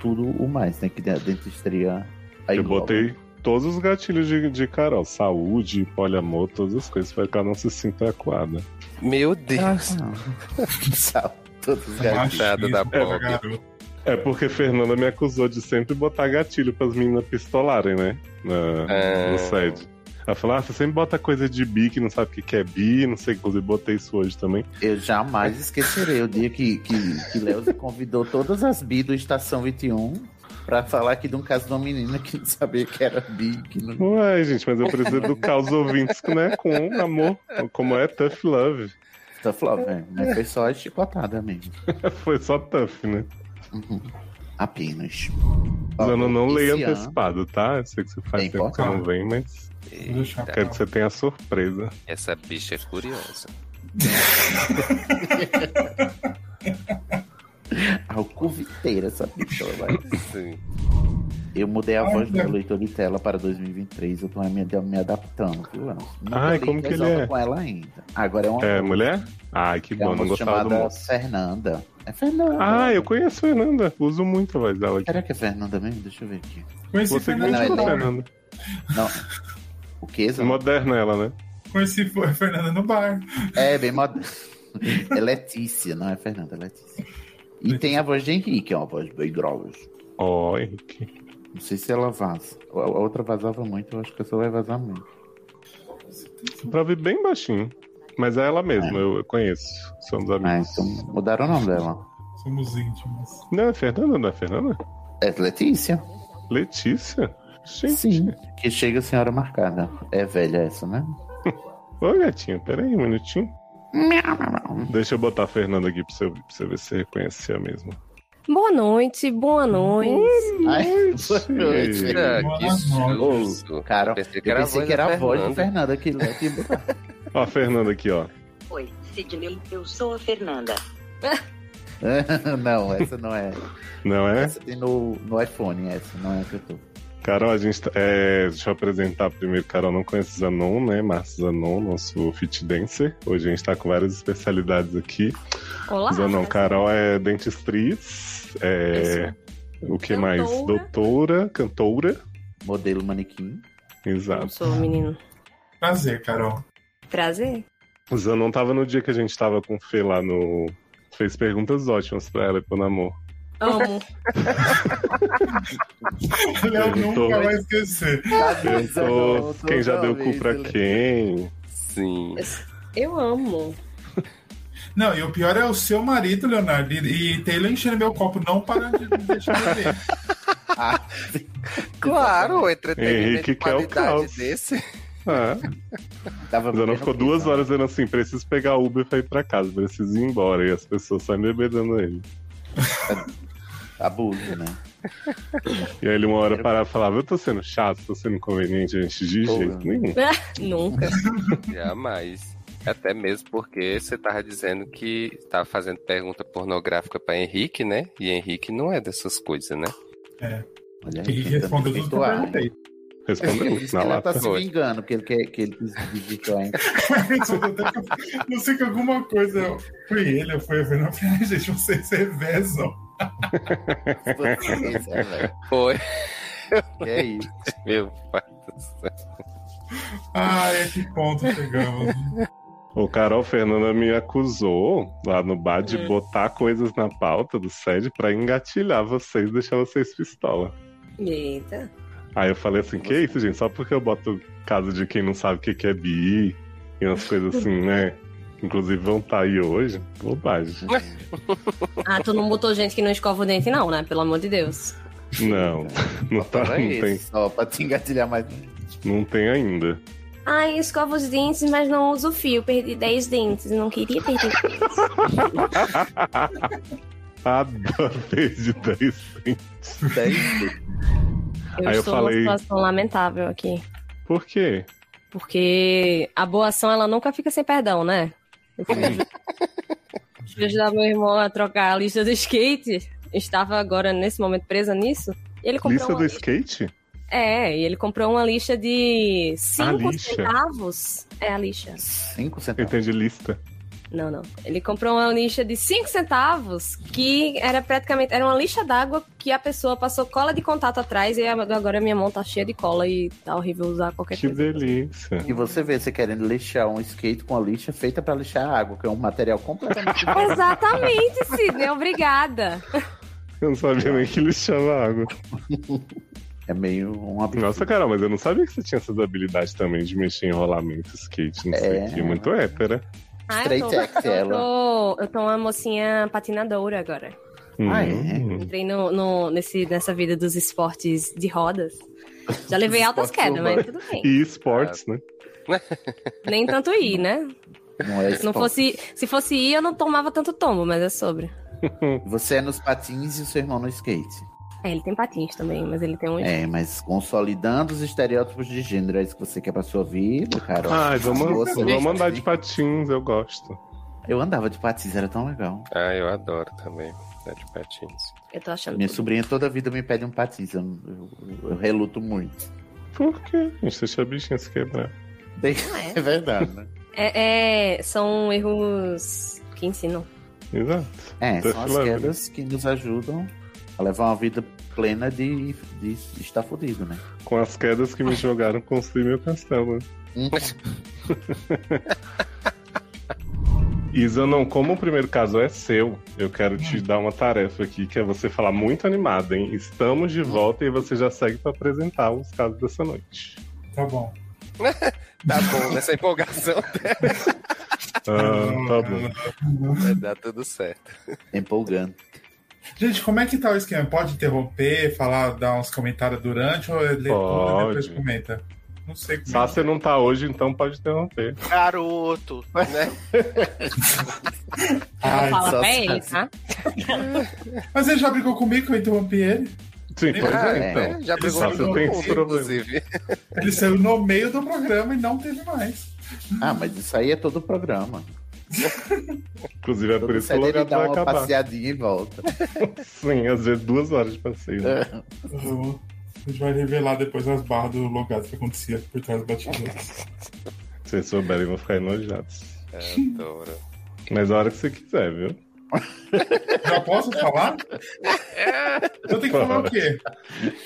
B: tudo o mais, né, que da dentistaria... Aí
A: eu
B: engloba.
A: botei todos os gatilhos de, de Carol. Saúde, poliamor, todas as coisas. Pra que ela não se sinta acuada.
C: Meu
B: Ah.
C: Deus.
B: Sabe, todos os
C: Coitada Tá da
A: É,
C: pobre.
A: é porque Fernanda me acusou de sempre botar gatilho pras meninas pistolarem, né? Na,
C: É.
A: No sede. Ela falou, ah, você sempre bota coisa de bi, que não sabe o que que é bi, não sei, inclusive botei isso hoje também.
B: Eu jamais esquecerei o dia que, que, que Léo convidou todas as bi do Estação 21 pra falar aqui de um caso de uma menina que não sabia que era bi. Que não...
A: Ué, gente, mas eu preciso educar os ouvintes, né? Com amor, como é tough love.
B: Tô falando, velho, mas foi só a chicotada mesmo.
A: Foi só tough, né?
B: Apenas.
A: Zano, não
B: esse
A: leia
B: ano-
A: antecipado, tá? Eu sei que você faz tempo que você não vem, mas quero que você tenha surpresa.
C: Essa bicha é curiosa.
B: Alcoviteira essa pessoa, vai.
C: Sim.
B: Eu mudei a
E: Ai,
B: voz do
E: meu.
B: meu leitor de tela para 2023, eu tô me, me adaptando, viu, Léo? Não
A: Ai,
B: tô
A: como que ele
B: resolvendo
A: é?
B: com ela ainda. Agora é uma
A: É, mulher? Ai, que
B: é
A: bom,
B: uma
A: não
B: moça
A: gostava do
B: chamada
A: moço.
B: Fernanda. É Fernanda.
A: Ah, eu conheço a Fernanda, uso muito a voz dela aqui.
B: Será que é Fernanda mesmo? Deixa eu ver aqui.
E: Conheci
A: Você
E: Fernanda né?
A: conhece a
E: agora.
A: Fernanda.
B: Não. O que?
C: É
A: Moderna ela, né?
E: Conheci a Fernanda no bar.
B: É, bem moderno. É Letícia, não é Fernanda, é Letícia. E tem a voz de Henrique, é uma voz bem grossa.
A: Ó, Henrique.
B: Não sei se ela vaza. A a outra vazava muito, eu acho que essa vai vazar muito.
A: Pra ouvir bem baixinho. Mas é ela mesma, eu, eu conheço. Somos
B: Ah,
A: amigos.
B: então mudaram o nome dela.
E: Somos íntimos.
A: Não, é Fernanda, não é Fernanda?
B: É Letícia?
A: Letícia? Gente.
B: Sim. Que chega a senhora marcada. É velha essa, né?
A: Ô, gatinho, peraí um minutinho. Deixa eu botar a Fernanda aqui pra você, pra você ver se reconhecer mesmo.
D: Boa noite, boa noite.
B: Ai, boa
C: né?
B: noite.
C: Eita, É, que susto.
B: Cara, eu pensei
C: Pensei que era a voz
B: que era
C: da
B: a voz do
C: Fernanda.
B: Fernando aqui. né? Que botar.
A: Ó, a Fernanda aqui, ó.
L: Oi, Sidney, eu sou a Fernanda.
B: não, essa não é.
A: Não é?
B: Essa tem no, no iPhone, essa não é a que eu tô.
A: Carol, a gente tá- é, deixa eu apresentar primeiro. Carol não conhece Zanon, né? Márcio Zanon, nosso fit dancer. Hoje a gente tá com várias especialidades aqui.
D: Olá.
A: Zanon, Carol é dentistriz, é, o que mais? Doutora, cantora.
B: Modelo manequim.
A: Exato.
D: Sou menino.
E: Prazer, Carol.
D: Prazer.
A: O Zanon tava no dia que a gente tava com o Fê lá no. Fez perguntas ótimas pra ela, pô, namor.
D: Amo.
E: Léo
A: Perguntou-
E: nunca vai esquecer.
A: Perguntou quem já deu cu pra
B: né?
A: quem.
C: Sim.
D: Eu amo.
E: Não, e o pior é o seu marido, Leonardo. E, e Taylor enchendo meu copo, não parando de me deixar beber.
C: Claro, o entretenimento
A: Henrique
C: de
A: quer o
C: qualidade
A: caos.
C: desse.
A: Ah.
B: Tava né?
A: Zanon ficou duas horas dizendo assim: preciso pegar Uber pra ir pra casa, preciso ir embora. E as pessoas saem bebedando ele.
B: Abuso, né?
A: E aí ele uma hora parava e falava, eu tô sendo chato, tô sendo inconveniente, gente, de jeito nenhum.
D: Nunca.
C: Jamais. Até mesmo porque você tava dizendo que tava fazendo pergunta pornográfica pra Henrique, né? E Henrique não é dessas coisas, né?
E: É.
B: Olha
E: E respondeu tudo que eu
B: Perdoar, né?
E: perguntei.
B: Ele disse que ela tá se vingando, porque ele quer que ele quis visitar.
E: Não sei que alguma coisa. eu- Foi ele, foi a Fernanda. Eu falei, "Ai, gente, vocês se revezam.
B: Vocês, é, velho.
C: Foi.
B: Que é isso?
C: Meu pai do céu.
E: Ai, a que ponto chegamos.
A: O Carol Fernanda me acusou lá no bar de
E: Hum.
A: botar coisas na pauta do sede pra engatilhar vocês, deixar vocês pistola.
D: Eita.
A: Aí eu falei assim, que isso, gente? Só porque eu boto caso de quem não sabe o que que é bi e umas coisas assim, né? Inclusive vão estar aí hoje. Bobagem.
D: Ah, tu não botou gente que não escova o dente, não, né? Pelo amor de Deus.
A: Não, não, tá, não,
B: Não né? é isso.
A: tem,
B: Só pra te engatilhar mais.
A: não tem ainda.
D: Ai, escova os dentes, mas não uso fio. Perdi 10 dentes. Não queria perder dentes.
A: Adorei de 10 centos.
D: Eu
A: Aí eu
D: estou
A: falei,
D: numa situação lamentável aqui.
A: por quê?
D: Porque a boa ação, ela nunca fica sem perdão, né? Eu fui fui ajudar meu irmão a trocar a lista do skate. Estava agora, nesse momento, presa nisso. E ele comprou
A: Lista
D: uma
A: do skate?
D: É, e ele comprou uma lixa de 5
A: lixa.
D: centavos. É a lixa.
B: 5 centavos.
A: Entendi, lista.
D: Não, não. Ele comprou uma lixa de 5 centavos, que era praticamente. Era uma lixa d'água que a pessoa passou cola de contato atrás e agora minha mão tá cheia de cola e tá horrível usar qualquer
A: Que
D: coisa.
A: delícia.
B: E você vê você querendo lixar um skate com a lixa feita pra lixar a água, que é um material completamente. diferente.
D: Exatamente, Sidney, obrigada.
A: Eu não sabia nem que lixava água.
B: É meio um absurdo.
A: Nossa, Carol, mas eu não sabia que você tinha essas habilidades também de mexer em rolamento, skate, não sei
B: É.
A: o que. Muito hétera.
D: Ah, eu,
B: Straight
D: tô, eu,
B: axela.
D: tô, eu tô uma mocinha patinadora agora.
B: Ah,
A: Hum.
D: Entrei no, no- nesse, nessa vida dos esportes de rodas. Já levei altas
A: Esportes
D: quedas, mas tudo
A: urbanos.
D: bem.
A: E esportes, né?
D: Nem tanto ir, né?
B: Não é
D: Se não fosse, se fosse ir, eu não tomava tanto tombo, mas é sobre.
B: Você é nos patins e o seu irmão no skate.
D: É, ele tem patins também, mas ele tem um.
B: É, mas consolidando os estereótipos de gênero, é isso que você quer pra sua vida, Carol.
A: Ai,
B: Boa
A: vamos,
B: sorte.
A: vamos andar de patins, eu gosto.
B: Eu andava de patins, era tão legal.
C: Ah, eu adoro também. É de patins.
D: Eu tô achando.
B: Minha sobrinha toda a vida me pede um patins, eu, eu- eu reluto muito.
A: Por quê? Gente, deixa a bichinha se quebrar.
B: É verdade, né?
D: É, é, são erros que ensinam.
A: Exato.
B: É,
A: Tá
B: são as
A: filando.
B: quedas que nos ajudam a levar uma vida plena de, de estar fudido, né?
A: Com as quedas que me jogaram, construí meu castelo. Isa, não, como o primeiro caso é seu, eu quero te
B: Hum.
A: dar uma tarefa aqui, que é você falar muito animada, hein? Estamos
B: Hum.
A: de volta e você já segue pra apresentar os casos dessa noite.
E: Tá bom.
C: Tá bom, nessa empolgação dela
B: Hum,
A: Ah, tá bom.
C: vai dar tudo certo.
B: Empolgando.
E: Gente, como é que tá o esquema? Pode interromper, falar, dar uns comentários durante ou é leitura e depois
A: Pode.
E: comenta? Não sei como. é.
A: Sá, você não tá hoje, então pode interromper.
H: Garoto, né?
E: Ai,
J: fala
E: só
J: pra
E: se-
J: ele, tá?
E: Mas ele já brigou comigo, que eu interrompi ele.
A: Sim, pois
E: Ah,
A: é, então.
E: Já brigou
A: Sá,
E: comigo,
A: você tem esse
E: inclusive.
A: problema.
E: Ele saiu no meio do programa e não teve mais.
B: Ah, mas isso aí é todo o programa.
A: Inclusive, é por
B: Todo
A: isso que o
B: série ele
A: Logado
B: dá
A: vai
B: uma
A: acabar.
B: passeadinha e volta.
A: Sim, às vezes duas horas de passeio. né?
E: Eu- A gente vai revelar depois as barras do logado que acontecia por trás do bastidores.
A: Se vocês souberem, vão ficar enojados.
C: É, Adoro.
A: Mas a hora que você quiser, viu?
E: Já posso falar? Eu tenho que falar o quê?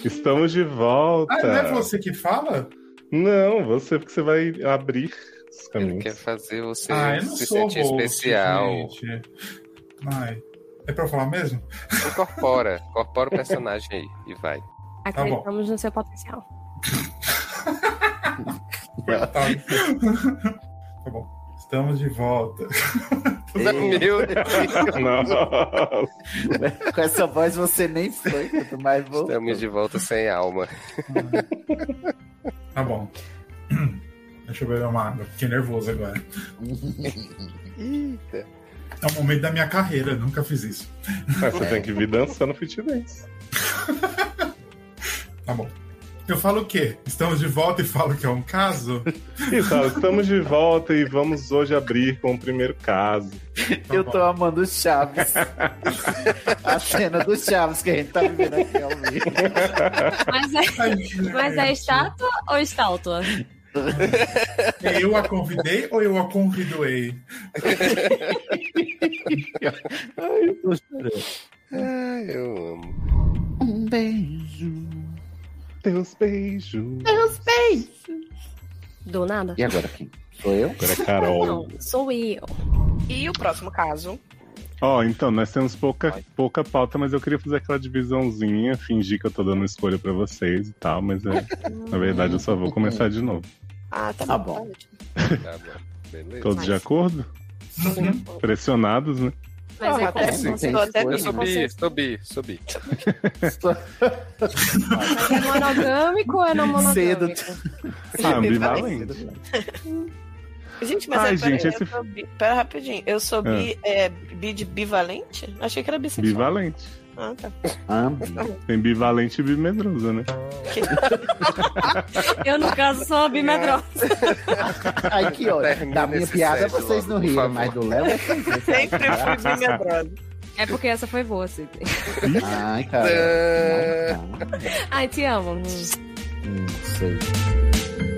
A: Estamos de volta.
E: Ah, não é você que fala?
A: Não, você, porque você vai abrir os caminhos.
C: Quer fazer você
E: Ah, eu não
C: se
E: sou
C: sentir
E: host,
C: especial.
E: Ai. É pra eu falar mesmo?
C: Incorpora. Incorpora o personagem aí e vai.
D: Acreditamos no seu potencial.
E: Tá bom. Estamos de volta.
C: Meu
A: Deus.
B: Com essa voz você nem foi, quanto mais vou.
C: Estamos de volta sem alma.
E: Tá bom. Deixa eu beber uma água. Fiquei nervoso agora.
C: Eita.
E: É um momento da minha carreira, nunca fiz isso.
A: Mas você tem que vir dançando fit dance.
E: Tá bom. Eu falo o quê? Estamos de volta e falo que é um caso?
A: Isso, ó, estamos de volta e vamos hoje abrir com o primeiro caso.
D: Tá
E: Tá
B: Eu tô amando o Chaves. a cena do Chaves que a gente tá vivendo aqui ao vivo.
D: Mas é, mas é estátua ou estátua?
E: É eu a convidei ou eu a convidoei?
C: eu amo.
B: Um beijo.
A: Teus beijos.
D: Meus beijos. Do nada.
B: E agora quem? Sou eu?
A: Agora é Carol.
D: Não, sou eu.
K: E o próximo caso?
A: Ó, então, nós temos pouca, pouca pauta, mas eu queria fazer aquela divisãozinha, fingir que eu tô dando escolha pra vocês e tal, mas é, na verdade eu só vou começar de novo.
K: Ah, tá,
B: Tá bom.
C: Tá bom. Beleza.
A: Todos de acordo? Uhum. Pressionados, né?
D: Mas é
C: Ah,
D: como
C: tá
K: assim.
D: se
C: sim.
D: fosse-
C: Eu
D: como
C: subi,
D: se-
C: subi, subi.
D: mas é monogâmico ou é não monogâmico?
A: Ah, ambivalente.
K: Gente, mas
A: Ai,
K: é,
A: gente,
K: pera,
A: esse- Ah.
K: eu sou bi- pera rapidinho. Eu sou bi, é, bi de bivalente? Achei que era bissexual.
A: Bivalente.
K: Ah, tá.
B: Ambi.
A: Tem bivalente e bimedrosa, né?
D: Eu, no caso, sou a bimedrosa.
B: Ai, que ódio. Da minha
D: esse
B: piada
D: século,
B: vocês não
D: por
B: riram,
D: favor.
B: mas do Léo.
D: Sempre
B: fui bimedrosa.
D: É porque essa foi boa, Cid.
B: Ai, tá. cara.
D: Ai, te amo.
B: Hum, Não sei.